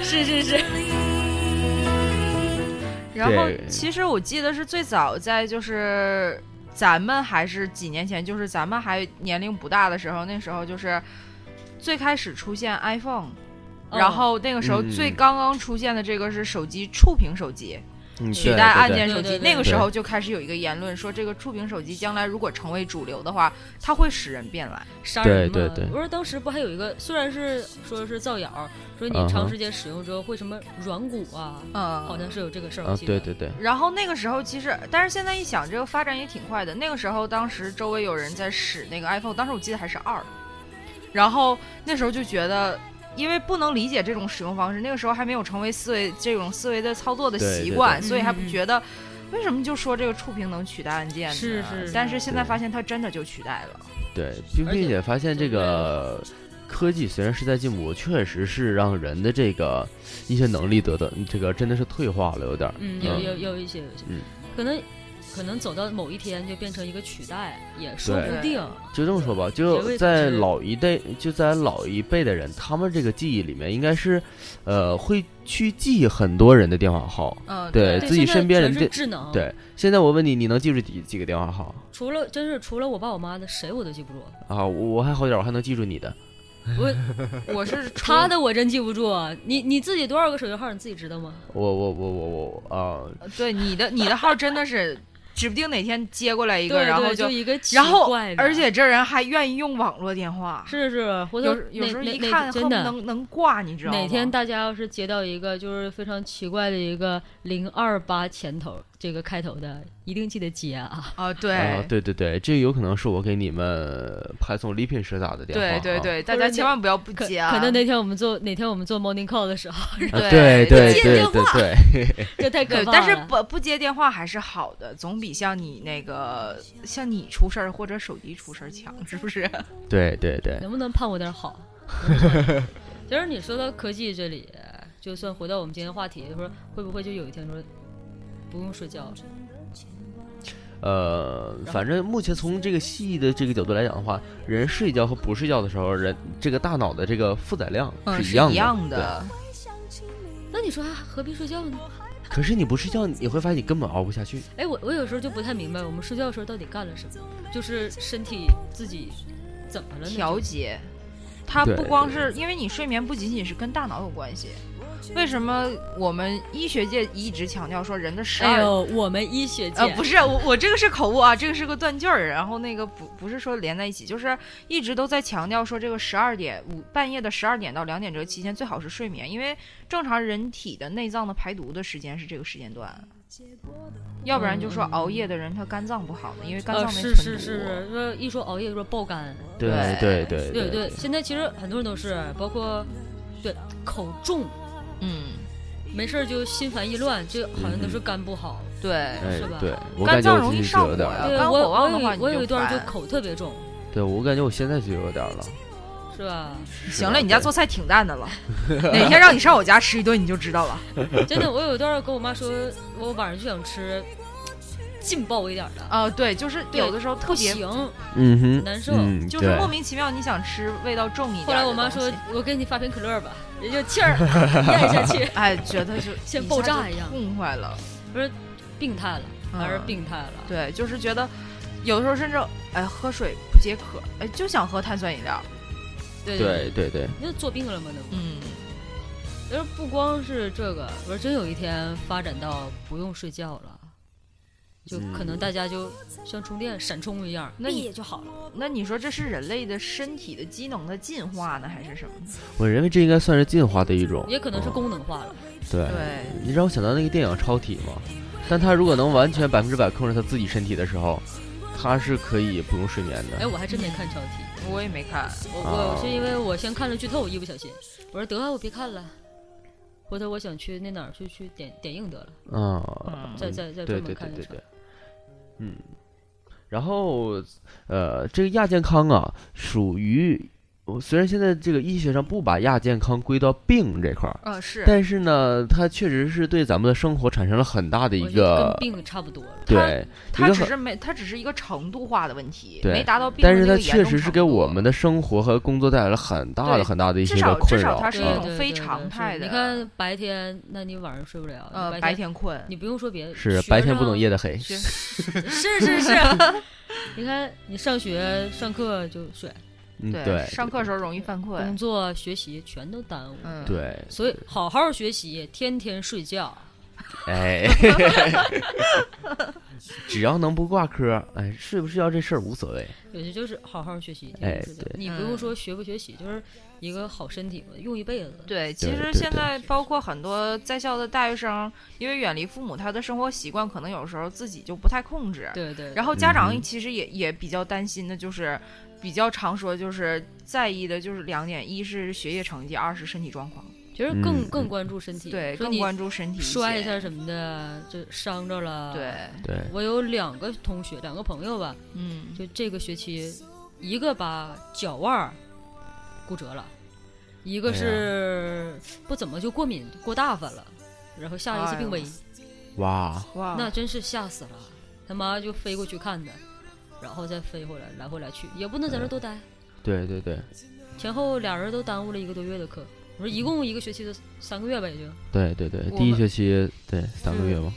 Speaker 4: 是是是，
Speaker 1: 然后
Speaker 3: 对
Speaker 1: 其实我记得是最早在就是咱们还是几年前，就是咱们还年龄不大的时候，那时候就是最开始出现 iPhone。
Speaker 4: 哦
Speaker 1: 然后那个时候
Speaker 3: 嗯嗯
Speaker 1: 最刚刚出现的这个是手机触屏手机，
Speaker 3: 嗯
Speaker 1: 取代按键
Speaker 4: 对
Speaker 1: 手
Speaker 4: 对
Speaker 1: 机。
Speaker 4: 对
Speaker 1: 那个时候就开始有一个言论说，这个触屏手机将来如果成为主流的话，它会使人变懒。
Speaker 4: 杀人嘛。
Speaker 3: 对对对
Speaker 4: 我说当时不还有一个，虽然是说是造谣，说你
Speaker 3: 嗯哼
Speaker 4: 长时间使用之后会什么软骨啊，好
Speaker 1: 嗯，
Speaker 4: 像是有这个事儿。
Speaker 3: 啊
Speaker 4: 我，记得
Speaker 3: 对对对，
Speaker 1: 然后那个时候其实，但是现在一想，这个发展也挺快的。那个时候，当时周围有人在使那个 iPhone，当时我记得还是二，然后那时候就觉得。因为不能理解这种使用方式，那个时候还没有成为思维这种思维的操作的
Speaker 3: 对
Speaker 1: 习
Speaker 3: 对
Speaker 1: 惯，
Speaker 4: 对
Speaker 1: 所以还不
Speaker 4: 嗯嗯
Speaker 1: 觉得为什么就说这个触屏能取代按键呢？
Speaker 4: 是是
Speaker 1: 但是现在
Speaker 3: 对
Speaker 1: 发现它真的就取代了。
Speaker 3: 对，并
Speaker 4: 而且
Speaker 3: 并且发现这个科技虽然是在进步，确实是让人的这个一些能力得到这个真的是退化了，有点儿。
Speaker 4: 嗯，有有有一些有一些
Speaker 3: 嗯，
Speaker 4: 可能可能走到某一天就变成一个取代，也说
Speaker 3: 对
Speaker 4: 不定。
Speaker 3: 就这么说吧，
Speaker 4: 学
Speaker 3: 就
Speaker 4: 位
Speaker 3: 在
Speaker 4: 制
Speaker 3: 老一代，就在老一辈的人，他们这个记忆里面，应该是，呃，会去记很多人的电话号。
Speaker 1: 嗯，
Speaker 3: 对
Speaker 4: 对，
Speaker 3: 自己
Speaker 4: 现在
Speaker 3: 身边人
Speaker 4: 全
Speaker 3: 这
Speaker 4: 是智
Speaker 1: 哦
Speaker 4: 能，，
Speaker 3: 对，现在我问你，你能记住几几个电话号
Speaker 4: 除了真是除了我爸我妈的，谁我都记不住。
Speaker 3: 啊？我我还好点儿，我还能记住你的。
Speaker 4: 我
Speaker 1: 我是除
Speaker 4: 他的我真记不住，你你自己多少个手机号你自己知道吗？
Speaker 3: 我我我我我啊，
Speaker 1: 对你的你的号真的是，指不定哪天接过来一
Speaker 4: 对
Speaker 1: 个，
Speaker 4: 对，
Speaker 1: 然后
Speaker 4: 就一个奇
Speaker 1: 然后
Speaker 4: 怪的
Speaker 1: 而且这人还愿意用网络电话，
Speaker 4: 是是，回头
Speaker 1: 有时有
Speaker 4: 哪
Speaker 1: 时候
Speaker 4: 哪
Speaker 1: 一
Speaker 4: 哪
Speaker 1: 看恨
Speaker 4: 真
Speaker 1: 不
Speaker 4: 的
Speaker 1: 能能挂，你知道吗？
Speaker 4: 哪天大家要是接到一个就是非常奇怪的一个零二八前头这个开头的，一定记得接啊！
Speaker 1: 啊，
Speaker 3: 啊
Speaker 1: 对，
Speaker 3: 对对对，这有可能是我给你们派送礼品时打的电话、啊。
Speaker 1: 对对对，大
Speaker 4: 哦或者
Speaker 1: 家
Speaker 4: 那
Speaker 1: 千万不要不
Speaker 4: 可
Speaker 1: 接啊，
Speaker 4: 可能那天我们做哪天我们做 morning call 的时候，
Speaker 3: 啊
Speaker 1: 对
Speaker 3: 对对
Speaker 4: 接
Speaker 3: 对
Speaker 4: 电
Speaker 3: 对对，
Speaker 4: 这太可
Speaker 1: 对，
Speaker 4: 怕了。
Speaker 1: 但是不不接电话还是好的，总比像你那个像你出事儿或者手机出事儿强，是不是？
Speaker 3: 对对对，
Speaker 4: 能不能盼我 点好？其实你说到科技这里，就算回到我们今天话题，就说会不会就有一天说不用睡觉了？
Speaker 3: 呃，反正目前从这个细的这个角度来讲的话，人睡觉和不睡觉的时候，人这个大脑的这个负载量
Speaker 1: 嗯，是
Speaker 3: 一样的。啊
Speaker 1: 一样的。
Speaker 4: 啊那你说还何必睡觉呢？
Speaker 3: 可是你不睡觉，你会发现你根本熬不下去。
Speaker 4: 哎，我我有时候就不太明白，我们睡觉的时候到底干了什么？就是身体自己怎么了呢？
Speaker 1: 调节。它
Speaker 3: 对
Speaker 1: 不光是因为你睡眠不仅仅是跟大脑有关系，为什么我们医学界一直强调说人的十
Speaker 4: 哎
Speaker 1: 二、
Speaker 4: 呦，我们医学界、
Speaker 1: 呃不是我我这个是口误啊，这个是个断句儿，然后那个不不是说连在一起，就是一直都在强调说这个十二点午半夜的十二点到两点这个期间最好是睡眠，因为正常人体的内脏的排毒的时间是这个时间段。要不然就说熬夜的人他肝脏不好呢，因为肝脏
Speaker 4: 呃
Speaker 1: 没存
Speaker 4: 是
Speaker 1: 毒。
Speaker 4: 是是，说一说熬夜就说爆肝，
Speaker 3: 对对
Speaker 1: 对
Speaker 3: 对
Speaker 4: 对对，现在其实很多人都是，包括对口重，
Speaker 1: 嗯，
Speaker 4: 没事儿就心烦意乱，就好像都是肝不好。
Speaker 1: 对，
Speaker 3: 哎
Speaker 4: 是吧
Speaker 3: 对，我
Speaker 1: 肝
Speaker 3: 感觉
Speaker 1: 脏
Speaker 3: 我
Speaker 1: 容
Speaker 3: 最
Speaker 1: 易
Speaker 3: 近是
Speaker 1: 上
Speaker 3: 有点
Speaker 1: 火
Speaker 3: 儿
Speaker 1: 呀
Speaker 3: 了，
Speaker 4: 对
Speaker 1: 呃肝
Speaker 4: 我
Speaker 1: 火旺
Speaker 4: 我
Speaker 1: 的话
Speaker 4: 有
Speaker 1: 你
Speaker 4: 我
Speaker 1: 就
Speaker 4: 有一段就
Speaker 1: 烦
Speaker 4: 口特别重，
Speaker 3: 对我感觉我现在就有点儿了。
Speaker 4: 是吧？
Speaker 1: 行了，你家做菜挺淡的了，哪天让你上我家吃一顿你就知道了。
Speaker 4: 真的，我有一段儿跟我妈说，我晚上就想吃劲爆一点儿的，
Speaker 1: 啊、对，就是
Speaker 4: 对
Speaker 1: 有的时候特
Speaker 4: 不
Speaker 1: 别，
Speaker 4: 行。
Speaker 3: 嗯哼，
Speaker 4: 难受
Speaker 3: 嗯
Speaker 1: 就是
Speaker 3: 对
Speaker 1: 莫名其妙你想吃味道重一点。
Speaker 4: 后来我妈说，我给你发瓶可乐吧，人就气儿咽下去，
Speaker 1: 哎，觉得就
Speaker 4: 像爆炸一样
Speaker 1: 痛快了。
Speaker 4: 病态了，还是
Speaker 1: 嗯
Speaker 4: 病态了。
Speaker 1: 对，就是觉得有的时候甚至哎喝水不解渴，哎就想喝碳酸饮料。
Speaker 4: 对
Speaker 3: 对
Speaker 4: 对，
Speaker 3: 对对，
Speaker 4: 那做病了吗？那不。
Speaker 1: 嗯，
Speaker 4: 而不光是这个，我说真有一天发展到不用睡觉了，就
Speaker 3: 嗯
Speaker 4: 可能大家就像充电、闪充一样，
Speaker 1: 那你
Speaker 4: 闭眼就好了。
Speaker 1: 那你说这是人类的身体的机能的进化呢，还是什么？
Speaker 3: 我认为这应该算是进化的一种，
Speaker 4: 也可能是
Speaker 3: 嗯
Speaker 4: 功能化了。
Speaker 3: 对。
Speaker 1: 对，
Speaker 3: 你让我想到那个电影《超体》嘛，但他如果能完全百分之百控制他自己身体的时候，他是可以不用睡眠
Speaker 4: 哎，
Speaker 3: 的。
Speaker 4: 我还真没看超体，
Speaker 1: 我也没看。
Speaker 4: 我
Speaker 3: 啊
Speaker 4: 我是因为我先看了剧透，一不小心，我说得我别看了，回头我想去那哪儿去去点点映得了，
Speaker 3: 啊
Speaker 1: 嗯，
Speaker 4: 再再再
Speaker 3: 对对
Speaker 4: 专门
Speaker 3: 对
Speaker 4: 看一
Speaker 3: 对
Speaker 4: 场
Speaker 3: 对。，嗯。然后，呃，这个亚健康啊，属于我虽然现在这个医学上不把亚健康归到病这块儿，
Speaker 1: 呃，是
Speaker 3: 但是呢，它确实是对咱们的生活产生了很大的
Speaker 4: 我
Speaker 3: 一
Speaker 4: 觉得
Speaker 3: 个
Speaker 4: 跟病差不多了。
Speaker 3: 对一
Speaker 1: 它
Speaker 3: 个
Speaker 1: 只
Speaker 3: 很。
Speaker 1: 是没，它只是一个程度化的问题，
Speaker 3: 对
Speaker 1: 没达到病
Speaker 3: 但
Speaker 1: 的
Speaker 3: 是
Speaker 1: 那
Speaker 3: 它
Speaker 1: 个严
Speaker 3: 确
Speaker 1: 重
Speaker 3: 实是
Speaker 1: 程
Speaker 3: 给我
Speaker 1: 度啊
Speaker 3: 们的生活和工作带来了很大的
Speaker 1: 对
Speaker 3: 很大的一些
Speaker 1: 至
Speaker 3: 个
Speaker 1: 少
Speaker 3: 困
Speaker 1: 至少
Speaker 3: 扰。嗯
Speaker 1: 它是一
Speaker 4: 对
Speaker 1: 种
Speaker 4: 对
Speaker 1: 非
Speaker 4: 对对
Speaker 1: 常态
Speaker 4: 是
Speaker 1: 的
Speaker 4: 你看白天，那你晚上睡不了，你
Speaker 1: 呃白
Speaker 4: 白。
Speaker 1: 天困。
Speaker 4: 你不用说别的，
Speaker 3: 是
Speaker 4: 学
Speaker 3: 白天不
Speaker 4: 上
Speaker 3: 懂夜的黑，
Speaker 1: 学
Speaker 4: 是是是，你看你上学上课就睡，
Speaker 3: 嗯，
Speaker 1: 对，
Speaker 3: 对，
Speaker 1: 上课时候容易犯
Speaker 4: 工
Speaker 1: 困。
Speaker 4: 作学习全都耽误。
Speaker 1: 嗯，，
Speaker 3: 对，
Speaker 4: 所以好好学习，天天睡觉。
Speaker 3: 哎，只要能不挂科，哎，睡不睡觉这事儿无所谓。
Speaker 4: 有些就是好好学习，
Speaker 3: 哎
Speaker 4: 天天睡觉
Speaker 3: 对
Speaker 4: 你不用说学不学习，就是一个好身体嘛，用一辈子。
Speaker 1: 对，其
Speaker 3: 对
Speaker 1: 实
Speaker 3: 对
Speaker 1: 现
Speaker 3: 对
Speaker 1: 在包括很多在校的大学生，因为远离父母，他的生活习惯可能有时候自己就不太控制。
Speaker 4: 对对。
Speaker 1: 然
Speaker 4: 后
Speaker 1: 后家
Speaker 3: 嗯
Speaker 1: 长
Speaker 3: 哼
Speaker 1: 其实也也比较担心的，就是比较常说就是在意的就是两点，一是学业成绩，二是身体状况。
Speaker 4: 其实更
Speaker 3: 嗯
Speaker 4: 更关注身体，
Speaker 1: 对，
Speaker 4: 说
Speaker 1: 更
Speaker 4: 你
Speaker 1: 关注身体一
Speaker 4: 摔一
Speaker 1: 些
Speaker 4: 下。什么的，就伤着了。，
Speaker 1: 对，
Speaker 3: 对，
Speaker 4: 我有两个同学，两个朋友吧，
Speaker 1: 嗯，
Speaker 4: 就这个学期，一个把脚腕儿骨折了，一
Speaker 3: 哎
Speaker 4: 个是不怎么就过敏过大发了，然后下了一
Speaker 1: 哎
Speaker 4: 次病危，
Speaker 3: 哇，
Speaker 1: 哇，
Speaker 4: 那真是吓死了。他妈就飞过去看的，然后再飞回来，来回来去，也不能
Speaker 3: 哎
Speaker 4: 在这儿多待。
Speaker 3: 对对对
Speaker 4: 前后俩人都耽误了一个多月的课。我说一共一个学期的三个月吧，也就
Speaker 3: 对对对，
Speaker 1: 我
Speaker 3: 第一
Speaker 1: 们
Speaker 3: 学期对三个月嘛，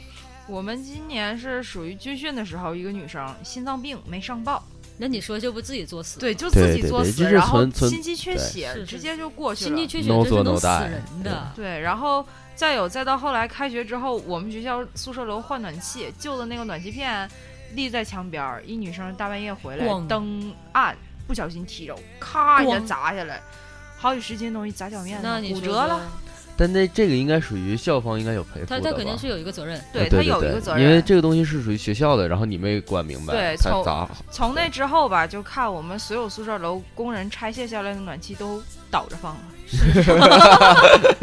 Speaker 1: 我们今年是属于军训的时候，一个女生心脏病没上报，
Speaker 4: 那你说这不自己作死？
Speaker 1: 对，就
Speaker 3: 对
Speaker 1: 自己
Speaker 3: 对
Speaker 1: 作
Speaker 3: 对
Speaker 1: 死，
Speaker 3: 就是
Speaker 1: 然后
Speaker 3: 纯纯
Speaker 1: 心肌缺
Speaker 3: 对
Speaker 1: 血，
Speaker 4: 是
Speaker 1: 直
Speaker 4: 是
Speaker 1: 接就过去
Speaker 4: 心
Speaker 1: 了。
Speaker 4: 肌缺血
Speaker 3: No
Speaker 4: 真是
Speaker 3: do,
Speaker 4: 能
Speaker 3: no
Speaker 4: 死
Speaker 3: die
Speaker 4: 人的。
Speaker 1: 对，然后再有，再到后来开学之后，我们学校宿舍楼换暖气，旧的那个暖气片立在墙边儿，一女生大半夜回来，
Speaker 4: 咣
Speaker 1: 灯暗，不小心踢着，咔一下
Speaker 4: 咣
Speaker 1: 砸下来，好几十斤东西砸脚面
Speaker 4: 那
Speaker 1: 上，
Speaker 4: 你
Speaker 1: 骨
Speaker 4: 说
Speaker 1: 折
Speaker 4: 说
Speaker 1: 了。，
Speaker 3: 但那这个应该属于校方应该有赔付
Speaker 4: 他
Speaker 3: 的
Speaker 4: 他
Speaker 3: 吧
Speaker 4: 肯定是有一个责任。
Speaker 3: 对
Speaker 1: 他
Speaker 3: 对
Speaker 1: 有一
Speaker 3: 对
Speaker 1: 个责
Speaker 3: 因为
Speaker 1: 任。
Speaker 3: 这个东西是属于学校的，然后你没管明白，
Speaker 1: 对
Speaker 3: 才
Speaker 1: 从
Speaker 3: 砸。
Speaker 1: 从那之后吧，就看我们所有宿舍楼工人拆卸下来的暖气都倒着放了。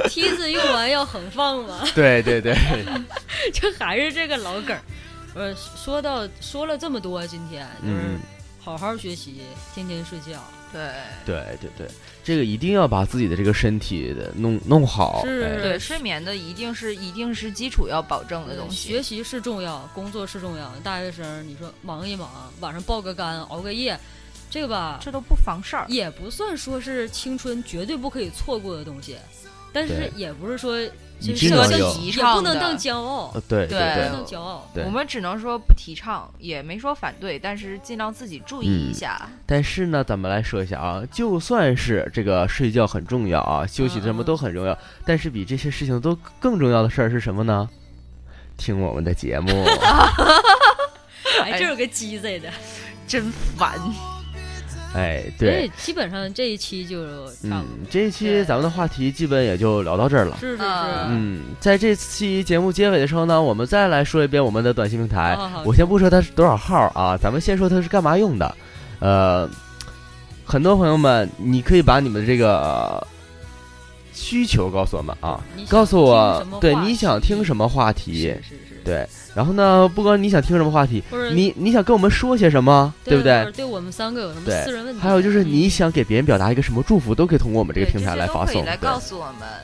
Speaker 4: 梯子用完要横放嘛，
Speaker 3: 对 对对，
Speaker 4: 这还是这个老梗儿。呃，说到说了这么多，今天就是
Speaker 3: 嗯，
Speaker 4: 好好学习，天天睡觉，
Speaker 1: 对
Speaker 3: 对对对，这个一定要把自己的这个身体的弄弄好。
Speaker 4: 是
Speaker 3: 哎
Speaker 1: 对，睡眠的一定是一定是基础要保证的东西。
Speaker 4: 呃学习是重要，工作是重要。大学生，你说忙一忙，晚上爆个肝，熬个夜，这个吧
Speaker 1: 这都不妨事儿，
Speaker 4: 也不算说是青春绝对不可以错过的东西。但是
Speaker 3: 对
Speaker 4: 也不是说
Speaker 3: 一
Speaker 4: 就
Speaker 3: 定
Speaker 4: 是
Speaker 3: 要
Speaker 4: 当
Speaker 3: 有
Speaker 4: 也
Speaker 1: 提倡
Speaker 4: 不能
Speaker 1: 的
Speaker 4: 当骄傲
Speaker 3: 呃，对
Speaker 2: 对
Speaker 4: 不
Speaker 3: 对
Speaker 4: 能当 骄傲。
Speaker 3: 对
Speaker 1: 我们只能说不提倡，也没说反对，但是尽量自己注意一下。
Speaker 3: 但是呢，咱们来说一下啊，就算是这个睡觉很重要啊，休息什么都很重要，但是比这些事情都更重要的事儿是什么呢？听我们的节 目，
Speaker 4: 哎，这有个鸡贼的。
Speaker 1: 真烦。
Speaker 3: 哎，
Speaker 4: 所
Speaker 3: 对
Speaker 4: 以，基本上这一期就差
Speaker 3: 嗯
Speaker 4: 不多。，
Speaker 3: 这一期咱们的话题基本也就聊到这儿了。
Speaker 4: 是是是，
Speaker 1: 嗯
Speaker 3: 嗯，在这期节目结尾的时候呢，我们再来说一遍我们的短信平台。
Speaker 4: 哦好
Speaker 3: 我先不说它是多少号啊，咱们先说它是干嘛用的。呃，很多朋友们，你可以把你们这个、呃需求告诉我们啊，
Speaker 4: 你想
Speaker 3: 告诉我
Speaker 4: 听什么
Speaker 3: 对
Speaker 4: 话
Speaker 3: 你想
Speaker 4: 题
Speaker 3: 听什么话题
Speaker 4: 是。是是，
Speaker 3: 对，然后呢，不光你想听什么话题，
Speaker 4: 或者
Speaker 3: 你你想跟我们说些什么，对不
Speaker 4: 或
Speaker 3: 对
Speaker 4: 者？对我们三个有什么
Speaker 3: 对
Speaker 4: 私人问题？
Speaker 3: 还有就是你
Speaker 4: 嗯
Speaker 3: 想给别人表达一个什么祝福，都可以通过我们这个
Speaker 1: 对
Speaker 3: 平台来发
Speaker 1: 这些都可
Speaker 3: 送。
Speaker 1: 以来
Speaker 3: 对
Speaker 1: 告诉我们。
Speaker 4: 呃
Speaker 3: 啊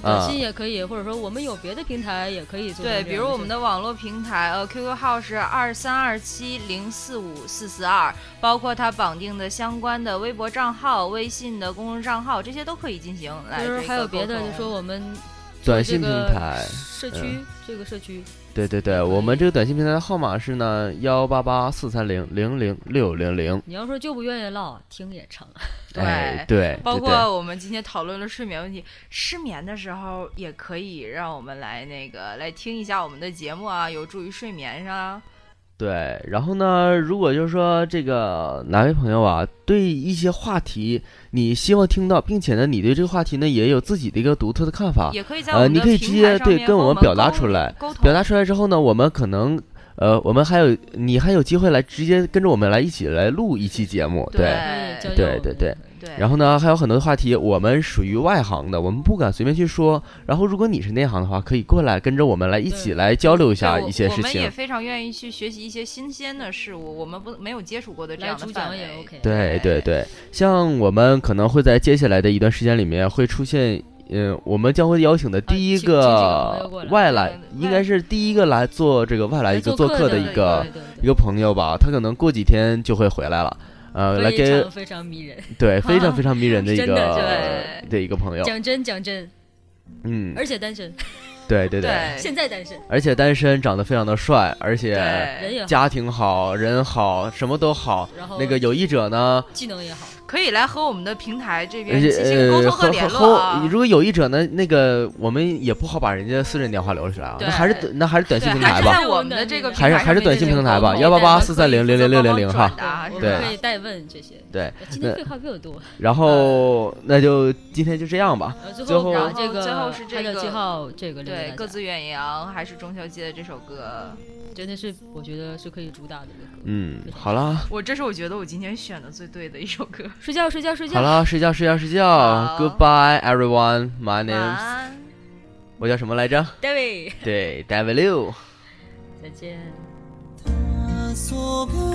Speaker 4: 短信也可以，或者说我们有别的平台也可以做成这
Speaker 1: 对，
Speaker 4: 样。
Speaker 1: 比如我们的网络平台，呃，QQ 号是二三二七零四五四四二，包括它绑定的相关的微博账号、微信的公众账号，这些都可以进行来
Speaker 4: 就
Speaker 1: 这
Speaker 4: 是
Speaker 1: 个
Speaker 4: 还有别的，
Speaker 1: 沟通
Speaker 4: 就说我们做
Speaker 3: 短
Speaker 4: 这
Speaker 3: 信平
Speaker 4: 个
Speaker 3: 台。嗯
Speaker 4: 社区这个社区，
Speaker 3: 对对对，我们这个短信平台的号码是呢幺八八四三零零零六零零。
Speaker 4: 你要说就不愿意唠，听也成。
Speaker 1: 对
Speaker 3: 哎，对，
Speaker 1: 包
Speaker 3: 对对
Speaker 1: 括我们今天讨论了睡眠问题，失眠的时候也可以让我们来那个来听一下我们的节目啊，有助于睡眠啊。
Speaker 3: 对。然后呢，如果就是说这个哪位朋友啊，对一些话题你希望听到，并且呢，你对这个话题呢也有自己的一个独特的看法，
Speaker 1: 也可以在我
Speaker 3: 呃，
Speaker 1: 们
Speaker 3: 你
Speaker 1: 的
Speaker 3: 可以直
Speaker 1: 平台
Speaker 3: 接
Speaker 1: 上面
Speaker 3: 对跟
Speaker 1: 我
Speaker 3: 我们表达
Speaker 1: 沟
Speaker 3: 出来。
Speaker 1: 沟通
Speaker 3: 表达出来之后呢，我们可能。呃，我们还有你还有机会来直接跟着我们来一起来录一期节目，对
Speaker 1: 对
Speaker 4: 哎交流
Speaker 3: 对
Speaker 4: 我们
Speaker 3: 对
Speaker 4: 也
Speaker 3: 对
Speaker 4: 可以
Speaker 1: 对，
Speaker 3: 然后呢，还有很多的话题，我们属于外行的，我们不敢随便去说。然后，如果你是内行的话，可以过来跟着我们来一起
Speaker 4: 对
Speaker 3: 来交流一下
Speaker 1: 对我
Speaker 3: 一些
Speaker 1: 我
Speaker 3: 事
Speaker 1: 们也
Speaker 3: 情。
Speaker 1: 非常愿意去学习一些新鲜的事物，我们不没有接触过的这
Speaker 4: 来
Speaker 1: 样的
Speaker 4: 主
Speaker 1: 范
Speaker 4: 讲
Speaker 1: 围。
Speaker 4: 也 OK。
Speaker 3: 对对对，像我们可能会在接下来的一段时间里面会出现，嗯，我们将会邀请的第一
Speaker 4: 请请几个朋
Speaker 3: 个
Speaker 4: 友过来
Speaker 3: 外来
Speaker 1: 对，
Speaker 3: 应该是第一个来做这个外啊来一个做客的
Speaker 4: 的
Speaker 3: 一个
Speaker 4: 对对对
Speaker 3: 一个朋友吧，他可能过几天就会回来了。呃，来
Speaker 4: 非
Speaker 3: 跟
Speaker 4: 常非常迷人。
Speaker 3: 对非常非常迷人的一
Speaker 4: 真的
Speaker 3: 个的一个朋友，
Speaker 4: 讲真讲真，
Speaker 3: 嗯，
Speaker 4: 而且单身，
Speaker 3: 对对对。
Speaker 1: 对
Speaker 4: 现在单身，
Speaker 3: 而且单身，长得非常的帅，而且
Speaker 4: 人
Speaker 1: 对，
Speaker 4: 也好，
Speaker 3: 家庭好，人好，什么都好。
Speaker 4: 然后
Speaker 3: 那个有意者呢，
Speaker 4: 技能也好，
Speaker 1: 可以来和我们的平台这边
Speaker 3: 而
Speaker 1: 进
Speaker 3: 且
Speaker 1: 行沟
Speaker 3: 呃，
Speaker 1: 通和
Speaker 3: 和
Speaker 1: 联
Speaker 3: 和
Speaker 1: 络
Speaker 3: 和
Speaker 1: 啊
Speaker 3: 如。果有意者呢，那个我们也不好把人家私人电话留出来啊，
Speaker 1: 对
Speaker 3: 那还是那还是短
Speaker 1: 对，
Speaker 3: 信平
Speaker 1: 还
Speaker 3: 台
Speaker 1: 是
Speaker 3: 嗯吧，
Speaker 1: 在我们的这个平
Speaker 3: 还
Speaker 1: 台
Speaker 3: 是
Speaker 1: 上
Speaker 3: 还是短信平台吧，
Speaker 1: 面进
Speaker 3: 幺八
Speaker 1: 行沟
Speaker 3: 八
Speaker 1: 通
Speaker 3: 四三零零零零零零哈。
Speaker 1: 啊
Speaker 4: 我
Speaker 1: 是
Speaker 4: 们
Speaker 3: 吧
Speaker 4: 可以代问这些。
Speaker 3: 对，
Speaker 4: 今
Speaker 3: 那
Speaker 4: 天废话比我多。
Speaker 3: 然后那就今天就这样吧。
Speaker 4: 呃，
Speaker 3: 最
Speaker 4: 最
Speaker 3: 后
Speaker 4: 后把
Speaker 1: 然
Speaker 4: 这
Speaker 1: 后
Speaker 4: 个
Speaker 1: 最后是这
Speaker 4: 拍
Speaker 1: 个
Speaker 4: 照记号这个留给
Speaker 1: 对
Speaker 4: 大，
Speaker 1: 各
Speaker 4: 家
Speaker 1: 自远扬，还是中秋节的这首歌，
Speaker 4: 真的是我觉得是可以主打的一个歌。
Speaker 3: 嗯，好啦，
Speaker 1: 我这是我觉得我今天选的最对的一首歌。
Speaker 4: 睡觉睡觉睡
Speaker 3: 好
Speaker 4: 觉，
Speaker 3: 啦，睡觉睡觉睡觉
Speaker 1: 好
Speaker 3: ，Goodbye everyone, my name，
Speaker 1: 安，
Speaker 3: 我叫什么来着？
Speaker 4: 大卫，
Speaker 3: 对，David Liu。
Speaker 4: 再见。
Speaker 7: 黄昏